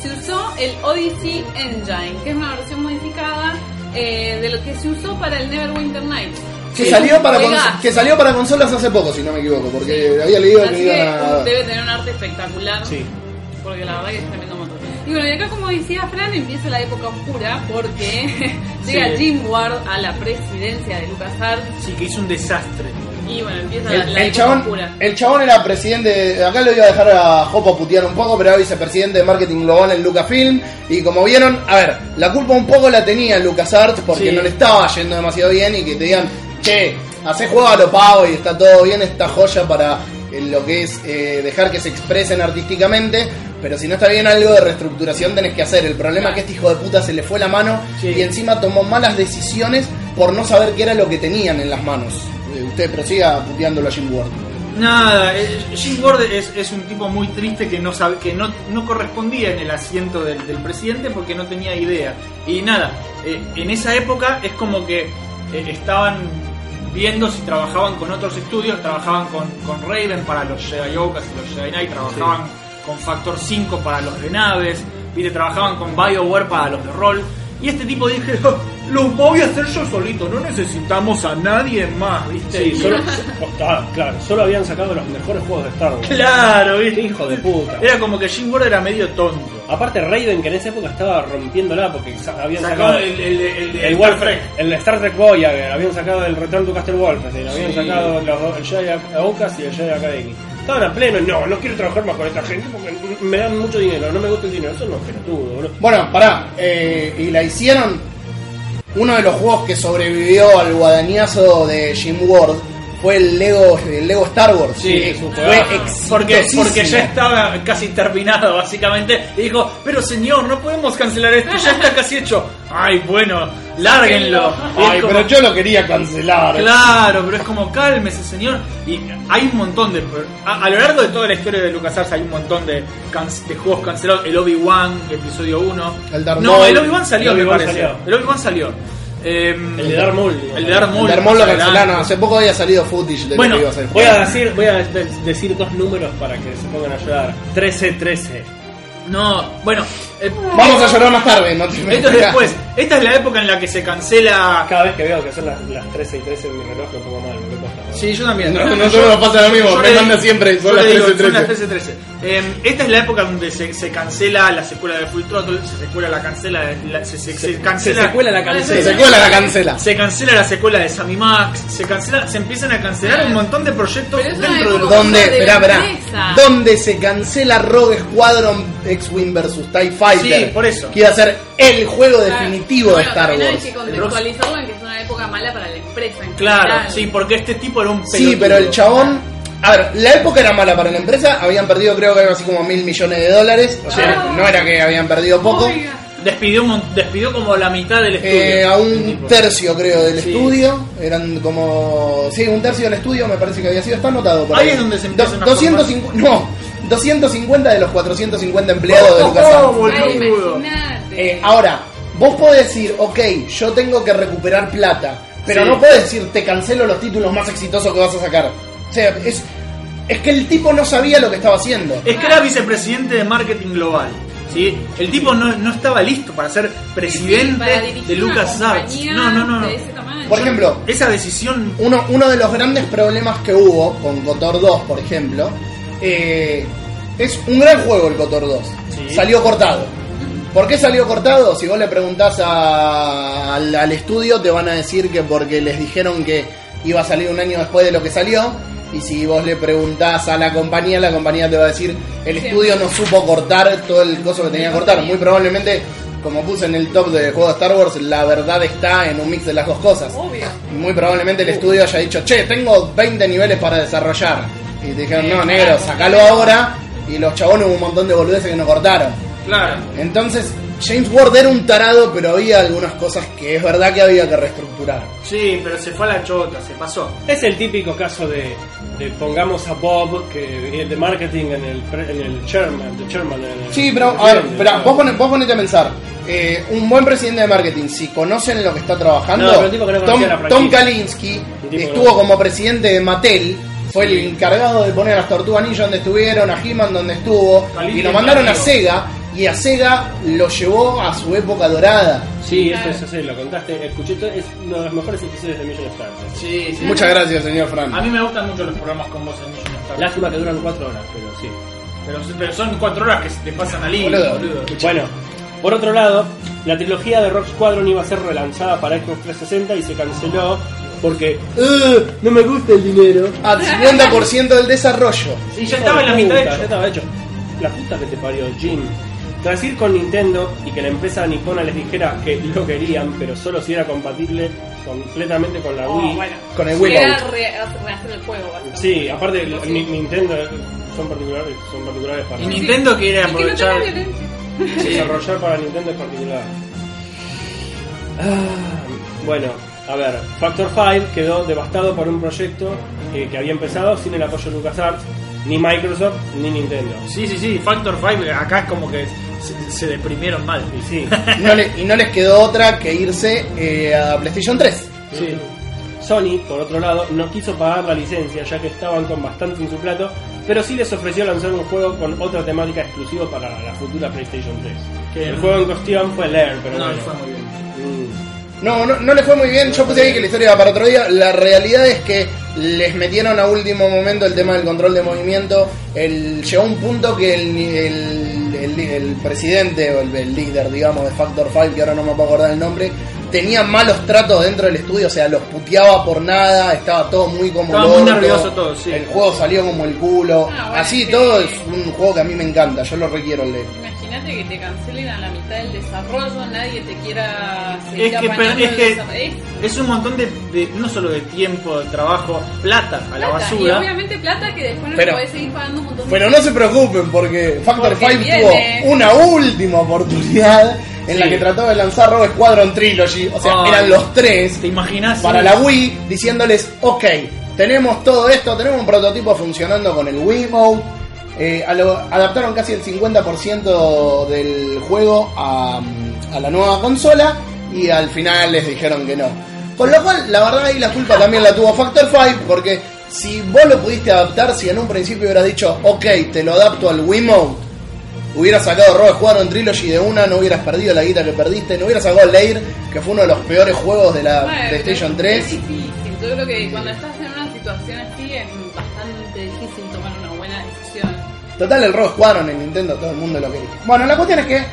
S3: se usó el Odyssey Engine, que es una versión modificada eh, de lo que se usó para el Neverwinter Nights.
S1: Que
S3: Sí.
S1: salió, para
S3: Juegazo.
S1: cons- que salió para consolas hace poco, si no me equivoco, porque había leído
S3: Así
S1: que
S3: que uh,
S1: iban a...
S3: debe tener un arte espectacular.
S2: Sí.
S3: Porque la verdad que es tremendo motor. Y bueno, y acá como decía Fran, empieza la época oscura porque llega
S4: Sí.
S3: Jim Ward a la presidencia de LucasArts
S4: Sí, que hizo un desastre.
S3: y bueno, empieza la,
S1: El,
S3: la
S1: el
S3: época
S1: chabón,
S3: oscura.
S1: el chabón era presidente, acá lo iba a dejar a Jopo putear un poco, pero era vicepresidente de marketing global en Lucasfilm. Y como vieron, a ver, la culpa un poco la tenía LucasArts porque
S2: Sí.
S1: no le estaba yendo demasiado bien y que te digan, che, hace juego a lo pavo y está todo bien esta joya para eh, lo que es eh, dejar que se expresen artísticamente. Pero si no está bien algo de reestructuración tenés que hacer. El problema es que este hijo de puta se le fue la mano
S2: Sí.
S1: y encima tomó malas decisiones por no saber qué era lo que tenían en las manos. Eh, Usted prosiga puteándolo a Jim Ward.
S4: Nada, eh, Jim Ward es, es un tipo muy triste que no sabe, que no, no correspondía en el asiento del, del presidente porque no tenía idea. Y nada, eh, en esa época es como que eh, estaban viendo si trabajaban con otros estudios, trabajaban con, con Raven para los Jedi Ocas y los Jedi Knight, trabajaban con Factor 5 para los de naves, viste, trabajaban con BioWare para los de rol. Y este tipo dijo, los voy a hacer yo solito, no necesitamos a nadie más, viste.
S2: Sí,
S4: Y-
S2: solo, ah, claro, solo habían sacado los mejores juegos de Star Wars.
S4: Claro, ¿viste?
S2: Qué hijo de puta.
S4: Era como que Jim Ward era medio tonto.
S2: Aparte Raiden, que en esa época estaba rompiéndola porque sa- habían sacado,
S4: el,
S2: el Warframe, el Star Trek Voyager, habían sacado el Return to Castle Wolfenstein, habían
S4: Sí.
S2: sacado los, do- el Jedi Aucas y el Jedi Academy. Estaban a pleno, no, no quiero trabajar más con esta gente porque me dan mucho dinero, no me gusta el dinero, eso no es pelotudo, boludo.
S1: Bueno, pará, eh, y la hicieron. Uno de los juegos que sobrevivió al guadañazo de Jim Ward fue el Lego, el Lego Star Wars.
S4: Sí,
S1: que
S4: es un
S1: fue
S4: Porque, porque
S1: exitosísimo.
S4: ya estaba casi terminado, básicamente. Y dijo, pero señor, no podemos cancelar esto, ya está casi hecho. Ay, bueno, lárguenlo. Y es
S1: Ay,
S4: como-
S1: pero yo lo quería cancelar.
S4: Claro, pero es como cálmese, señor. Y hay un montón de. A, a lo largo de toda la historia de LucasArts hay un montón de, can- de juegos cancelados. El Obi-Wan, episodio 1.
S1: El Darth
S4: No,
S1: Maul.
S4: el Obi-Wan salió,
S2: El
S4: me
S2: Obi-Wan
S4: parece.
S2: salió.
S4: El Obi-Wan salió. Em,
S2: El de Darth Maul, digo.
S4: El de Darth Maul.
S1: El Darmón lo
S4: Adelante.
S1: cancelaron. Hace poco había salido footage de
S4: Bueno,
S1: lo que iba a ser.
S2: Voy a decir, voy a de- decir dos números para que se pongan a ayudar. 13-13.
S4: No, bueno. eh,
S1: Vamos a llorar más tarde, no te
S4: Esto es después. Esta es la época en la que se cancela.
S2: Cada vez que veo que son las, las 13 y 13 en mi reloj me pongo mal, me cuesta.
S4: Sí, yo también.
S1: No, no, nosotros nos pasa lo mismo,
S4: yo
S1: me
S4: le-
S1: manda siempre, son
S4: yo
S1: las
S4: le digo,
S1: 13,
S4: son las 13, 13. Em, esta es la época donde se, se cancela la secuela de Full Throttle, se secuela la cancela, la- se, se- se cancela
S2: se secuela la
S1: Se
S2: cancela.
S1: secuela la cancela.
S4: Se cancela la secuela de Sammy Max, se cancela, se empiezan a cancelar un montón de proyectos
S3: Pero eso no
S4: dentro
S3: es
S4: de los
S3: como-
S1: Donde,
S3: de
S1: verá,
S3: la
S1: verá,
S3: empresa.
S1: donde se cancela Rogue Squadron X-Wing vs TIE Fighter.
S4: Sí, por eso.
S1: Que iba a ser el juego
S3: Claro.
S1: definitivo
S3: Bueno,
S1: de Star
S3: también
S1: Wars.
S3: Hay que contextualizarlo en que es una época mala para la empresa. en
S4: Claro,
S3: general.
S4: sí, porque este tipo era un
S1: Sí,
S4: pelotudo.
S1: pero el chabón. A ver, la época era mala para la empresa. Habían perdido, creo que algo así como mil millones de dólares. O sea,
S3: Ah.
S1: no era que habían perdido poco.
S3: Oiga.
S4: despidió un mon- despidió como la mitad del estudio.
S1: Eh, a
S4: Este
S1: un
S4: tipo.
S1: tercio, creo, del
S4: Sí.
S1: estudio. Eran como. Sí, un tercio del estudio me parece que había sido. Está anotado. por
S4: Ahí es donde se empiezan a
S1: 250, No, 250 de los 450 empleados de
S4: Oh,
S1: LucasArts.
S4: oh, boludo.
S3: Ay, imagínate.
S1: Eh, ahora, vos podés decir, ok, yo tengo que recuperar plata, pero
S4: Sí.
S1: no podés decir, te cancelo los títulos más exitosos que vas a sacar. O sea, es, es que el tipo no sabía lo que estaba haciendo.
S4: Es que era vicepresidente de marketing global. ¿sí? El tipo no, no estaba listo para ser presidente
S3: para dirigir
S4: de
S3: una
S4: Lucas Arts.
S3: compañía
S4: No, no, no. no.
S3: de ese tamaño.
S1: Por ejemplo,
S4: Esa decisión
S1: uno, uno de los grandes problemas que hubo con Cotor 2, por ejemplo, eh, es un gran juego el Cotor 2.
S4: Sí.
S1: Salió cortado. ¿Por qué salió cortado? Si vos le preguntás a- al, al estudio, te van a decir que porque les dijeron que iba a salir un año después de lo que salió. Y si vos le preguntás a la compañía, la compañía te va a decir, el
S3: Sí.
S1: estudio no supo cortar todo el coso que tenía que cortar. Muy probablemente, como puse en el top de juego de Star Wars, la verdad está en un mix de las dos cosas.
S3: Obvio.
S1: Muy probablemente el estudio haya dicho, che, tengo 20 niveles para desarrollar. Y te dijeron, no, negro, sacalo ahora. Y los chabones hubo un montón de boludeces que no cortaron.
S4: Claro.
S1: Entonces, James Ward era un tarado, pero había algunas cosas que es verdad que había que reestructurar.
S4: Sí, pero se fue a la chota, se pasó.
S2: Es el típico caso de, de pongamos a Bob, que es de marketing, en el, pre- en el chairman. de chairman, en el-
S1: Sí, pero, a ver, esperá, vos, pone- vos ponete a pensar. Eh, un buen presidente de marketing, si conocen lo que está trabajando,
S2: No, pero el tipo que no
S1: Tom,
S2: conocía la franquicia.
S1: Tom Kalinski
S2: El tipo
S1: estuvo
S2: que no-
S1: como presidente de Mattel, fue el encargado de poner a las tortugas ninja donde estuvieron, a He-Man donde estuvo,
S4: Kalinski
S1: y lo mandaron a
S4: es
S1: Sega, y a Sega lo llevó a su época dorada.
S2: Sí,
S3: Claro.
S2: eso es así, lo contaste. Escuché, to- es uno de los mejores episodios de Mission Star.
S4: Sí, sí.
S1: Muchas gracias, señor Fran.
S4: A mí me gustan mucho los programas con vos en Mission Star.
S2: Lástima que duran cuatro horas, pero sí.
S4: Pero, pero son cuatro horas que se te pasan al hilo,
S1: Boludo.
S4: boludo.
S2: Bueno, por otro lado, la trilogía de Rock Squadron iba a ser relanzada para Xbox 360 y se canceló porque "Ugh, no me gusta el dinero.
S1: Al 50% del desarrollo.
S4: Y ya estaba en la mitad
S2: Puta,
S4: de
S2: Ya estaba hecho. La puta que te parió, Jim. Tras ir con Nintendo y que la empresa nipona les dijera que lo querían, pero solo si era compatible completamente con la
S3: Oh,
S2: Wii.
S3: bueno.
S1: Con el Wiimote.
S3: Era re- rehacer el juego. básicamente.
S2: Sí, aparte el-
S3: Sí.
S2: Ni- Nintendo eh, son particulares, son particulares para
S4: Y Nintendo quiere
S3: Y que no tenga
S4: aprovechar.
S3: violencia.
S2: desarrollar para Nintendo es particular. Ah, Bueno, a ver, Factor 5 quedó devastado por un proyecto eh, que había empezado sin el apoyo de LucasArts, ni Microsoft, ni Nintendo.
S4: Sí, sí, sí. Factor 5 acá es como que se, se deprimieron mal.
S2: Y sí,
S1: No le- y no les quedó otra que irse eh, a PlayStation 3.
S2: Sí. Sony, por otro lado, no quiso pagar la licencia ya que estaban con bastante en su plato, pero sí les ofreció lanzar un juego con otra temática exclusiva para la futura PlayStation 3.
S4: Que-
S2: el juego en cuestión fue Lair, pero
S4: No,
S2: bueno.
S4: fue muy bien.
S2: Mm.
S1: No, no, no le fue muy bien. Yo puse ahí que la historia iba para otro día. La realidad es que les metieron a último momento el tema del control de movimiento. El, llegó un punto que el, el- el- el presidente o el, el líder, digamos, de Factor 5, que ahora no me puedo acordar el nombre, tenía malos tratos dentro del estudio. O sea, los puteaba por nada. Estaba todo muy como.
S4: Estaba
S1: el
S4: muy
S1: orto,
S4: nervioso todo, sí.
S1: El juego salió como el culo.
S3: Ah, bueno,
S1: Así
S3: sí.
S1: todo es un juego que a mí me encanta. Yo lo requiero el de.
S3: Imagínate que te cancelen a la mitad del desarrollo, nadie te quiera seguir
S4: Es que per-
S3: apañando
S4: es
S3: el
S4: que-
S3: desarrollo. Es
S4: Es un montón de, de- no solo de tiempo, de trabajo, plata a la
S3: plata, Y
S4: basura.
S3: obviamente plata que después no
S1: Pero-
S3: podés seguir pagando un montón de
S1: Pero no se preocupen porque Factor
S3: Porque
S1: 5
S3: viene.
S1: tuvo una última oportunidad en la
S4: Sí.
S1: que trató de lanzar Rogue Squadron Trilogy. O sea,
S4: Ay.
S1: eran los tres
S4: ¿Te imaginas?
S1: para la Wii diciéndoles, ok, tenemos todo esto, tenemos un prototipo funcionando con el Wiimote. Eh, a lo- adaptaron casi el 50% del juego a, a la nueva consola y al final les dijeron que no. Con lo cual, la verdad ahí la culpa también la tuvo Factor 5 porque si vos lo pudiste adaptar, si en un principio hubieras dicho, ok, te lo adapto al Wiimote, hubieras sacado Rogue Squadron Trilogy de una, no hubieras perdido la guita que perdiste, no hubieras sacado Lair, que fue uno de los peores juegos de la
S3: Bueno,
S1: PlayStation
S3: es
S1: 3.
S3: difícil. Yo creo que cuando estás en una situación así es bastante difícil tomar una buena decisión.
S1: Total, el Rogue Squadron en Nintendo, todo el mundo lo quería. Bueno, la cuestión es que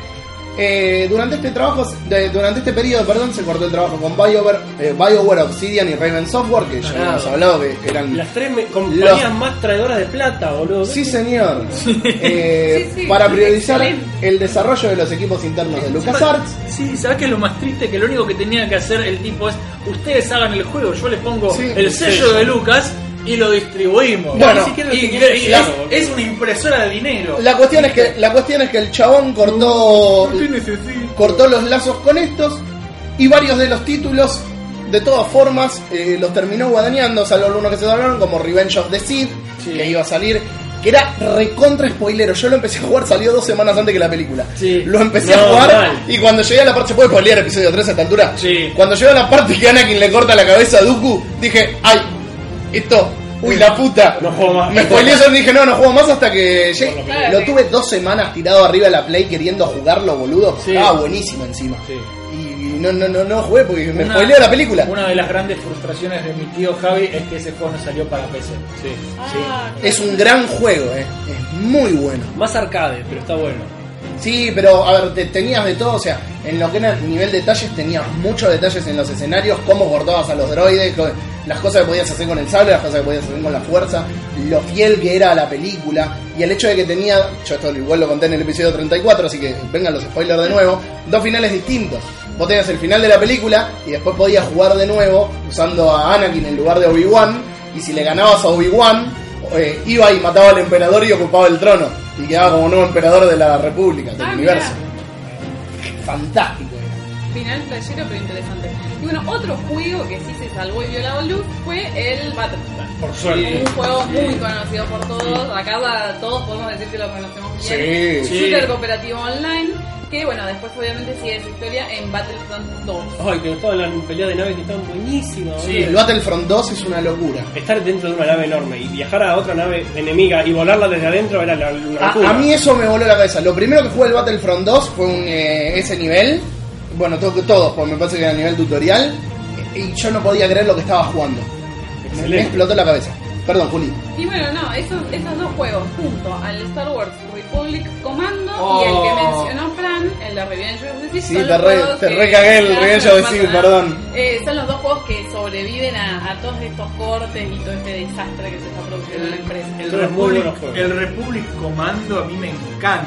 S1: eh, durante este trabajo, de- durante este periodo, perdón, se cortó el trabajo con BioWare, eh, BioWare Obsidian y Raven Software, que ya
S4: Claro.
S1: hemos hablado que eran
S2: Las tres me- compañías
S1: Los-
S2: más traidoras de plata, boludo.
S1: Sí, señor. Eh,
S3: Sí, sí,
S1: para priorizar
S3: excelente.
S1: el desarrollo de los equipos internos de LucasArts.
S4: Sí, ¿sabes qué es lo más triste? Que lo único que tenía que hacer el tipo es: ustedes hagan el juego, yo les pongo
S1: Sí,
S4: el
S1: el
S4: sello
S2: sello.
S4: de Lucas y lo distribuimos.
S1: Bueno,
S4: Ni siquiera lo
S2: y-
S4: tenía
S2: y-
S4: que hacer,
S2: la-
S4: boludo. es, una impresora de dinero.
S1: La cuestión es que la cuestión es que el chabón cortó
S4: ¿Qué necesito?
S1: cortó los lazos con estos y varios de los títulos de todas formas eh, los terminó guadañando, salvo algunos que se salvaron como Revenge of the Sith
S4: Sí.
S1: que iba a salir que era recontra spoilero, yo lo empecé a jugar, salió dos semanas antes que la película.
S4: Sí.
S1: Lo empecé
S2: No,
S1: a jugar
S2: mal.
S1: y cuando llegué a la parte, ¿se puede spoilear episodio 3 a esta altura?
S4: Sí.
S1: Cuando llegué a la parte que Anakin le corta la cabeza a Dooku, dije, ay, esto Uy, la puta.
S2: No juego más.
S1: Me spoileé eso y dije, no, no juego más hasta que llegue.
S3: Claro,
S1: Lo
S3: sí.
S1: tuve dos semanas tirado arriba de la Play queriendo jugarlo, boludo.
S2: Sí.
S1: Estaba buenísimo encima.
S2: Sí.
S1: Y no, no, no, no jugué porque me
S4: Una-
S1: spoileó la película.
S4: Una de las grandes frustraciones de mi tío Javi es que ese juego no salió para PC.
S2: Sí.
S3: Ah,
S1: Es un gran juego, eh. Es muy bueno.
S2: Más arcade, pero está bueno.
S1: Sí, pero a ver, te- tenías de todo, o sea, en lo que era nivel detalles tenías muchos detalles en los escenarios, cómo cortabas a los droides, co- las cosas que podías hacer con el sable, las cosas que podías hacer con la fuerza, lo fiel que era a la película, y el hecho de que tenía, yo esto igual lo conté en el episodio 34, así que vengan los spoilers de nuevo, dos finales distintos. Vos tenías el final de la película y después podías jugar de nuevo usando a Anakin en lugar de Obi-Wan, y si le ganabas a Obi-Wan, eh, iba y mataba al emperador y ocupaba el trono. Y quedaba como nuevo emperador de la república, del
S3: Ah,
S1: universo. Fantástico. era.
S3: Final flashero pero interesante. Y bueno, otro juego que sí se salvó y vio la luz fue el Battlefront.
S4: Por
S3: Un juego muy conocido por todos. Acá va- todos podemos decir que lo conocemos bien.
S1: Sí,
S4: sí.
S3: Shooter cooperativo online. Que bueno, después obviamente sigue su historia en Battlefront 2.
S2: Ay, que estaban las peleas de naves que estaban buenísimas.
S4: Sí.
S2: boludo.
S1: El Battlefront 2 es una locura.
S2: Estar dentro de una nave enorme y viajar a otra nave enemiga y volarla desde adentro era la, una
S1: A,
S2: locura.
S1: Ah, a mí eso me voló la cabeza. Lo primero que jugué el Battlefront 2 fue un, eh, ese nivel. Bueno, to- todos, porque me parece que era el nivel tutorial. eh, Y yo no podía creer lo que estaba jugando. Me- Me,
S2: Excelente.
S1: explotó la cabeza. Perdón, Juli.
S3: Y bueno, no, esos, esos dos juegos, junto al Star Wars Republic Commando y el
S4: Oh.
S3: que mencionó Fran, el de Revenge of the Sith.
S1: Sí,
S3: son
S1: te
S3: los
S1: re-
S3: juegos
S1: te
S3: que-
S1: recagué el
S3: que
S1: Revenge
S3: hacen
S1: of the
S3: más
S1: Sith,
S3: nada.
S1: perdón.
S3: Eh, son los dos juegos que sobreviven a, a todos estos cortes y todo este desastre que se está produciendo en la empresa.
S4: El
S2: Son muy buenos
S4: Republic,
S2: juegos.
S4: el Republic Commando a mí me encanta.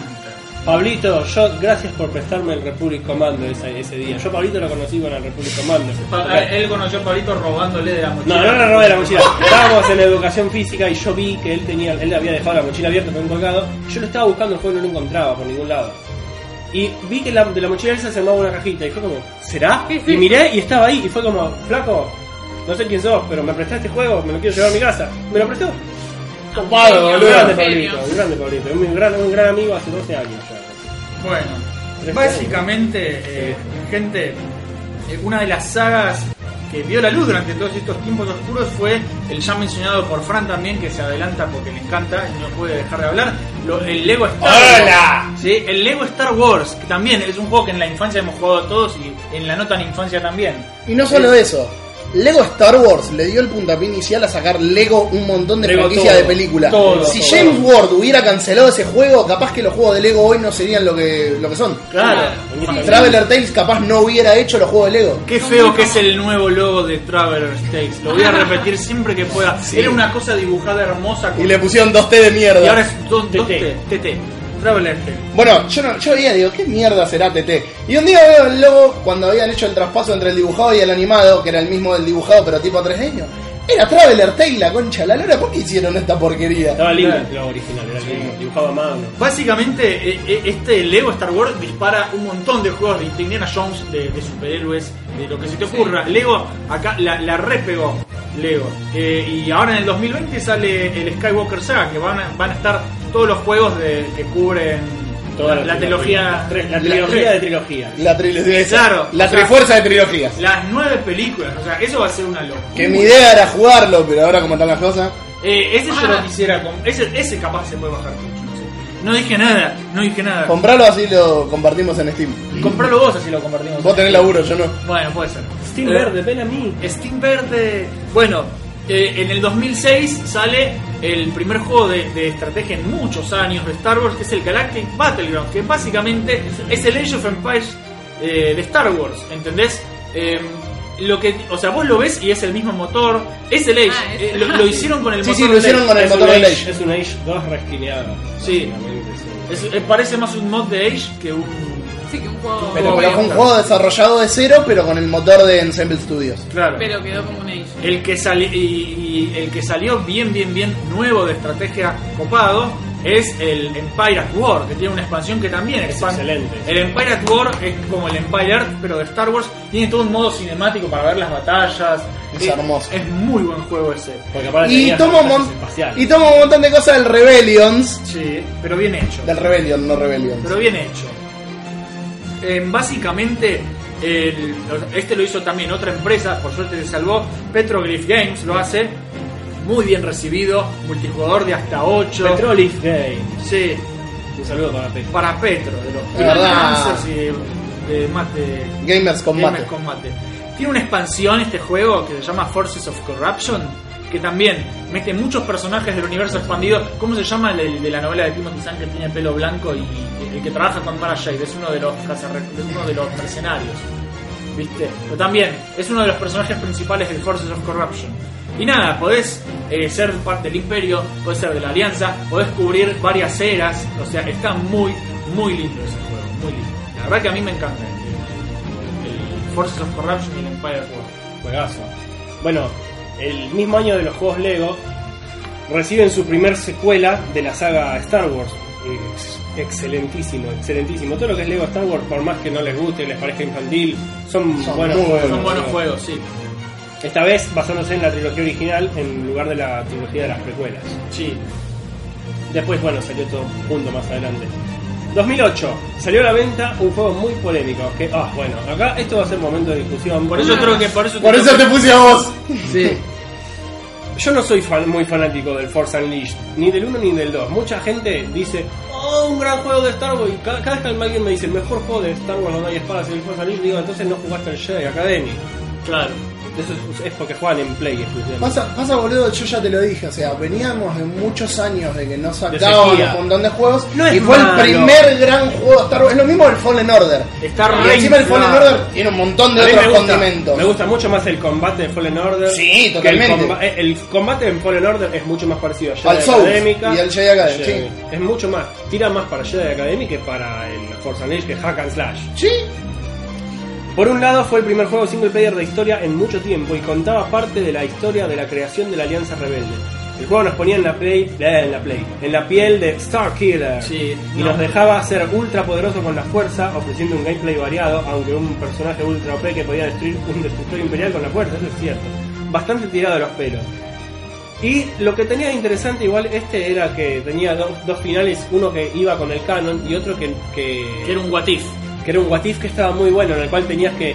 S2: Pablito, yo gracias por prestarme el Republic Commando ese, ese día. Yo Pablito lo conocí con el Republic Commando.
S3: Ah,
S4: Pa-
S3: eh,
S4: él conoció a Pablito robándole de la
S2: No,
S4: mochila.
S2: no le robé la mochila. Estábamos en educación física y yo vi que él tenía, él había dejado la mochila abierta con un colgado. Yo lo estaba buscando el juego y no lo encontraba por ningún lado. Y vi que la- de la mochila esa se armaba una cajita y fue como, ¿será?
S3: Sí, sí.
S2: Y miré y estaba ahí y fue como, flaco, no sé quién sos, pero me prestaste este juego, me lo quiero llevar a mi casa. Me lo prestó.
S3: Copado,
S2: un
S3: boludo.
S2: grande
S3: Genio.
S2: Pablito, un grande Pablito, un gran, un gran amigo hace 12 años ya.
S4: Bueno, básicamente, eh, gente, eh, una de las sagas que vio la luz durante todos estos tiempos oscuros fue el ya mencionado por Fran también, que se adelanta porque le encanta y no puede dejar de hablar, lo- el Lego Star Wars.
S1: ¡Hola!
S4: Sí, el Lego Star Wars, que también es un juego que en la infancia hemos jugado todos y en la no tan infancia también.
S1: Y no solo eso, Lego Star Wars le dio el puntapié inicial a sacar Lego un montón de
S2: Lego
S1: franquicias
S2: todo,
S1: de películas.
S4: todo,
S1: si
S2: todo.
S1: James Ward hubiera cancelado ese juego, capaz que los juegos de Lego hoy no serían lo que, lo que son.
S4: Claro.
S2: Claro.
S1: Traveler Tales capaz no hubiera hecho los juegos de Lego.
S4: Qué feo que es el nuevo logo de Traveler's Tales. Lo voy a repetir siempre que pueda. Era una cosa dibujada hermosa
S1: Y
S4: con
S1: le pusieron 2T de mierda.
S4: Y ahora es dos-
S2: TT.
S4: dos T, TT. Traveler T.
S1: Bueno, yo, no, yo veía, digo, ¿qué mierda será TT? Y un día veo el logo cuando habían hecho el traspaso entre el dibujado y el animado, que era el mismo del dibujado, pero tipo 3D. Era Traveler Tales, la concha de la lora. ¿Por qué hicieron esta porquería?
S2: Estaba lindo
S4: Claro.
S2: el logo original, era lindo, dibujado a mano.
S4: Básicamente, eh, eh, este Lego Star Wars dispara un montón de juegos de Indiana Jones, de, de superhéroes, de lo que se te ocurra. Lego, acá la, la repegó. Lego. Eh, y ahora en el 2020 sale el Skywalker Saga, que van a, van a estar todos los juegos de, que cubren
S2: Toda
S4: la, la trilogía.
S2: Tres- La
S4: las
S2: trilogía de trilogía.
S1: La trilogía.
S4: Claro.
S1: La trifuerza de trilogías.
S4: Las nueve películas, o sea, eso va a ser una locura.
S1: Que mi idea era jugarlo, pero ahora como están las cosas.
S4: Eh, ese yo
S3: Ah.
S4: lo quisiera. com- Ese, ese capaz se puede bajar mucho. No, sé. No dije nada, no dije nada.
S1: Compralo así lo compartimos en Steam.
S4: Compralo vos así lo compartimos.
S1: Vos tenés laburo, yo no.
S4: Bueno, puede ser.
S2: Steam
S4: Eh,
S2: Verde, ven a mí.
S4: Steam Verde. Bueno, eh, en el 2006 sale el primer juego de, de estrategia en muchos años de Star Wars, que es el Galactic Battleground, que básicamente es el Age of Empires eh, de Star Wars, ¿entendés? Eh, lo que, o sea, vos lo ves y es el mismo motor, es el Age.
S3: Ah, es-
S4: Eh, lo, lo hicieron con el
S1: Sí,
S4: motor.
S1: sí, lo
S4: del
S1: hicieron
S4: Age.
S1: con el
S2: es
S1: motor
S2: un
S1: del
S2: Age,
S1: Age.
S2: Es un Age 2 resquineado.
S4: Sí.
S2: básicamente, sí.
S4: Es- eh, parece más un mod de Age que un.
S3: Sí, que un juego.
S1: Pero
S4: Pero
S1: fue un
S4: bueno.
S1: juego desarrollado de cero, pero con el motor de Ensemble Studios.
S4: Claro.
S3: pero quedó como un age.
S4: El que, sali- y, y el que salió bien, bien, bien nuevo de estrategia copado es el Empire at War, que tiene una expansión que también
S2: Es
S4: expande.
S2: excelente.
S4: El Empire at War es como el Empire Earth, pero de Star Wars. Tiene todo un modo cinemático para ver las batallas.
S1: Es hermoso.
S4: Es muy buen juego ese.
S2: Porque aparte
S1: Y
S2: tenía
S1: toma, un
S2: fantasmas
S1: mon-
S2: espaciales.
S1: y toma un montón de cosas del Rebellions.
S4: Sí, pero bien hecho.
S1: Del Rebellion, no Rebellions.
S4: pero bien hecho. Eh, básicamente, el- este lo hizo también otra empresa, por suerte se salvó, Petroglyph Games lo hace, muy bien recibido, multijugador de hasta 8.
S2: Petrolif Games.
S4: Sí,
S2: Un saludo para Petrolif.
S4: para Petro, de los
S1: verdad.
S4: freelancers y de, de más de-
S1: Gamers Combate.
S4: Gamers Combate. Tiene una expansión este juego que se llama Forces of Corruption, que también mete muchos personajes del universo expandido. ¿Cómo se llama el, el de la novela de Timothy Zahn que tiene pelo blanco y, y el que trabaja con Mara Jade? Es uno de los, cazarre- es uno de los mercenarios. ¿Viste? Pero también es uno de los personajes principales del Forces of Corruption. Y nada, podés eh, ser parte del Imperio, podés ser de la Alianza, podés cubrir varias eras. O sea, está muy, muy lindo ese juego, muy lindo. La verdad que a mí me encanta el, el Forces of Corruption y el Empire War.
S2: Juegazo. Bueno, el mismo año de los juegos Lego reciben su primer secuela de la saga Star Wars. Ex- Excelentísimo, excelentísimo. Todo lo que es Lego Star Wars, por más que no les guste, les parezca infantil, son,
S1: Son
S2: buenos
S1: muy
S2: juegos.
S4: Son buenos juegos, sí.
S2: Esta vez basándose en la trilogía original en lugar de la trilogía de las precuelas.
S4: Sí.
S2: Después, bueno, salió todo junto más adelante. 2008, salió a la venta un juego muy polémico. Que, ah, bueno, acá esto va a ser momento de discusión.
S4: Por eso
S2: Ah.
S4: creo que por eso.
S1: Por eso te puse a vos.
S4: Sí.
S2: Yo no soy fan- muy fanático del Force Unleashed, ni del 1 ni del 2. Mucha gente dice, oh, un gran juego de Star Wars. Y cada, cada vez que alguien me dice, el mejor juego de Star Wars donde hay espadas en el Force Unleashed, digo, entonces no jugaste al Jedi Academy.
S4: Claro.
S2: Eso es, es porque juegan en Play exclusivamente.
S1: Pasa, pasa, boludo, yo ya te lo dije, o sea, veníamos de muchos años de que no sacábamos
S2: sequía.
S1: un montón de juegos
S2: No es
S1: y fue
S2: malo.
S1: el primer gran juego de Star Wars. Es lo mismo el Fallen Order.
S4: Está
S1: y
S4: re
S1: encima el Fallen
S4: inflado.
S1: Order tiene un montón de
S2: A mí
S1: otros
S2: me gusta,
S1: condimentos.
S2: me gusta mucho más el combate de Fallen Order.
S1: Sí,
S2: que el
S1: totalmente.
S2: comba- eh, el, combate en Fallen Order es mucho más parecido a Jedi
S1: Al Souls
S2: Academica.
S1: y al Jedi Academy,
S2: Jedi. Es mucho más, tira más para Jedi Academy que para el Force Unleashed, que Hack and Slash.
S1: Sí,
S2: Por un lado, fue el primer juego single player de historia en mucho tiempo y contaba parte de la historia de la creación de la Alianza Rebelde. El juego nos ponía en la play, eh, en la play, en la piel de Star Killer
S4: Sí,
S2: y
S4: no.
S2: nos dejaba ser ultra poderoso con la fuerza, ofreciendo un gameplay variado, aunque un personaje ultra OP que podía destruir un destructor imperial con la fuerza, eso es cierto. Bastante tirado de los pelos. Y lo que tenía interesante igual este era que tenía dos, dos finales, uno que iba con el canon y otro que, que-
S4: Era un what if.
S2: que era un what if que estaba muy bueno, en el cual tenías que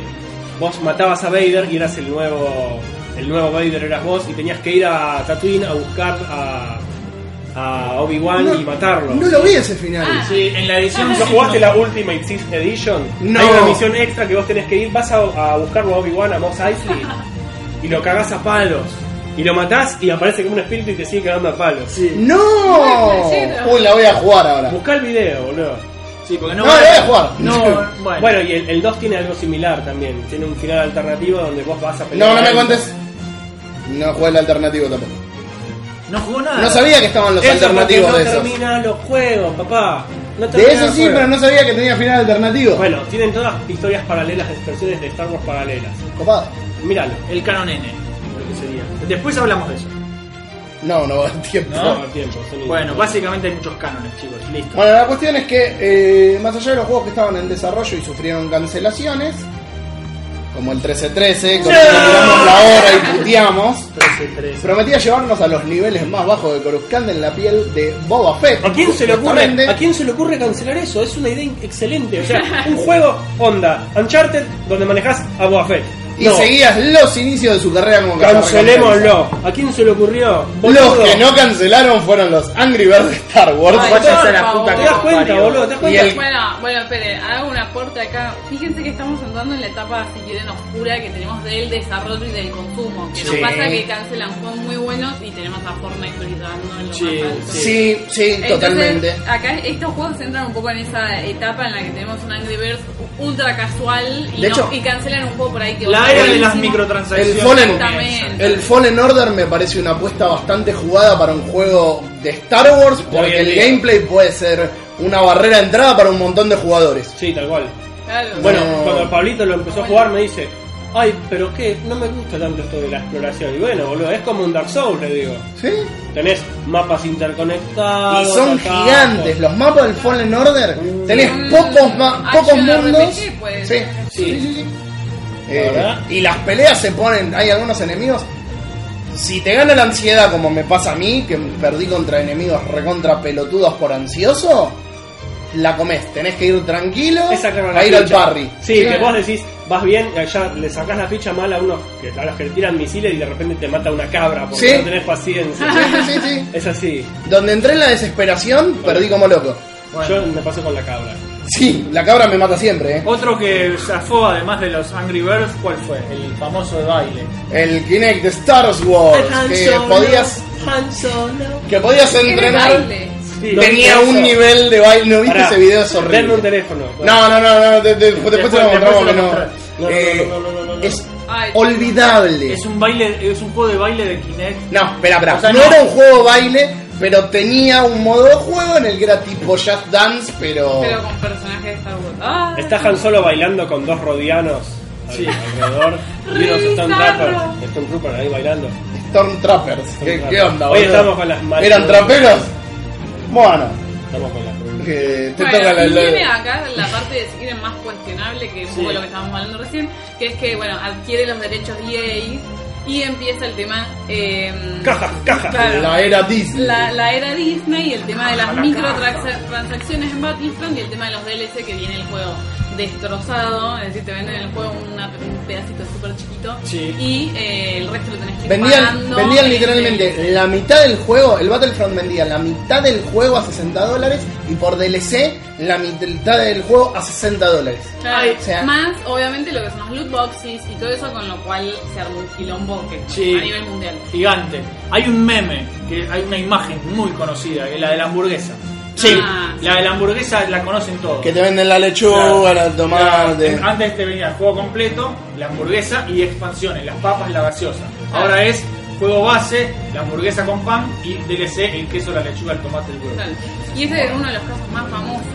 S2: vos matabas a Vader y eras el nuevo el nuevo Vader eras vos y tenías que ir a Tatooine a buscar a, a Obi-Wan
S1: No,
S2: y matarlo.
S1: no lo vi ese final.
S3: Ah.
S4: Sí, en la edición.
S2: ¿No
S4: sí,
S2: jugaste
S4: no.
S2: la Ultimate Six Edition?
S1: No.
S2: Hay una misión extra que vos tenés que ir, vas a, a buscarlo a Obi-Wan, a Mos Eisley, y lo cagás a palos. Y lo matás y aparece como un espíritu y te sigue cagando a palos.
S4: Sí.
S1: ¡No!
S3: Sí, sí, no.
S1: Uy, la voy a jugar ahora.
S2: Buscá el video, boludo.
S4: Sí, porque no.
S1: No, lo voy a jugar.
S4: No, bueno.
S2: Bueno, y el, el 2 tiene algo similar también. Tiene un final alternativo donde vos vas a pelear.
S1: No, no me
S2: con-
S1: cuentes. No jugué el alternativo tampoco.
S4: No jugó nada.
S1: No sabía que estaban los
S2: Ah. Eso porque
S1: alternativos
S2: no
S1: de esos.
S2: termina los juegos, papá. No
S1: De
S2: termina
S1: eso
S2: los
S1: sí,
S2: juegos.
S1: pero no sabía que tenía final alternativo.
S2: Bueno, tienen todas historias paralelas, expresiones de Star Wars paralelas.
S1: Copado.
S2: Míralo.
S4: El canon N, lo que sería. Después hablamos de eso.
S1: No, no, el tiempo.
S4: ¿No?
S2: No, tiempo, son
S4: Bueno,
S2: iguales.
S4: básicamente hay muchos cánones, chicos. Listo.
S1: Bueno, la cuestión es que eh, más allá de los juegos que estaban en desarrollo y sufrieron cancelaciones, como el 1313, con el que tiramos la hora y puteamos,
S4: 13, 13.
S1: prometía llevarnos a los niveles más bajos de Coruscant en la piel de Boba Fett.
S2: ¿A quién, se le ocurre,
S1: Justamente.
S2: ¿A quién se le ocurre cancelar eso? Es una idea in- excelente. O sea, un juego onda Uncharted donde manejás a Boba Fett.
S1: Y
S2: No,
S1: seguías los inicios de su carrera como
S2: cancelémoslo. ¿A quién se le ocurrió?
S1: Los
S2: Boludo.
S1: que no cancelaron fueron los Angry Birds de Star Wars.
S3: Ay,
S4: Vaya a ser
S3: por
S4: la puta
S3: favor.
S4: que
S2: ¿Te das
S4: los
S2: cuenta,
S4: parió.
S2: boludo? ¿Te das
S1: Y
S2: cuenta?
S1: el-
S3: Bueno, bueno, espere, hago un aporte acá. Fíjense que estamos entrando en la etapa, si quieren, oscura que tenemos del desarrollo y del consumo. Que nos
S1: Sí.
S3: pasa que cancelan juegos muy buenos y tenemos a Fortnite priorizando en lo
S4: Sí,
S3: más alto.
S1: Sí, sí,
S3: Entonces,
S1: totalmente.
S3: Acá estos juegos entran un poco en esa etapa en la que tenemos un Angry Birds ultra casual y,
S1: De
S3: no-
S1: hecho,
S3: y cancelan un juego por ahí que va a
S4: La
S3: ser
S4: era de las
S3: buenísimo.
S4: microtransacciones.
S1: El Fallen-
S4: comienza.
S1: El Fallen Order me parece una apuesta bastante jugada para un juego de Star Wars
S2: Hoy en
S1: porque el
S2: día.
S1: gameplay puede ser una barrera de entrada para un montón de jugadores.
S2: Sí, tal cual.
S3: Claro.
S2: Bueno,
S1: No.
S2: cuando Pablito lo empezó a jugar me dice, ay, pero qué, no me gusta tanto esto de la exploración. Y bueno, boludo, es como un Dark Souls, le digo.
S1: ¿Sí?
S2: Tenés mapas
S1: y
S2: interconectados.
S1: son
S2: atajos.
S1: gigantes. Los mapas del Fallen Order tenés
S3: Mm.
S1: pocos, ma-
S3: Action
S1: pocos mundos.
S3: RPG puede
S1: Sí,
S3: ser.
S1: sí, sí, sí. Eh,
S2: ¿Verdad?
S1: y las peleas se ponen. Hay algunos enemigos. Si te gana la ansiedad, como me pasa a mí, que perdí contra enemigos recontra pelotudos por ansioso, la comés. Tenés que ir tranquilo
S2: Es sacar una
S1: a ir al
S2: ficha.
S1: parry.
S2: Sí,
S3: Claro.
S2: que vos decís, vas bien, ya le sacás la ficha mal a unos que, a los que le tiran misiles y de repente te mata una cabra porque
S1: Sí.
S2: no tenés paciencia.
S1: Sí, sí, sí, sí.
S2: es así.
S1: Donde entré en la desesperación, perdí como loco.
S2: Yo me paso con la cabra.
S1: Sí, la cabra me mata siempre, ¿eh?
S4: Otro que zafó, además de los Angry Birds, ¿cuál fue? El famoso de baile.
S1: El Kinect de Star
S5: Pues
S1: Wars, Pues que podías, que podías entrenar.
S3: baile.
S2: Sí,
S1: Tenía
S2: eso.
S1: un nivel de baile, ¿no viste
S2: Pará,
S1: ese video? Es
S2: denme un
S1: horrible.
S2: teléfono.
S1: No, no, no, no, de- de- después,
S4: Después-
S1: te lo mostramos
S4: después
S1: que
S4: te lo
S1: no.
S4: mostramos.
S2: No, no,
S1: Eh,
S2: no, no, no, no, no.
S1: Es
S3: Ay,
S1: olvidable.
S4: Es un baile, es un juego de baile de Kinect.
S1: No, espera, espera.
S4: O sea,
S1: no,
S4: no.
S1: era un juego baile, pero tenía un modo de juego en el que era tipo Just Dance, pero.
S3: Pero con personajes de Star Wars. Ah,
S2: Está Han Solo bailando con dos rodianos al- alrededor. y unos
S3: Re bizarro.
S2: Stormtroopers. Stormtroopers ahí bailando.
S1: Stormtroopers. ¿Qué, qué onda,
S2: Hoy
S1: boludo?
S2: estamos con las manos.
S1: ¿Eran traperos? Bueno,
S2: Estamos con las
S1: que te
S3: Bueno,
S1: toca la.
S3: y
S1: la-
S3: viene acá la parte de si quieren más cuestionable que un poco
S2: Sí.
S3: lo que estábamos hablando recién, que es que bueno, adquiere los derechos EA y empieza el tema eh,
S2: Caja, caja.
S3: claro,
S1: la era Disney.
S3: la, la era Disney y el tema de las microtransacciones en Battlefront y el tema de los DLC que viene el juego destrozado, es decir, te venden el juego una- un pedacito súper chiquito
S4: Sí.
S3: y eh, el resto lo tenés que ir
S1: Vendían,
S3: pagando,
S1: vendían
S3: eh,
S1: literalmente la mitad del juego, el Battlefront vendía la mitad del juego a 60 dólares y por DLC la mitad del juego a 60 dólares.
S3: Claro.
S1: Ay, o sea-
S3: más obviamente lo que son los loot boxes y todo eso con lo cual se armó un quilombo que-
S4: Sí.
S3: a nivel mundial.
S4: Gigante. Hay un meme, que hay una imagen muy conocida, que es la de la hamburguesa.
S3: Sí. Ah,
S4: La de la hamburguesa la conocen todos.
S1: Que te venden la lechuga, el tomate.
S4: Claro. Antes te venía el juego completo, la hamburguesa y expansiones, las papas, la gaseosa.
S3: Ah.
S4: Ahora es juego base, la hamburguesa con pan y DLC, el queso, la lechuga, el tomate, el huevo.
S3: Tal. Y ese es uno de los casos más famosos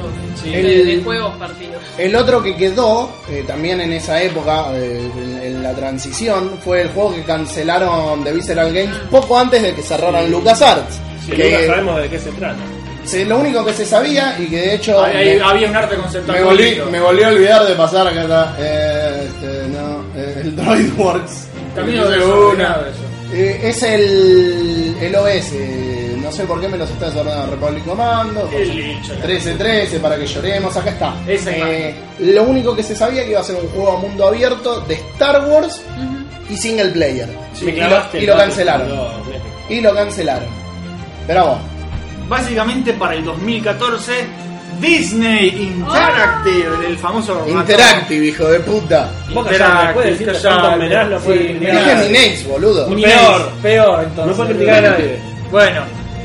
S4: Sí.
S3: de,
S1: El-
S3: de juegos partidos.
S1: El otro que quedó, eh, también en esa época, eh, en, en la transición, fue el juego que cancelaron de Visceral Games
S3: Ah.
S1: poco antes de que cerraran LucasArts.
S2: Si
S1: que
S2: nunca sabemos de qué se trata.
S1: se- lo único que se sabía y que de hecho
S4: Ahí- ahí
S1: me,
S4: había un arte conceptual.
S1: me volví,
S4: bonito.
S1: me volví a olvidar de pasar acá está, eh, este, no, eh, el Droidworks.
S4: Camino de
S1: Eso,
S4: una.
S1: Eh, es el, el OS, eh, no sé por qué me los está desarrollando Republic Commando.
S4: El licho, la-
S1: 13-13 para que lloremos, acá está.
S4: Esa
S1: Eh, lo único que se sabía que iba a ser un juego a mundo abierto de Star Wars y single player.
S2: Me
S1: y, lo,
S2: clavaste
S1: y lo
S2: el
S1: cancelaron.
S2: dato, no, no.
S1: Y lo cancelaron. Pero bueno,
S4: Básicamente para el 2014, Disney Interactive,
S3: Ah.
S4: el famoso ratón.
S1: Interactive, hijo de puta.
S2: Vos callate, después decís que
S4: callate.
S2: Phantom Menace no fue
S4: Sí,
S1: Me
S2: eliminado.
S1: dije
S2: Claro.
S1: mi next, boludo.
S4: Mi
S2: Peor,
S4: next. peor entonces.
S2: No puedo criticar a nadie.
S4: Bueno,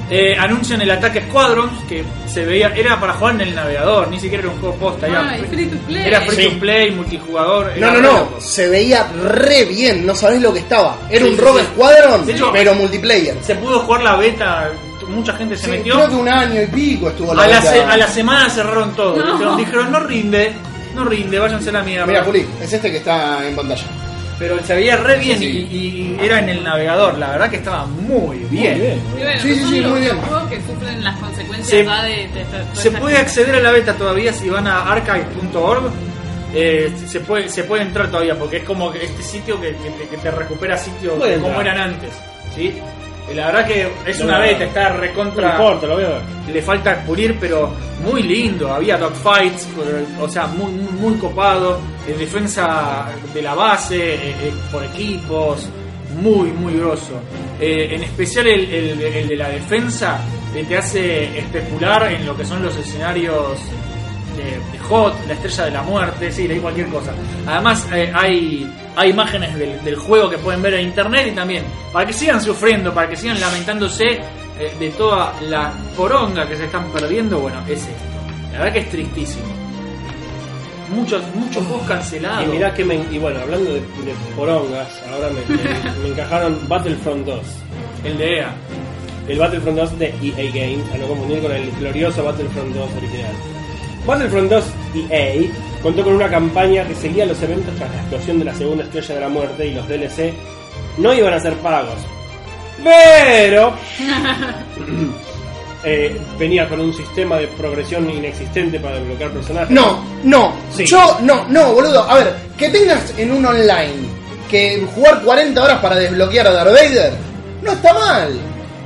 S4: eh, anuncian el ataque Squadrons que se veía, era para jugar en el navegador, ni siquiera era un juego posta.
S3: Ah,
S4: era
S3: y free to play.
S4: era free
S2: Sí.
S4: to play, multijugador.
S1: No,
S4: era
S1: no,
S4: re-
S1: no. Se veía re bien, no sabés lo que estaba. Era
S4: Sí,
S1: un
S4: sí,
S1: Rogue
S4: sí.
S1: Squadron,
S4: De hecho,
S1: pero multiplayer.
S4: Se pudo jugar la beta, t- mucha gente se
S1: Sí,
S4: metió.
S1: creo que un año y pico estuvo la
S4: a, la
S1: beta.
S4: se- a la semana cerraron todo.
S3: No.
S4: Dijeron, dijeron, no rinde, no rinde, váyanse a la mierda.
S1: Mira, Juli, es este que está en pantalla.
S4: Pero se veía re bien
S1: Sí.
S4: y, y era en el navegador, la verdad que estaba muy bien.
S3: Y bueno,
S1: Sí, sí,
S3: son
S1: sí,
S3: los,
S1: muy bien.
S3: los juegos que sufren las consecuencias
S4: Se-
S3: va, de, de- de- de-
S4: Se
S3: de-
S4: puede acceder a la beta todavía si van a archive.org. eh, se, puede, se puede entrar todavía porque es como que este sitio que, que te- que te recupera sitios
S2: Puede
S4: como
S2: entrar.
S4: eran antes. ¿sí? Y La verdad que es
S2: No,
S4: una
S2: no,
S4: beta,
S2: no.
S4: está
S2: No
S4: recontra.
S2: importa, lo voy a ver.
S4: le falta pulir, pero muy lindo. Había dogfights, eh, o sea, muy, muy copado. eh, defensa de la base, eh, eh, por equipos, muy, muy grosso. Eh, en especial el, el- el de la defensa, que te hace especular en lo que son los escenarios de, de Hot, la estrella de la muerte, sí, leí cualquier cosa. Además, eh, hay, hay imágenes del, del juego que pueden ver en internet y también para que sigan sufriendo, para que sigan lamentándose eh, de toda la poronga que se están perdiendo. Bueno, es esto. La verdad que es tristísimo. Muchos, muchos juegos cancelados.
S2: Y mirá que me. Y bueno, hablando de, de porongas, ahora me, me- me encajaron Battlefront 2.
S4: El de EA.
S2: El Battlefront 2 de EA Games, a no confundir con el glorioso Battlefront 2 original. Battlefront 2 EA contó con una campaña que seguía los eventos tras la explosión de la segunda estrella de la muerte y los DLC no iban a ser pagos. Pero eh, venía con un sistema de progresión inexistente para desbloquear personajes.
S1: No, no,
S2: Sí.
S1: yo no, no, boludo. A ver, que tengas en un online que jugar 40 horas para desbloquear a Darth Vader, no está mal.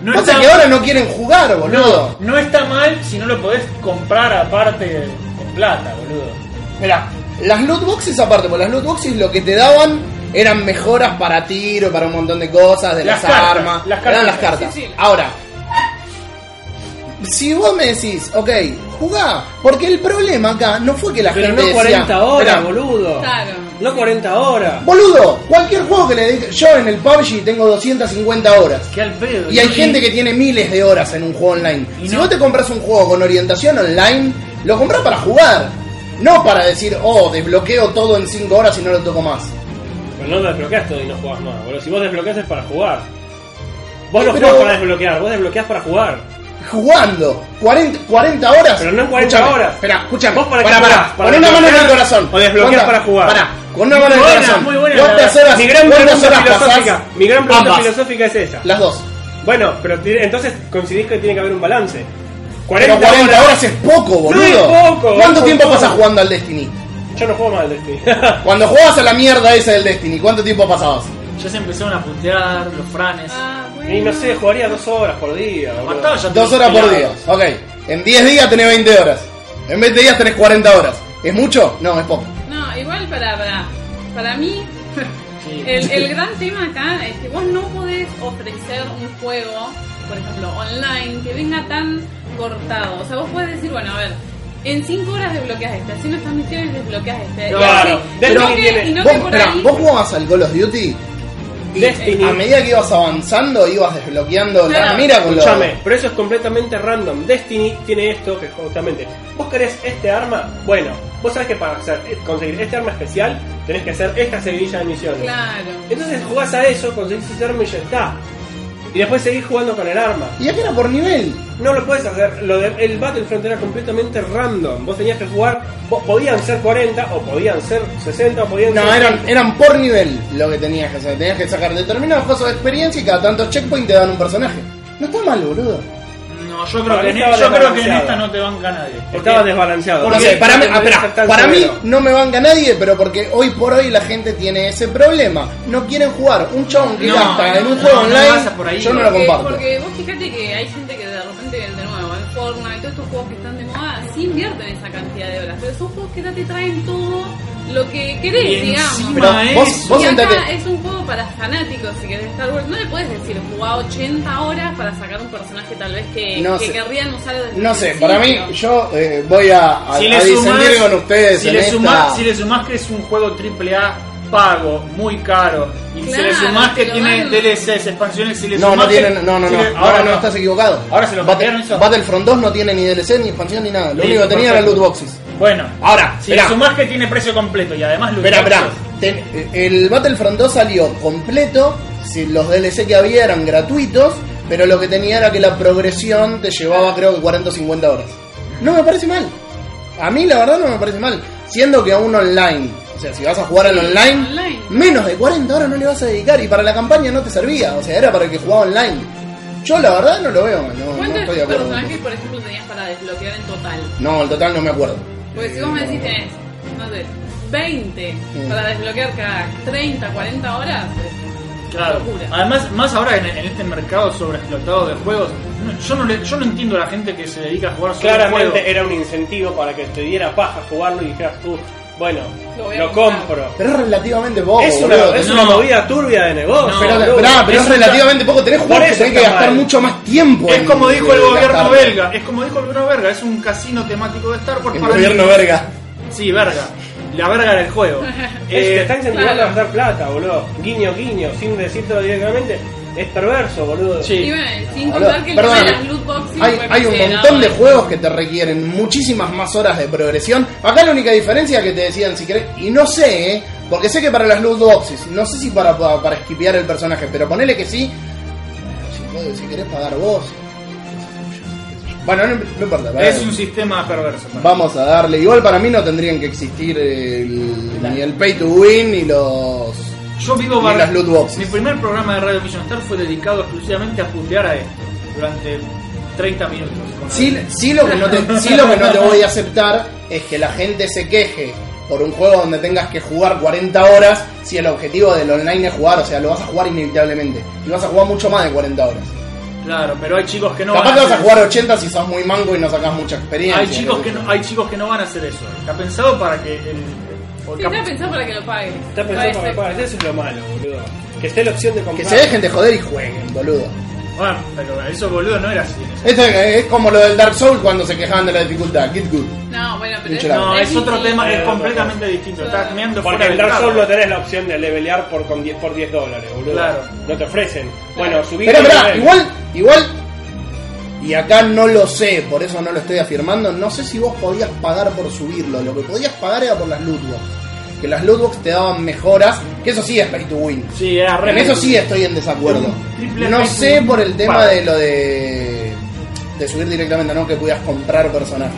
S4: no
S1: Pasa
S4: está-
S1: que ahora no quieren jugar, boludo.
S4: No, no está mal si no lo podés comprar aparte con plata, boludo.
S1: Mira, las loot boxes aparte, porque las loot boxes lo que te daban eran mejoras para tiro, para un montón de cosas, de
S4: Las
S1: las,
S4: cartas,
S1: armas,
S4: las
S1: eran
S4: cartas.
S1: las cartas.
S3: Sí, sí.
S1: Ahora, si vos me decís, ok, jugá, porque el problema acá no fue que la
S2: Pero
S1: gente
S2: no 40
S1: decía,
S2: horas,
S1: "Esperá,
S2: boludo.
S3: Claro.
S2: No 40 horas.
S1: Boludo, cualquier juego que le dedique, yo en el PUBG tengo 250 horas.
S4: Qué al pedo.
S1: Y hay gente que tiene miles de horas en un juego online.
S4: Y
S1: si
S4: no.
S1: vos te compras un juego con orientación online, lo compras para jugar. No para decir, oh, desbloqueo todo en 5 horas y no lo toco más.
S2: Pero no desbloqueas todo y no jugás más, boludo. Si vos desbloqueas es para jugar. Vos no
S1: Pero-
S2: jugás para desbloquear, vos desbloqueás para jugar.
S1: Jugando 40, 40 horas.
S2: Pero no en 40
S1: Escuchame,
S2: horas.
S1: Espera, escúchame.
S2: ¿Vos para qué
S1: Pará, pará.
S2: jugás? ¿Para
S1: Pon una mano en el
S2: desbloquear
S1: corazón.
S2: o desbloquear
S1: Anda,
S2: para jugar?
S1: Pará, con una mano en
S4: Muy
S1: el
S4: buena,
S1: corazón.
S4: muy buena la
S1: ¿Cuántas
S4: verdad.
S1: horas,
S2: Mi gran
S1: cuántas
S2: pregunta
S1: horas
S2: filosófica.
S1: pasás?
S2: Mi gran pregunta
S1: Ambas.
S2: filosófica es esa.
S1: Las dos.
S2: Bueno, pero ti- entonces coincidís que tiene que haber un balance.
S1: Pero
S2: 40,
S1: 40
S2: horas.
S1: horas, es poco, boludo.
S2: es poco, es
S1: ¿Cuánto
S2: un
S1: tiempo
S2: montón.
S1: pasas jugando al Destiny?
S2: Yo no juego más al Destiny.
S1: Cuando jugabas a la mierda esa del Destiny, ¿cuánto tiempo pasabas?
S4: Ya se empezaron a putear los franes.
S3: Ah, bueno.
S2: y no sé, jugaría dos horas por día. boludo.
S4: Mataba ya
S1: Dos
S4: te-
S1: horas por día.
S4: pelados.
S1: Ok. En 10 días tenés 20 horas. En 20 días tenés 40 horas. ¿Es mucho? No, es poco.
S3: No, igual para, para, para mí,
S4: Sí.
S3: el, el gran tema acá es que vos no podés ofrecer un juego, por ejemplo, online, que venga tan cortado. O sea, vos podés decir, bueno, a ver, en 5 horas desbloqueas este, haciendo estas misiones desbloqueas este. Y
S2: Claro,
S3: así, y
S2: Destiny
S3: no que-
S2: tiene-
S3: y no
S1: vos,
S3: que por
S1: esperá,
S3: ahí-
S1: vos jugabas al Call of Duty y eh,
S2: Destiny.
S1: a medida que ibas avanzando ibas desbloqueando la
S3: Claro.
S1: mira con los...
S2: Escuchame, pero eso es completamente random. Destiny tiene esto que justamente. ¿Vos querés este arma? Bueno, vos sabés que para hacer- conseguir este arma especial tenés que hacer esta seguidilla de misiones.
S3: Claro.
S2: Entonces jugás a eso, conseguís ese arma y ya está. Y después seguís jugando con el arma.
S1: Y acá era por nivel.
S2: No lo puedes hacer. Lo de- el Battlefront era completamente random. Vos tenías que jugar. vos- podían ser 40, o podían ser 60, o podían
S1: No,
S2: ser.
S1: eran, eran por nivel lo que tenías que hacer. Tenías que sacar determinados cosas de experiencia y cada tantos checkpoint te dan un personaje. No está mal, boludo.
S4: No, yo creo,
S2: Para
S4: que
S2: mí
S4: en,
S2: estaba
S4: yo creo que en
S2: desbalanceado.
S4: esta no te banca nadie. Porque-
S2: Estaba desbalanceado.
S1: No
S2: ¿Por
S1: sé,
S2: qué?
S1: para, mí,
S2: No tendrías
S1: espera,
S2: que estar
S1: para mí
S2: seguro.
S1: no me banca nadie, pero porque hoy por hoy la gente tiene ese problema. No quieren jugar. Un chabón que
S4: No,
S1: gasta en un
S4: no,
S1: juego
S4: no
S1: online,
S4: vas a por ahí,
S1: yo no lo
S4: porque-
S3: Porque,
S1: comparto.
S3: porque vos fíjate que hay gente que de repente, de nuevo, en Fortnite, todos estos juegos que están de moda, sí invierten esa cantidad de horas, pero son juegos que ya te traen todo lo que querés,
S4: Y
S3: digamos.
S4: encima
S1: Pero vos-
S4: es-
S1: vos
S3: y acá
S1: sentate-
S3: es un juego para fanáticos, si querés Star Wars. No le puedes decir, jugá 80 horas para sacar un personaje tal vez que,
S1: No
S3: que
S1: sé.
S3: querrían usar desde
S1: No
S3: el
S1: sé,
S3: principio.
S1: para mí, yo eh, voy a, a,
S4: si
S1: a
S4: le
S1: disentir
S4: sumás,
S1: con ustedes
S4: si
S1: en
S4: le
S1: esta.
S4: sumás- si le sumás que es un juego triple A pago, muy caro, y si le
S3: Claro,
S4: sumás que
S3: pero
S4: tiene
S3: bueno.
S4: DLCs, expansiones, si le
S1: No,
S4: sumás
S1: no
S4: que-
S1: tienen, no, no,
S4: si
S1: no,
S4: le-
S1: ahora no, estás equivocado.
S4: Ahora se lo
S1: Battle-
S4: cambiaron eso.
S1: Battlefront 2 no tiene ni DLC, ni expansión, ni nada. Lo
S4: Listo,
S1: único que tenía era
S4: perfecto.
S1: loot boxes.
S4: Bueno,
S1: Ahora,
S4: si
S1: esperá.
S4: le sumás que tiene precio completo y además lo
S1: Espera, espera. el Battlefront 2 salió completo, si los DLC que había eran gratuitos, pero lo que tenía era que la progresión te llevaba creo que 40 o 50 horas. No me parece mal. A mí la verdad no me parece mal. Siendo que a un online, o sea, si vas a jugar al
S3: Sí,
S1: online,
S3: online.
S1: menos de 40 horas no le vas a dedicar y para la campaña no te servía, o sea, era para el que jugaba online. Yo la verdad no lo veo, mal, no, no
S3: ¿Cuántos
S1: estoy de acuerdo. con
S3: personajes,
S1: eso.
S3: por ejemplo, tenías para desbloquear en total?
S1: No, el total no me acuerdo.
S3: Porque Pues si vos me decís tenés, no sé, 20
S1: Mm.
S3: para desbloquear cada 30, 40 horas, es
S4: Claro.
S3: locura.
S4: Además, más ahora en, en este mercado sobreexplotado de juegos, no- yo, no le- yo no entiendo a la gente que se dedica a jugar solo
S2: Claramente
S4: juegos.
S2: era un incentivo para que te diera paja jugarlo y dijeras tú, bueno,
S3: Lo
S2: lo,
S3: voy a comprar.
S2: compro.
S1: Pero es relativamente poco.
S2: es una,
S1: boludo.
S2: es
S4: no.
S2: una movida turbia de negocio.
S4: No,
S1: Pero,
S2: boludo.
S1: pero, pero
S2: Es
S1: es
S2: una-
S1: relativamente poco. Tenés
S2: Por
S1: juegos que
S2: eso
S1: tenés que
S2: está
S1: gastar
S2: mal.
S1: mucho más tiempo.
S4: Es
S1: en-
S4: como dijo el
S1: en
S4: gobierno
S1: gastar.
S4: belga, es como dijo el gobierno belga, es un casino temático de Star Wars
S1: El
S4: para
S1: gobierno
S4: niños.
S1: verga.
S4: Sí, verga. La verga del juego. Eh,
S2: es- te está incentivando
S3: claro.
S2: a gastar plata, boludo. Guiño, guiño, sin decirlo directamente. Es perverso, boludo.
S4: Sí.
S3: Y bueno, sin
S1: Boludo,
S3: contar que el tema de
S1: perdóname.
S3: las loot boxes
S1: Hay,
S3: fue
S1: hay un
S3: considerado
S1: montón de
S3: ahí.
S1: juegos que te requieren muchísimas más horas de progresión. Acá la única diferencia que te decían, si querés, y no sé, eh, porque sé que para las loot boxes, no sé si para, para, para esquipear el personaje, pero ponele que sí. Si, puedo- si querés pagar vos. Bueno, no, no importa. para-
S4: es un sistema perverso. para mí.
S1: Vamos a darle. Igual para mí no tendrían que existir el- ni el pay to win ni los.
S4: Yo vivo
S1: Y
S4: bar-
S1: las loot boxes.
S4: Mi primer programa de Radio Vision Star fue dedicado exclusivamente a putear a esto durante 30 minutos. con
S1: Sí,
S4: alguien.
S1: sí lo que no te, sí lo que no te voy a aceptar es que la gente se queje por un juego donde tengas que jugar 40 horas si el objetivo del online es jugar, o sea, lo vas a jugar inevitablemente. Y vas a jugar mucho más de 40 horas.
S4: Claro, pero hay chicos que no
S1: Capaz
S4: van a
S1: que vas a
S4: hacer
S1: jugar 80 si sos muy mango y no sacás mucha experiencia.
S4: hay chicos
S1: ¿no?
S4: que no hay chicos que no van a hacer eso está pensado para que el, o
S3: Sí,
S4: cap-
S3: está pensado para que lo pagues.
S2: Está
S3: Puede
S2: pensando para
S3: ser.
S2: pagar, eso es lo malo, boludo. Que esté la opción de comprar.
S1: Que se dejen de joder y jueguen, boludo.
S4: bueno pero eso boludo no era así en ese-
S1: Esto es es como lo del Dark Souls cuando se quejaban de la dificultad. Get good.
S3: No, bueno, pero
S1: Literal.
S4: no es otro
S3: distinto.
S4: tema es
S2: Claro,
S4: completamente distinto estás mirando
S2: Porque
S4: fuera
S2: en
S4: del
S2: Dark Souls
S4: campo.
S2: no tenés la opción de levelear por, con 10, por 10 dólares, boludo.
S4: Claro.
S2: No te ofrecen. Bueno, subir.
S1: Pero, pero, igual, igual. Y acá no lo sé, por eso no lo estoy afirmando. No sé si vos podías pagar por subirlo. Lo que podías pagar era por las lootbox. Que las lootbox te daban mejoras. Que eso sí es pay to win.
S4: sí era re
S1: En eso sí estoy en desacuerdo.
S4: Triple
S1: No
S4: pay to
S1: sé
S4: win.
S1: por el tema
S4: Pago.
S1: de lo de. de subir directamente, ¿no? Que podías comprar personajes.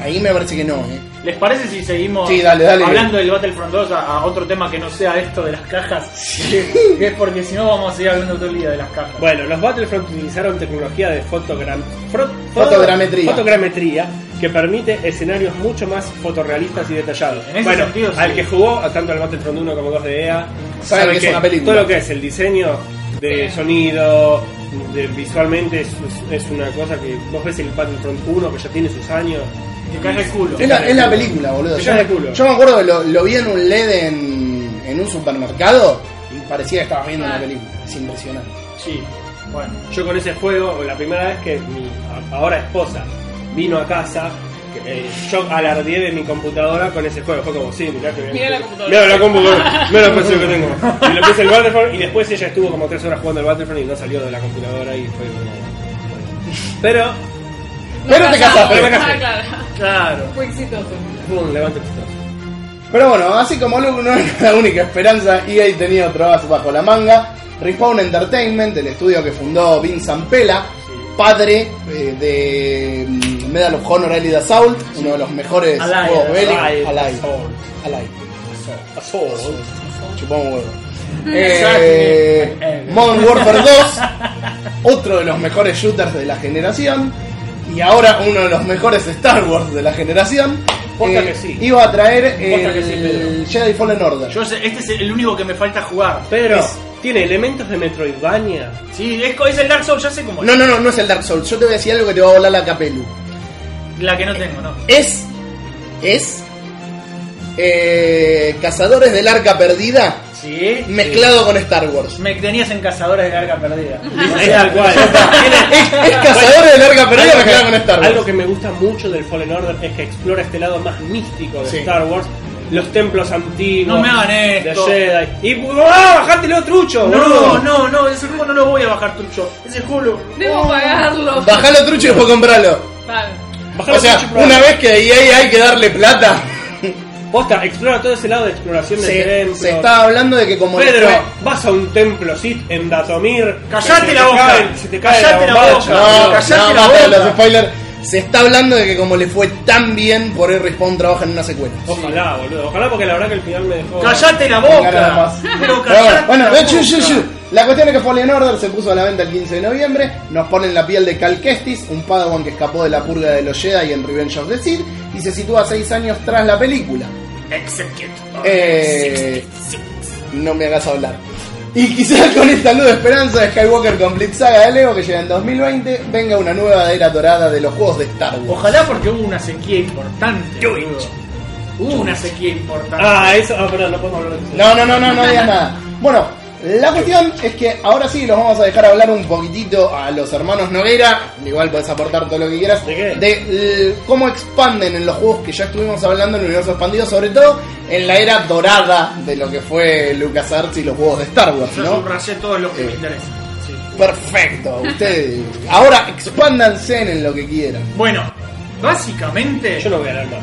S1: Ahí me parece que no, ¿eh?
S4: les parece si seguimos
S1: Sí, dale, dale.
S4: hablando del Battlefront 2 a, a otro tema que no sea esto de las cajas que es porque si no vamos a seguir hablando todo el día de las cajas
S2: Bueno, los Battlefront utilizaron tecnología de fotogram... fro-
S1: Fotogrametría.
S2: fotogrametría, que permite escenarios mucho más fotorrealistas y detallados.
S4: En ese
S2: bueno,
S4: sentido, sí.
S2: al que jugó a tanto al Battlefront 1 como 2 de EA,
S1: Sabe que es una película.
S2: todo lo que es el diseño de sonido, de- visualmente es, es- es una cosa que vos ves el Battlefront 1 que ya tiene sus años.
S4: Te cae el culo.
S1: Es la, es la película, boludo.
S2: Es
S1: Yo,
S2: la película.
S1: yo me acuerdo que lo, lo vi en un LED en, en un supermercado y parecía que estabas viendo
S3: Ah.
S1: una película. Es impresionante.
S2: Sí.
S4: bueno
S2: Yo con ese juego, la primera vez que mi a- ahora esposa vino a casa, que, eh, yo alardeé de mi computadora con ese juego. Fue como, sí, mirá que bien.
S3: Mira la computadora.
S2: Mira la computadora. Mira la PC que tengo. Y lo puse el Battlefront y después ella estuvo como tres horas jugando al Battlefront y no salió de la computadora y fue como... Pero,
S1: Pero te
S3: casás,
S1: casaste.
S2: pero me casé.
S3: Ah, claro.
S4: claro
S3: Fue exitoso.
S2: fue un levante exitoso.
S1: Pero bueno, así como Luke no era la única esperanza, EA tenía otro as bajo la manga. Respawn Entertainment, el estudio que fundó Vin Zampella, padre eh, de mm, Medal of Honor Elite Assault, uno de los mejores
S4: Allied,
S1: juegos bélicos.
S2: Allied,
S1: Allied.
S2: Assault.
S1: Allied.
S2: Assault.
S1: Chupamos huevo.
S2: Mm.
S4: Exacto.
S1: Eh, Modern Warfare 2, otro de los mejores shooters de la generación. Y ahora uno de los mejores Star Wars de la generación. Eh,
S2: Posta que sí.
S1: Iba a traer eh,
S2: Posta que sí,
S1: el Jedi Fallen Order.
S4: yo sé, este es el único que me falta jugar
S2: Pero,
S1: Es-
S2: tiene elementos de Metroidvania.
S4: sí es, co- es el Dark Souls ya sé cómo es.
S1: No, no, no, no es el Dark Souls. Yo te voy a decir algo que te va a volar la capelu.
S4: la que no tengo no
S1: Es. Es. eh, Cazadores del Arca Perdida
S4: sí
S1: mezclado con Star Wars.
S4: me tenías en cazadores de larga perdida
S2: Es tal cual.
S1: Es, es Cazadores del Arca Perdida
S2: Algo
S1: mezclado
S2: que,
S1: con Star Wars.
S2: algo que me gusta mucho del Fallen Order es que explora este lado más místico de
S1: Sí.
S2: Star Wars. Los templos antiguos.
S4: No me hagan esto.
S2: De Jedi. Y ¡ah! ¡Bajátelo, trucho!
S4: No,
S2: boludo!
S4: no, no, ese juego no lo voy a bajar trucho. Ese juego lo-
S3: Debo pagarlo.
S1: Bajalo trucho y después compralo.
S3: Pago.
S2: Bajalo,
S1: O sea,
S2: trucho,
S1: una
S2: boludo.
S1: vez que EA hay que darle plata,
S2: Posta, explora todo ese lado de exploración de
S1: se,
S2: templos.
S1: se está hablando de que como le
S2: Pedro,
S1: fue-
S2: vas a un templo Sith en Datomir.
S4: Callate
S2: se te
S4: la boca.
S2: cae- se te cae
S4: Callate la
S2: bombacha,
S4: boca.
S2: boludo.
S1: No,
S4: callate
S1: no,
S4: la
S1: basta de
S4: boca.
S1: los spoilers. Se está hablando de que como le fue tan bien, por ahí Respawn trabaja en una secuela.
S2: Ojalá, boludo. Ojalá porque la verdad que el final me dejó.
S4: ¡Cállate Oh. la
S1: Nada
S4: boca!
S1: más.
S4: Pero
S1: Pero bueno,
S4: callate
S1: bueno, eh,
S4: la
S1: shu, shu,
S4: boca.
S1: shu. la cuestión es que Fallen Order se puso a la venta el 15 de noviembre. Nos ponen la piel de Cal Kestis, un padawan que escapó de la purga de los Jedi en Revenge of the Sith, y se sitúa 6 años tras la película.
S4: Execute.
S1: Eh, no me hagas hablar. Y quizás con esta nueva esperanza de Skywalker Complete Saga de Lego que llega en 2020, venga una nueva era dorada de los juegos de Star Wars.
S4: Ojalá porque hubo una sequía importante.
S2: Do it.
S4: boludo. Hubo una sequía importante.
S2: Ah, eso. Ah, perdón, no podemos hablar de eso.
S1: No, no, no, no, no digas nada. Bueno, la cuestión es que ahora sí los vamos a dejar hablar un poquitito a los hermanos Noguera. Igual podés aportar todo lo que quieras.
S2: ¿De qué?
S1: De l- cómo expanden en los juegos que ya estuvimos hablando en el universo expandido, sobre todo en la era dorada de lo que fue LucasArts y los juegos de Star Wars,
S4: Yo
S1: ¿no?
S4: subrayé todos los que
S1: Eh.
S4: me interesan. Sí.
S1: Perfecto, ustedes. Ahora expándanse en lo que quieran.
S4: Bueno, básicamente,
S2: Yo no voy a hablar más.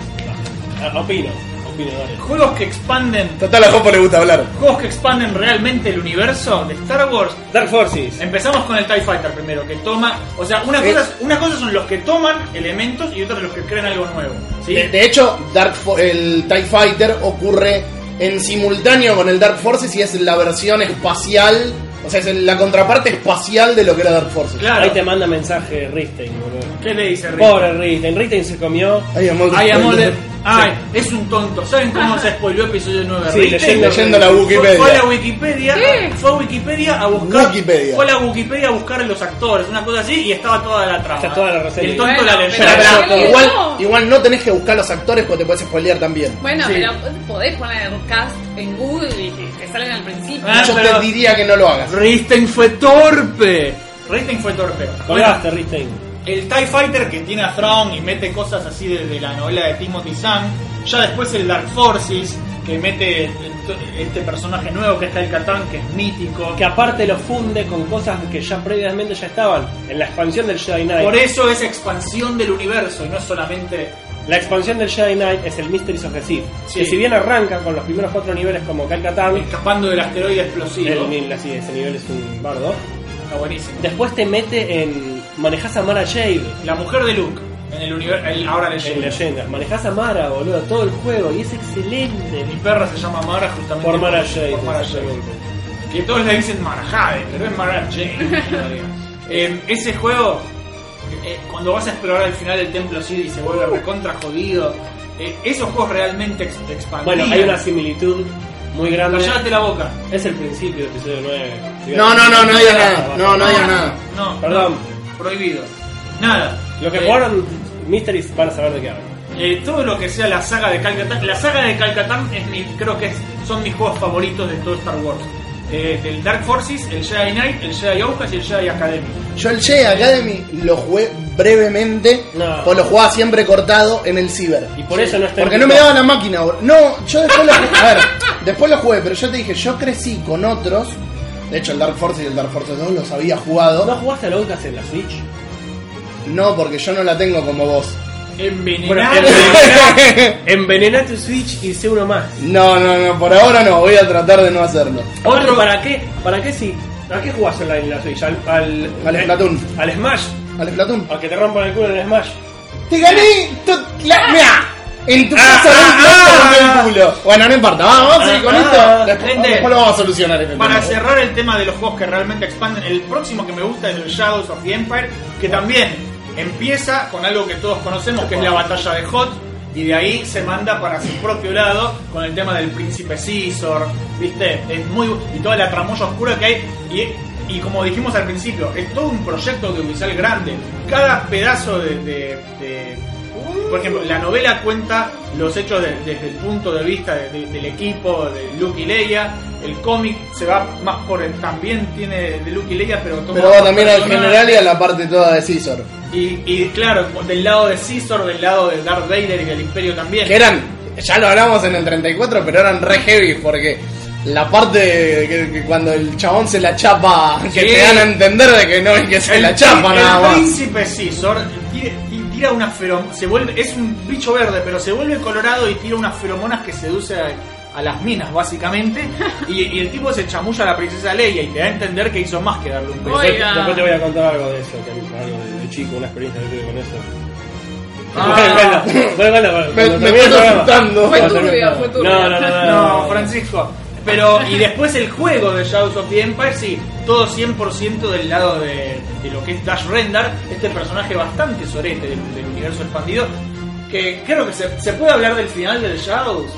S2: Ah, Opino, opino, dale.
S4: juegos que expanden.
S1: Total, a Jopo le gusta hablar.
S4: Juegos que expanden realmente el universo de Star Wars
S2: Dark Forces.
S4: Empezamos con el TIE Fighter primero, que toma. O sea, una cosa, es- una cosa son los que toman elementos y otra son los que crean algo nuevo. ¿sí?
S1: De, de hecho, Dark Fo- el TIE Fighter ocurre en simultáneo con el Dark Forces y es la versión espacial, o sea, es el- la contraparte espacial de lo que era Dark Forces.
S2: Ahí te
S4: claro.
S2: manda mensaje Ristein, boludo.
S4: ¿Qué le dice Rick?
S2: Pobre Ristein. Ristein se comió.
S1: Ay, amor,
S4: I am older, Ay, es un tonto. ¿Saben cómo se spoileó episodio 9?
S1: Sí,
S4: ¿Reíste?
S1: leyendo- leyendo la Wikipedia.
S4: Fue a la Wikipedia,
S3: ¿Qué?
S4: fue a Wikipedia a buscar.
S1: Wikipedia.
S4: Fue a la Wikipedia a buscar a los actores, una cosa así, y estaba toda la trama.
S2: Está toda la reseña.
S4: El tonto
S3: Bueno,
S4: la leyó.
S3: pero
S1: Pará,
S3: Pero
S1: igual,
S3: no.
S1: igual no tenés que buscar los actores porque te puedes spoilear también.
S3: Bueno,
S4: Sí.
S3: pero podés poner cast en Google y que te salgan al principio.
S4: Ah,
S1: Yo
S4: pero-
S1: te diría que no lo hagas.
S4: Risten fue torpe. Risten fue torpe.
S2: Colgaste, Ristein.
S4: El TIE Fighter que tiene a Thrawn y mete cosas así de, de la novela de Timothy Zahn. Ya después el Dark Forces, que mete et- este personaje nuevo que está el Catán, que es mítico.
S2: Que aparte lo funde con cosas que ya previamente ya estaban. En la expansión del Jedi Knight.
S4: Por eso es expansión del universo y no es solamente.
S2: La expansión del Jedi Knight es el Mysteries of the Sith.
S4: Sí.
S2: Que si bien arranca con los primeros cuatro niveles como Cal Katan,
S4: Escapando del asteroide explosivo.
S2: el, ni- así, ese nivel es un bardo.
S4: Está buenísimo.
S2: Después te mete en. Manejás a Mara Jade.
S4: La mujer de Luke. En el universo. Ahora
S2: En
S4: leyenda.
S2: leyendas. Manejás a Mara, boludo, todo el juego. Y es excelente.
S4: Mi perra se llama Mara justamente.
S2: Por Mara Jade.
S4: por Mara Jade.
S2: exactamente.
S4: Que todos le dicen Marajade, pero es Mara Jane. en realidad. Eh, ese juego, eh, cuando vas a explorar el final del templo Sith y se vuelve recontra jodido, eh, esos juegos realmente ex- te expandían.
S2: Bueno, hay una similitud muy grande.
S4: Callate la boca.
S2: Es el principio del episodio 9.
S1: No, no, no, no digas nada. No, no digas nada.
S4: No,
S2: Perdón.
S4: no, prohibido. Nada.
S2: Los que
S4: Eh,
S2: jugaron Mysteries van a saber de qué hablo.
S4: Eh, todo lo que sea la saga de Calcatán, la saga de Calcatán es mi, creo que es- son mis juegos favoritos de todo Star Wars. Eh, del Dark Forces, el Jedi Knight, el Jedi Outcast y el Jedi Academy.
S1: Yo el Jedi Academy lo jugué brevemente,
S2: No.
S1: pues lo jugaba siempre cortado en el ciber.
S2: Y por eso no está en
S1: Porque no me
S2: Xbox.
S1: daba la máquina ahora. No, yo después lo jugué. A ver, después lo jugué, pero yo te dije, yo crecí con otros. De hecho, el Dark Forces y el Dark Forces 2 los había
S2: ¿No
S1: jugado.
S2: jugaste a Outcast en la Switch?
S1: No, porque yo no la tengo como vos.
S2: Bueno,
S4: Envenenado.
S2: envenená, envenená tu Switch y sé uno más.
S1: No, no, no, por ahora no, voy a tratar de no hacerlo.
S2: Otro, ¿para qué? ¿Para qué sí? ¿A qué jugás en la, en la Switch? Al, al, eh,
S1: Al Splatoon.
S2: Al Smash.
S1: Al Platón.
S2: Al que te rompan el culo en el Smash.
S1: ¡Te gané! Tu, la, mirá, en tu casa
S4: ah,
S1: no te
S4: ah.
S1: rompí el culo. Bueno, no importa, vamos, vamos a seguir con
S4: Ah,
S1: esto. Después,
S4: gente,
S1: después lo vamos a solucionar. este
S4: Para
S1: tema.
S4: cerrar el tema de los juegos que realmente expanden, el próximo que me gusta es el Shadows of the Empire, que también empieza con algo que todos conocemos, que es la batalla de Hoth, y de ahí se manda para su propio lado con el tema del príncipe Caesar, ¿viste? Es muy y toda la tramoya oscura que hay y, y como dijimos al principio, es todo un proyecto audiovisual grande. Cada pedazo de- de- de por ejemplo, la novela cuenta los hechos de- desde el punto de vista de- de- del equipo, de Luke y Leia. El cómic se va más por el. También tiene de Luke y Leia, pero toma
S1: Pero va
S4: otro
S1: también al
S4: personaje.
S1: general y a la parte toda de Caesar.
S4: Y, y claro, del lado de Caesar, del lado de Darth Vader y del Imperio también.
S1: Que eran, ya lo hablamos en el 34, pero eran re heavy porque la parte de que, que cuando el chabón se la chapa, que
S4: Sí.
S1: te dan a entender de que no es que se la chapa
S4: prín-
S1: nada
S4: el
S1: más.
S4: príncipe Caesar tira, y tira una feromona. Se vuelve, es un bicho verde, pero se vuelve colorado y tira unas feromonas que seduce a, a las minas, básicamente. Y, y el tipo se chamulla a la princesa Leia y te da a entender que hizo más que darle un beso.
S3: Oye. Oiga.
S2: Después te voy a contar algo de eso, que algo de, de chico, una experiencia que tuve con eso.
S4: Ah.
S2: Bueno, bueno, bueno, bueno,
S1: Me, me
S2: cuando termine el
S1: estoy
S2: programa.
S1: asustando.
S3: Fue
S2: Cuando termine-
S3: turbio, fue turbio.
S2: No, no, no, no,
S4: No, Francisco. Pero, y después el juego de Shadows of the Empire, sí, todo 100% del lado de, de lo que es Dash Rendar, este personaje bastante sorete del, del universo expandido, que creo que se, se puede hablar del final del Shadows,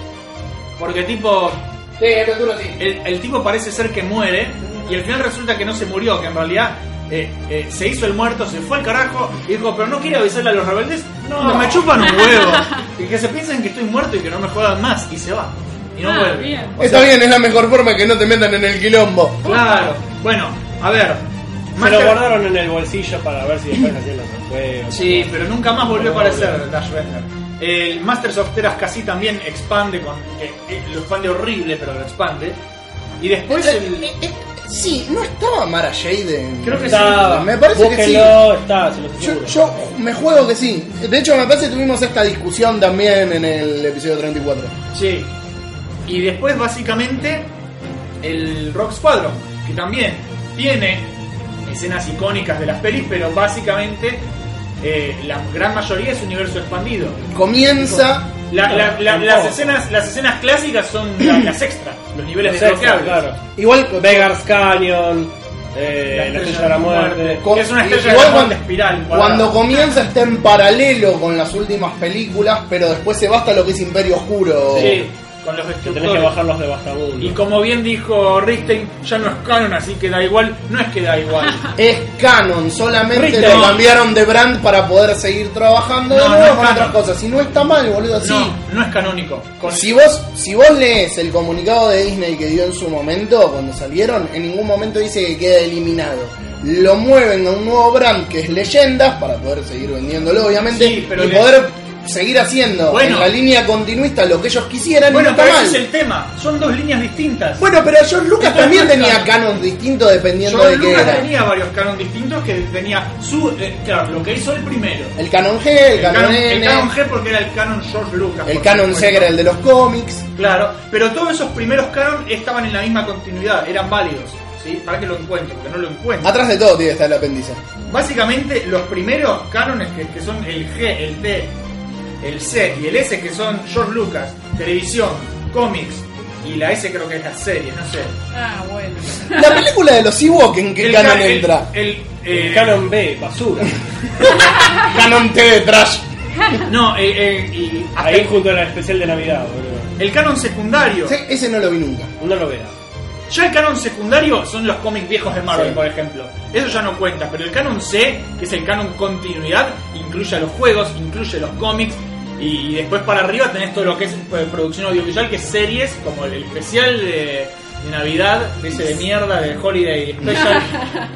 S4: porque tipo,
S1: Sí, esto tú lo sí.
S4: el, el tipo parece ser que muere y al final resulta que no se murió, que en realidad eh, eh, se hizo el muerto, se fue al carajo y dijo, pero no quiere avisarle a los rebeldes, no, me chupan un huevo. y que se piensen que estoy muerto y que no me jodan más y se va. Y no
S3: Ah,
S4: vuelve.
S3: bien.
S4: O
S1: Está
S4: sea,
S1: bien, es la mejor forma que no te metan en el quilombo.
S4: Claro. Bueno, a ver.
S2: Se lo
S4: Master-
S2: guardaron en el bolsillo para ver si después hacían los juegos.
S4: Sí, pero nunca más volvió a
S2: No,
S4: aparecer Dash Render. El Masters of Teras casi también expande con. eh, eh, lo expande horrible, pero lo expande. Y después el.
S1: Eh, eh, eh, sí, no estaba Mara Jade en.
S4: Creo que
S2: Estaba.
S1: Me parece que sí.
S2: Búsquenlo, está, se lo
S1: Yo,
S2: aseguro.
S1: yo me juego que sí. De hecho, me parece que tuvimos esta discusión también en el episodio 34.
S4: Sí. Y después, básicamente, el Rock Squadron, que también tiene escenas icónicas de las pelis, pero básicamente eh, la gran mayoría es universo expandido.
S1: Comienza.
S4: La- la- la-
S2: No,
S4: las,
S2: tampoco.
S4: escenas, las escenas clásicas son la- las extras, los niveles
S2: Los extras,
S4: desbloqueables.
S2: claro.
S1: Igual.
S2: Beggar's Canyon, eh, la, estrella de la muerte.
S4: Con- es una estrella
S1: igual
S4: de la
S1: cuando-
S4: muerte espiral. cuadrada.
S1: Cuando comienza está en paralelo con las últimas películas, pero después se basta lo que es Imperio Oscuro.
S4: Sí, con los
S2: Que Oh. tenés que
S4: destructores.
S2: bajar los devastamundos.
S4: Y como bien dijo Richten, ya no es canon, así que da igual. No es que da igual.
S1: Es canon, solamente
S4: Rita,
S1: lo
S4: no.
S1: cambiaron de brand para poder seguir trabajando de
S4: No, no
S1: nuevo
S4: es
S1: con otras
S4: canon.
S1: cosas. Si no está mal, boludo, sí.
S4: No, no es canónico. Con-
S1: Si vos, si vos lees el comunicado de Disney que dio en su momento, cuando salieron, en ningún momento dice que queda eliminado. Lo mueven a un nuevo brand que es Leyendas, para poder seguir vendiéndolo, obviamente,
S4: Sí, pero
S1: y
S4: le-
S1: poder seguir haciendo
S4: Bueno.
S1: en la línea continuista lo que ellos quisieran. y
S4: Bueno,
S1: no está
S4: pero ese
S1: mal.
S4: es el tema. Son dos líneas distintas.
S1: Bueno, pero George Lucas
S4: Está
S1: también
S4: mal,
S1: tenía
S4: claro.
S1: canons distintos dependiendo
S4: George
S1: de qué
S4: Lucas
S1: era.
S4: tenía varios canon distintos que tenía su. eh, claro, lo que hizo el primero.
S1: El canon G, el,
S4: El
S1: canon,
S4: canon,
S1: N,
S4: el canon G porque era el canon George Lucas.
S1: el
S4: por
S1: canon
S4: supuesto.
S1: C que era el de los cómics.
S4: Claro, pero todos esos primeros canon estaban en la misma continuidad, eran válidos. ¿Sí? Para que lo encuentre, porque no lo encuentro.
S1: Atrás de todo tiene que estar el apéndice.
S4: Básicamente, los primeros cánones que, que son el G, el D, el C y el S, que son George Lucas, televisión, cómics y la S creo que es la serie, no sé.
S3: Ah, bueno.
S1: La película de los Ewok, ¿en qué
S4: El
S1: canon
S4: ca- el-
S1: entra?
S4: El, eh,
S2: El Canon B, basura.
S1: Canon T de trash.
S4: No, eh, eh, y hasta
S2: Ahí
S4: el,
S2: junto a la especial de Navidad, boludo.
S4: el canon secundario.
S1: Sí, ese no lo vi nunca.
S2: No lo veas.
S4: Ya el canon secundario son los cómics viejos de Marvel,
S2: Sí.
S4: por ejemplo. Eso ya no cuenta, pero el canon C, que es el canon continuidad, incluye a los juegos, incluye los cómics. Y después para arriba tenés todo lo que es eh, producción audiovisual, que es series, como el especial de, de Navidad, de ese de mierda, de Holiday Special,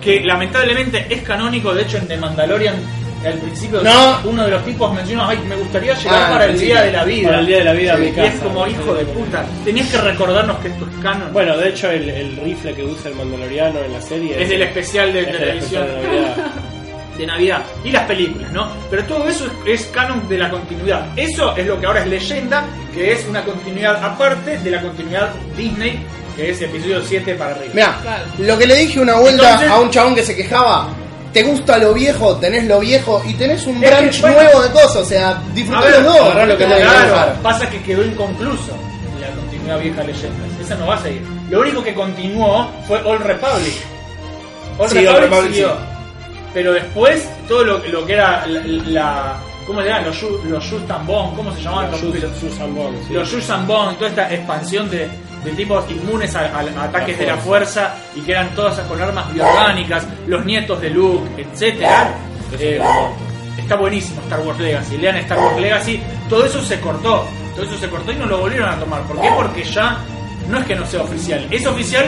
S4: que lamentablemente es canónico, de hecho en The Mandalorian al principio
S1: No.
S4: uno de los tipos menciona, ay, me gustaría llegar
S1: Ah,
S4: para
S1: al
S4: el día
S1: principio.
S4: de la vida.
S2: Para el día de la vida,
S4: Sí,
S2: mi
S4: y
S2: casa.
S4: es como hijo de puta, tenías que recordarnos que esto es canon.
S2: Bueno, de hecho, el, el rifle que usa el mandaloriano en la serie
S4: Es el especial de
S2: es el
S4: televisión
S2: especial de Navidad.
S4: de Navidad y las películas, ¿no? Pero todo eso es, es canon de la continuidad. Eso es lo que ahora es leyenda, que es una continuidad aparte de la continuidad Disney, que es episodio 7 para arriba.
S1: Mira,
S3: Claro.
S1: lo que le dije una vuelta
S4: Entonces-
S1: a un chabón que se quejaba. Te gusta lo viejo, tenés lo viejo y tenés un
S4: Es que,
S1: branch
S4: bueno,
S1: nuevo de cosas. O sea,
S4: A
S1: disfrutá
S4: ver,
S1: los dos.
S4: ahora lo que
S1: Tenés
S4: claro,
S1: dejar.
S4: pasa que quedó inconcluso la continuidad vieja leyenda. Esa no va a seguir. Lo único que continuó fue Old Republic. Old
S1: Sí, Old
S4: Republic,
S1: Republic,
S4: siguió.
S1: sí.
S4: Pero después, todo lo, lo que era la. la- ¿Cómo se llaman? Los, Ju- los Justin Bond, ¿cómo se llamaban? Los,
S2: Sus-
S4: los,
S2: Susan Bond, sí.
S4: Ah, los Justin Bond, toda esta expansión de, de tipos inmunes a, a- a ataques de la fuerza y que eran todas con armas biorgánicas, los nietos de Luke, etcétera. Eh, está buenísimo Star Wars Legacy. Lean Star Wars Legacy. Todo eso se cortó. Todo eso se cortó y no lo volvieron a tomar. ¿Por qué? Porque ya no es que no sea oficial. Es oficial,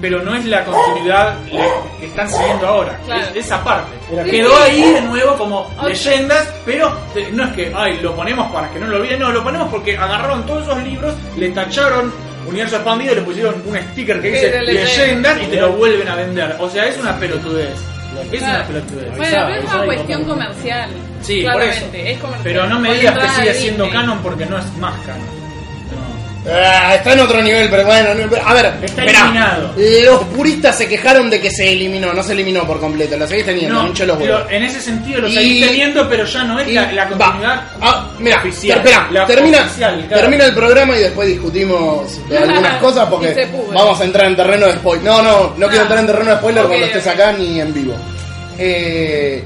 S4: pero no es la continuidad la- que están siguiendo ahora.
S3: Claro.
S4: Es esa parte.
S2: Era
S4: Quedó
S3: que-
S4: ahí de nuevo como
S3: Ok.
S4: leyendas, pero te- no es que, ay, lo ponemos para que no lo olviden. No, lo ponemos porque agarraron todos esos libros, le tacharon Universo Expandido y le pusieron un sticker que
S3: Que
S4: dice
S3: era leyenda.
S4: leyendas y te lo vuelven a vender. O sea, es una pelotudez. Es una
S3: Claro.
S4: pelotudez.
S3: Bueno,
S2: Avisaba,
S3: pero es
S2: avisaba
S3: una
S2: y
S3: cuestión
S2: cortamos.
S3: comercial.
S4: Sí, por
S3: claramente.
S4: eso.
S3: Es comercial.
S4: Pero no me
S3: Con la
S4: digas que
S3: entrada
S4: sigue
S3: de
S4: siendo
S3: Disney.
S4: canon porque no es más canon. No.
S1: Ah, está en otro nivel, pero bueno, no- a ver,
S4: Está
S1: esperá.
S4: eliminado.
S1: Los puristas se quejaron de que se eliminó, no se eliminó por completo, lo seguís teniendo,
S4: No,
S1: mucho los huevos.
S4: lo- en ese sentido lo
S1: Y-
S4: seguís teniendo, pero ya no es
S1: Y-
S4: la, la
S1: va.
S4: continuidad.
S1: Ah, mira,
S4: oficial.
S1: espera,
S4: La
S1: termina,
S4: oficial, claro.
S1: termina el programa y después discutimos de algunas cosas
S3: Y se
S1: porque
S3: pudre.
S1: vamos a entrar en terreno de spoiler. No, no, no quiero
S3: Ah.
S1: entrar en terreno de spoiler
S3: Ok,
S1: cuando estés
S3: ok.
S1: acá ni en vivo. Eh,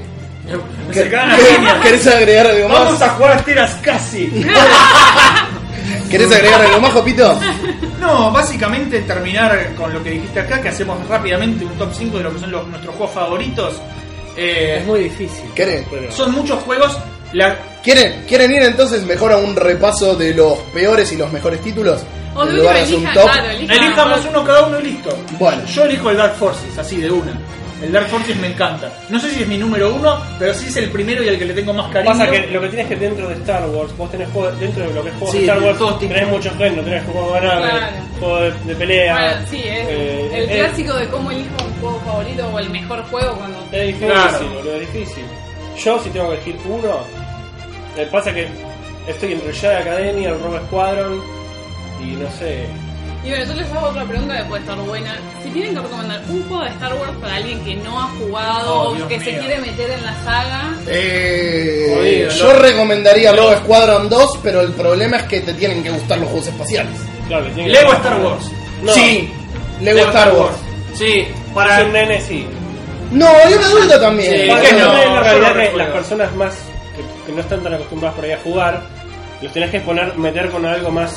S4: Me
S1: ¿qué-
S4: sacaban las
S1: qué-
S4: líneas.
S1: ¿Querés agregar algo más?
S4: Vamos a jugar a teras casi.
S1: ¿Querés agregar algo más, Jopito?
S4: No, básicamente terminar con lo que dijiste acá, que hacemos rápidamente un top 5 de lo que son los- nuestros juegos favoritos. Eh,
S2: Es muy difícil.
S1: ¿Querés?
S2: Pero-
S4: son muchos juegos. La,
S1: ¿Quieren, ¿Quieren ir entonces mejor a un repaso de los peores y los mejores títulos?
S3: O
S1: En
S3: de
S1: lugar
S3: última
S1: de hacer un
S3: elija,
S1: top.
S3: claro, elija.
S4: Elijamos uno cada uno y listo.
S1: Bueno.
S4: yo elijo el Dark Forces, así de una. El Dark Forces me encanta. No sé si es mi número uno, pero sí es el primero y el que le tengo más cariño.
S2: Pasa que lo que tienes que dentro de Star Wars, vos tenés juegos, dentro de lo que es juegos
S4: Sí,
S2: de Star Wars,
S4: todos tipos.
S2: tenés muchos géneros, tenés juegos de nave,
S3: Claro.
S2: juegos de, de pelea.
S3: Bueno, sí, es
S2: eh,
S3: el
S2: eh,
S3: clásico de cómo elijo un juego favorito o el mejor juego cuando
S2: Es difícil,
S4: Claro.
S2: boludo, es difícil. Yo, si tengo que elegir uno, me pasa que estoy entre Jedi Academia, el Rogue Squadron y no sé.
S3: Y bueno, yo les hago otra pregunta que puede estar buena. Si tienen que recomendar un juego de Star Wars para alguien que no ha jugado
S4: Oh,
S3: o
S4: Dios
S3: que se
S4: mío.
S3: quiere meter en la saga,
S1: Eh,
S4: Jodido,
S1: yo
S4: ¿no?
S1: recomendaría Rogue Squadron 2, pero el problema es que te tienen que gustar los juegos espaciales.
S2: Claro, que tiene que-
S4: Lego Star Wars.
S2: No.
S1: Sí, Lego Star Wars.
S4: Sí, para.
S2: Es un nene, sí.
S1: No, hay un adulto también.
S4: Sí,
S2: Para
S4: que
S2: los
S4: no,
S2: nenes,
S4: yo
S2: la
S4: no
S2: realidad es que
S4: recuerdo.
S2: las personas más que, que no están tan acostumbradas por ahí a jugar, los tenés que poner, meter con algo más.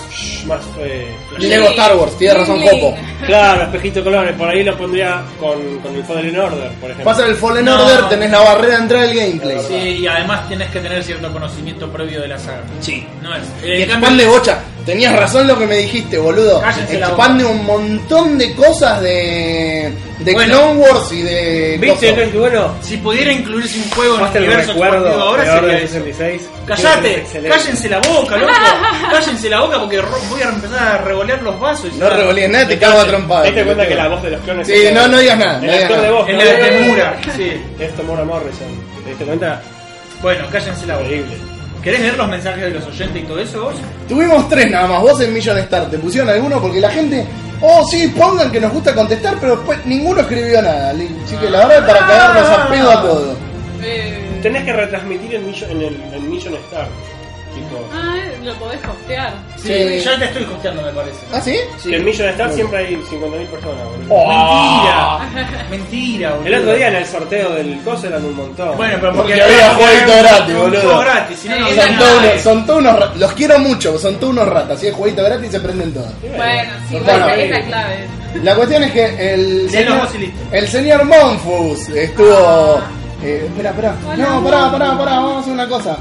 S2: más eh, flash.
S1: Lego Star Wars, tiene razón, Copo.
S2: claro, espejito de colores, por ahí lo pondría con, con el Fallen Order, por ejemplo.
S1: Pasa el Fallen
S4: No.
S1: Order, tenés la barrera de entrada del gameplay.
S4: Sí, y además tienes que tener cierto conocimiento previo de la saga.
S1: Sí.
S4: No es. Eh,
S1: Y
S4: En cambio,
S1: expande bocha. Tenías razón lo que me dijiste, boludo.
S4: Cállense la
S1: expande un montón de cosas de, de
S4: Bueno.
S1: Clone Wars y de.
S2: ¿Viste?
S1: coso.
S2: Entonces, que bueno,
S4: si pudiera incluirse un juego en
S2: más
S4: el
S2: te lo
S4: universo
S2: recuerdo.
S4: expandido ahora
S2: de
S4: sería
S2: Orden
S4: eso.
S2: 66. Es
S4: Callate,
S2: excelente.
S4: cállense la boca, loco. Cállense la boca porque ro- voy a empezar a revolear los vasos. y-
S1: No revolíes nada, te cago a trompada.
S2: Date cuenta que la voz de los clones.
S1: Sí, no, no digas nada,
S2: El
S1: no digas
S2: actor de
S1: nada.
S2: voz.
S4: En
S2: ¿no?
S4: la ternura, sí.
S2: Esto Mora Morrison. ¿Te diste cuenta?
S4: Bueno, cállense la boca.
S2: Horrible.
S4: ¿Querés leer los mensajes de los oyentes y todo eso vos?
S1: Tuvimos tres nada más, vos en Million Star. Te pusieron alguno porque la gente. Oh, sí, pongan que nos gusta contestar, pero después ninguno escribió nada. li- Así que la verdad es para cagarnos a pedo a todos.
S3: Eh,
S2: Tenés que retransmitir en Million, en el, en Million Star. Tipo.
S3: Ah, lo podés hostear.
S1: Sí.
S4: ya te estoy costeando, me parece.
S1: ¿Ah, sí? Oh,
S2: Que en Million Star siempre hay 50.000 personas, boludo.
S4: Mentira. Mentira, boludo.
S2: El otro día en el sorteo del coso eran un montón.
S4: Bueno, pero
S1: Porque
S4: porque,
S1: había jueguito
S4: un-
S1: gratis,
S4: un
S1: boludo.
S4: juego gratis, si no, no
S3: Sí,
S4: había
S1: Son todos,
S4: nada.
S1: unos, son todos unos ra- Los quiero mucho, son todos unos ratas. Si es jueguito gratis, se prenden todos.
S3: Bueno, sí,
S1: Bueno,
S3: bueno,
S1: eh.
S3: esa es la clave.
S1: La cuestión es que el
S4: Leelo
S1: señor,
S4: vos y listo.
S1: el señor Monfus estuvo.
S3: Ah.
S1: eh, espera, espera.
S3: Hola,
S1: No, pará,
S3: Monfus.
S1: pará, pará, vamos a hacer una cosa.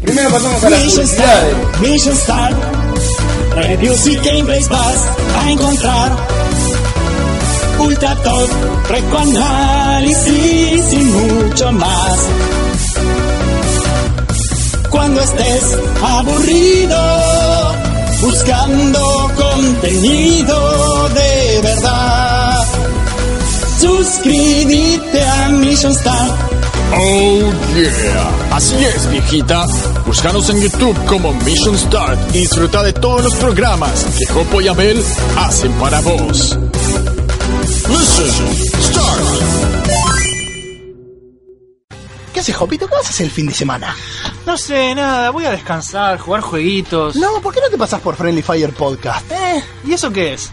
S1: Primero pasamos a las publicidades.
S5: Mission Star, reviews y gameplays vas a encontrar. Ultra Top, Recoanálisis y mucho más. Cuando estés aburrido, buscando contenido de verdad. Suscríbete a Mission Star.
S6: Oh yeah. Así es, viejita. Búscanos en YouTube como Mission Start y disfruta de todos los programas que Jopo y Abel hacen para vos. Listen, start.
S7: ¿Qué haces, Jopito? ¿Qué vas a hacer el fin de semana?
S4: No sé, nada, voy a descansar, jugar jueguitos.
S7: No, ¿por qué no te pasas por Friendly Fire Podcast? Eh,
S4: ¿Y eso qué es?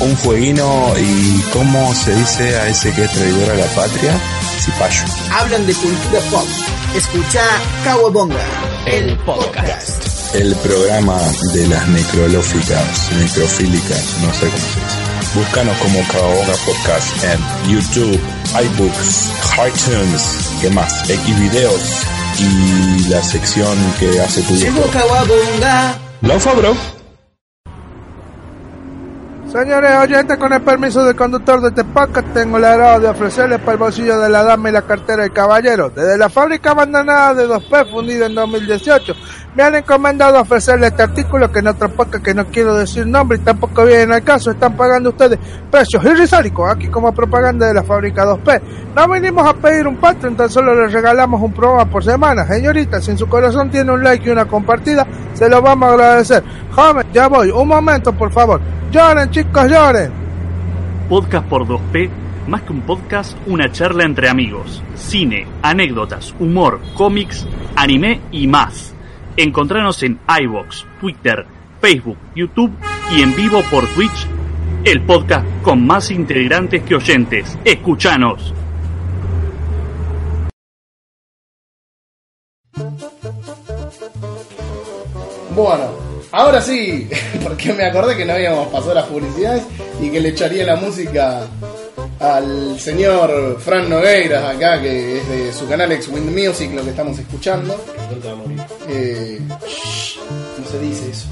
S8: un jueguino y cómo se dice a ese que es traidor a la patria, Cipayo.
S9: hablan de cultura pop. Escucha Kawabonga, el podcast.
S8: El programa de las necrolóficas, necrofílicas, no sé cómo se dice. Búscanos como Cabahoga Podcast en YouTube, iBooks, iTunes, ¿qué más? Xvideos y la sección que hace tu
S9: Llegó Kawabonga.
S8: Laufa, bro.
S10: Señores oyentes, con el permiso del conductor de este podcast, tengo el agrado de ofrecerles para el bolsillo de la dama y la cartera del caballero. Desde la fábrica abandonada de 2P, fundida en 2018, me han encomendado ofrecerles este artículo que en otro podcast que no quiero decir nombre y tampoco viene al caso, están pagando ustedes precios irrisóricos aquí como propaganda de la fábrica 2P. No vinimos a pedir un Patreon, tan solo les regalamos un programa por semana. Señorita, si en su corazón tiene un like y una compartida, se lo vamos a agradecer. Joven, ya voy, un momento por favor. Lloren, chicos, lloren.
S11: Podcast por 2P, más que un podcast, una charla entre amigos. Cine, anécdotas, humor, cómics, anime y más. Encontranos en iVoox, Twitter, Facebook, YouTube y en vivo por Twitch, el podcast con más integrantes que oyentes. Escuchanos.
S1: Bueno, ahora sí, porque me acordé que no habíamos pasado las publicidades y que le echaría la música al señor Fran Nogueiras acá, que es de su canal Ex Wind Music, lo que estamos escuchando. Eh, shh, no se dice eso.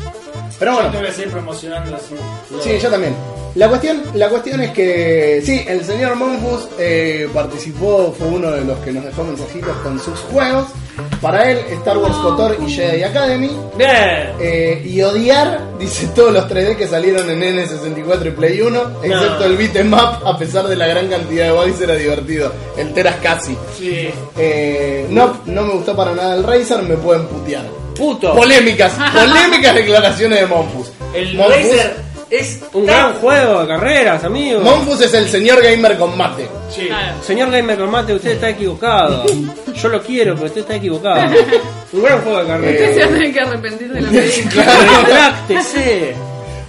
S1: Pero bueno.
S4: Yo voy a seguir promocionando así.
S1: Sí, yo también. La cuestión, la cuestión es que, sí, el señor Monfus eh, participó, fue uno de los que nos dejó mensajitos con sus juegos. Para él, Star Wars Kotor y Jedi Academy.
S4: Bien.
S1: Eh, y odiar, dice todos los 3D que salieron en N64 y Play 1, excepto el beat em up, a pesar de la gran cantidad de bodies, era divertido. El Teras casi.
S4: Sí.
S1: Eh, no, no me gustó para nada el Razer, me pueden putear.
S4: Puto.
S1: Polémicas, polémicas declaraciones de Monfus.
S4: El
S1: Monfus-
S4: Razer es
S2: Un gran juego de carreras, amigo.
S1: Monfus es el señor gamer con mate.
S4: Sí.
S3: Ah.
S2: Señor Gamer con Mate, usted está equivocado. Yo lo quiero, pero usted está equivocado. Un gran juego de
S3: Ustedes se van a
S2: carreras.
S3: tener que arrepentir de la medida.
S2: Retráctese.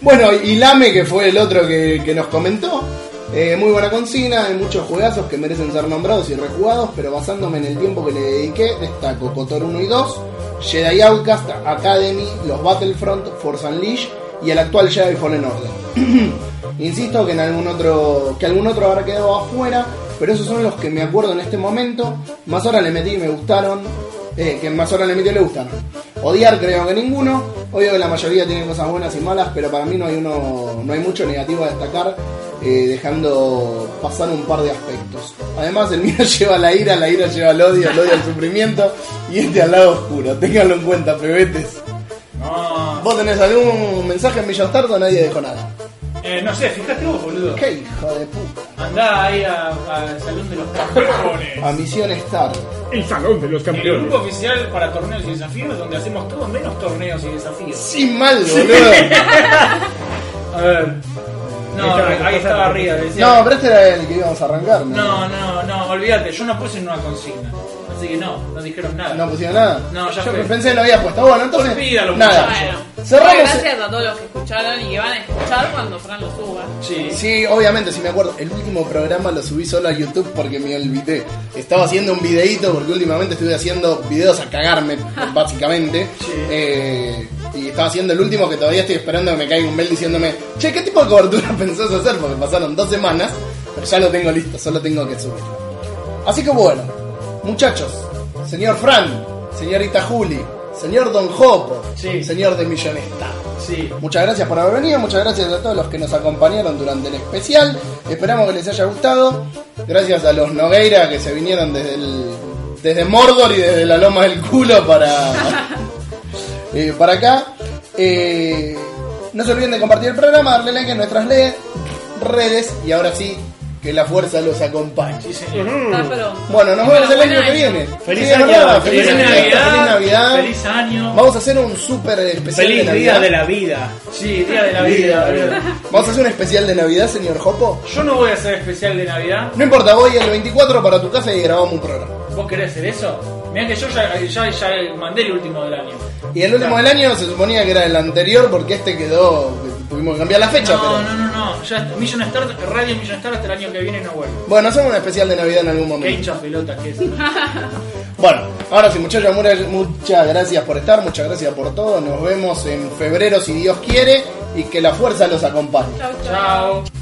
S1: Bueno, y Lame, que fue el otro que, que nos comentó. eh, muy buena consigna, hay muchos juegazos que merecen ser nombrados y rejugados, pero basándome en el tiempo que le dediqué, destaco Cotor 1 y 2, Jedi Outcast, Academy, los Battlefront, Force Unleashed y el actual Jedi Fallen Order. Insisto que en algún otro que algún otro habrá quedado afuera, pero esos son los que me acuerdo en este momento. Más ahora le metí y me gustaron. eh, que más ahora le metí y le gustaron. Odiar creo que ninguno. Obvio que la mayoría tiene cosas buenas y malas, pero para mí no hay uno, no hay mucho negativo a destacar, eh, dejando pasar un par de aspectos. Además el mío lleva la ira, la ira lleva el odio, el odio al sufrimiento y este al lado oscuro. Ténganlo en cuenta, pebetes. ¿Vos tenés algún mensaje en Millon Tardo? Nadie dejó nada.
S4: Eh, no sé, fíjate vos, boludo.
S1: ¡Qué hijo de puta!
S4: Andá ahí a- al salón de los campeones.
S1: A Misión Star.
S12: El salón de los
S4: El
S12: campeones.
S4: grupo oficial para torneos y desafíos, donde hacemos todo menos torneos y desafíos.
S1: Sí, mal, boludo.
S4: A ver. No, ahí estaba arriba. decía-
S1: No, pero este era el que íbamos a arrancar.
S4: No, no, no, olvídate, yo no puse en una consigna. Así que no, no dijeron nada.
S1: No pusieron nada.
S4: No, ya
S1: Yo
S4: fue.
S1: pensé que lo había puesto. Bueno, entonces.
S4: Olvídalo,
S1: nada.
S4: muchacho.
S1: Cerramos.
S3: Gracias a todos los que escucharon y que van a escuchar cuando Fran lo suba.
S1: Sí, obviamente, si me acuerdo. El último programa lo subí solo a YouTube porque me olvidé. Estaba haciendo un videíto porque últimamente estuve haciendo videos a cagarme, básicamente. Eh, y estaba haciendo el último que todavía estoy esperando que me caiga un mail diciéndome, che, ¿qué tipo de cobertura pensás hacer? Porque pasaron dos semanas, pero ya lo tengo listo, solo tengo que subirlo. Así que bueno, muchachos, señor Fran, señorita Juli, señor Don Jopo, señor de Millonesta. Muchas gracias por haber venido, muchas gracias a todos los que nos acompañaron durante el especial. Esperamos que les haya gustado. Gracias a los Nogueira que se vinieron desde el, desde Mordor y desde la loma del culo para, eh, para acá. Eh, no se olviden de compartir el programa, darle like en nuestras le- redes y ahora sí, que la fuerza los acompañe.
S3: Está, pero
S1: Mm. Bueno, nos vemos el
S3: Buen
S1: año que
S3: año.
S1: viene.
S4: Feliz
S1: Sí, es
S4: año,
S1: verdad,
S4: feliz
S1: feliz año,
S4: Navidad,
S1: feliz Navidad.
S4: feliz año.
S1: Vamos a hacer un super especial
S4: Feliz
S1: de
S4: día
S1: Navidad.
S4: de la vida. Sí, día de la vida, boludo.
S1: Vamos a hacer un especial de Navidad, señor Jopo.
S4: Yo no voy a hacer especial de Navidad.
S1: No importa, voy el 24 para tu casa y grabamos un programa.
S4: ¿Vos querés hacer eso? Mirá que yo ya, ya, ya mandé el último del año.
S1: Y el último del año se suponía que era el anterior porque este quedó. Tuvimos que cambiar la fecha,
S4: No,
S1: pero.
S4: no, no, no. Ya, Million Star, Radio Million Star hasta el año que viene no vuelve.
S1: Bueno, hacemos un especial de Navidad en algún
S4: Qué
S1: momento.
S4: hinchas pelotas que es.
S1: Bueno, ahora sí, muchachos, mu- muchas gracias por estar, muchas gracias por todo. Nos vemos en febrero si Dios quiere y que la fuerza los acompañe.
S3: chau, chau.
S4: Chao.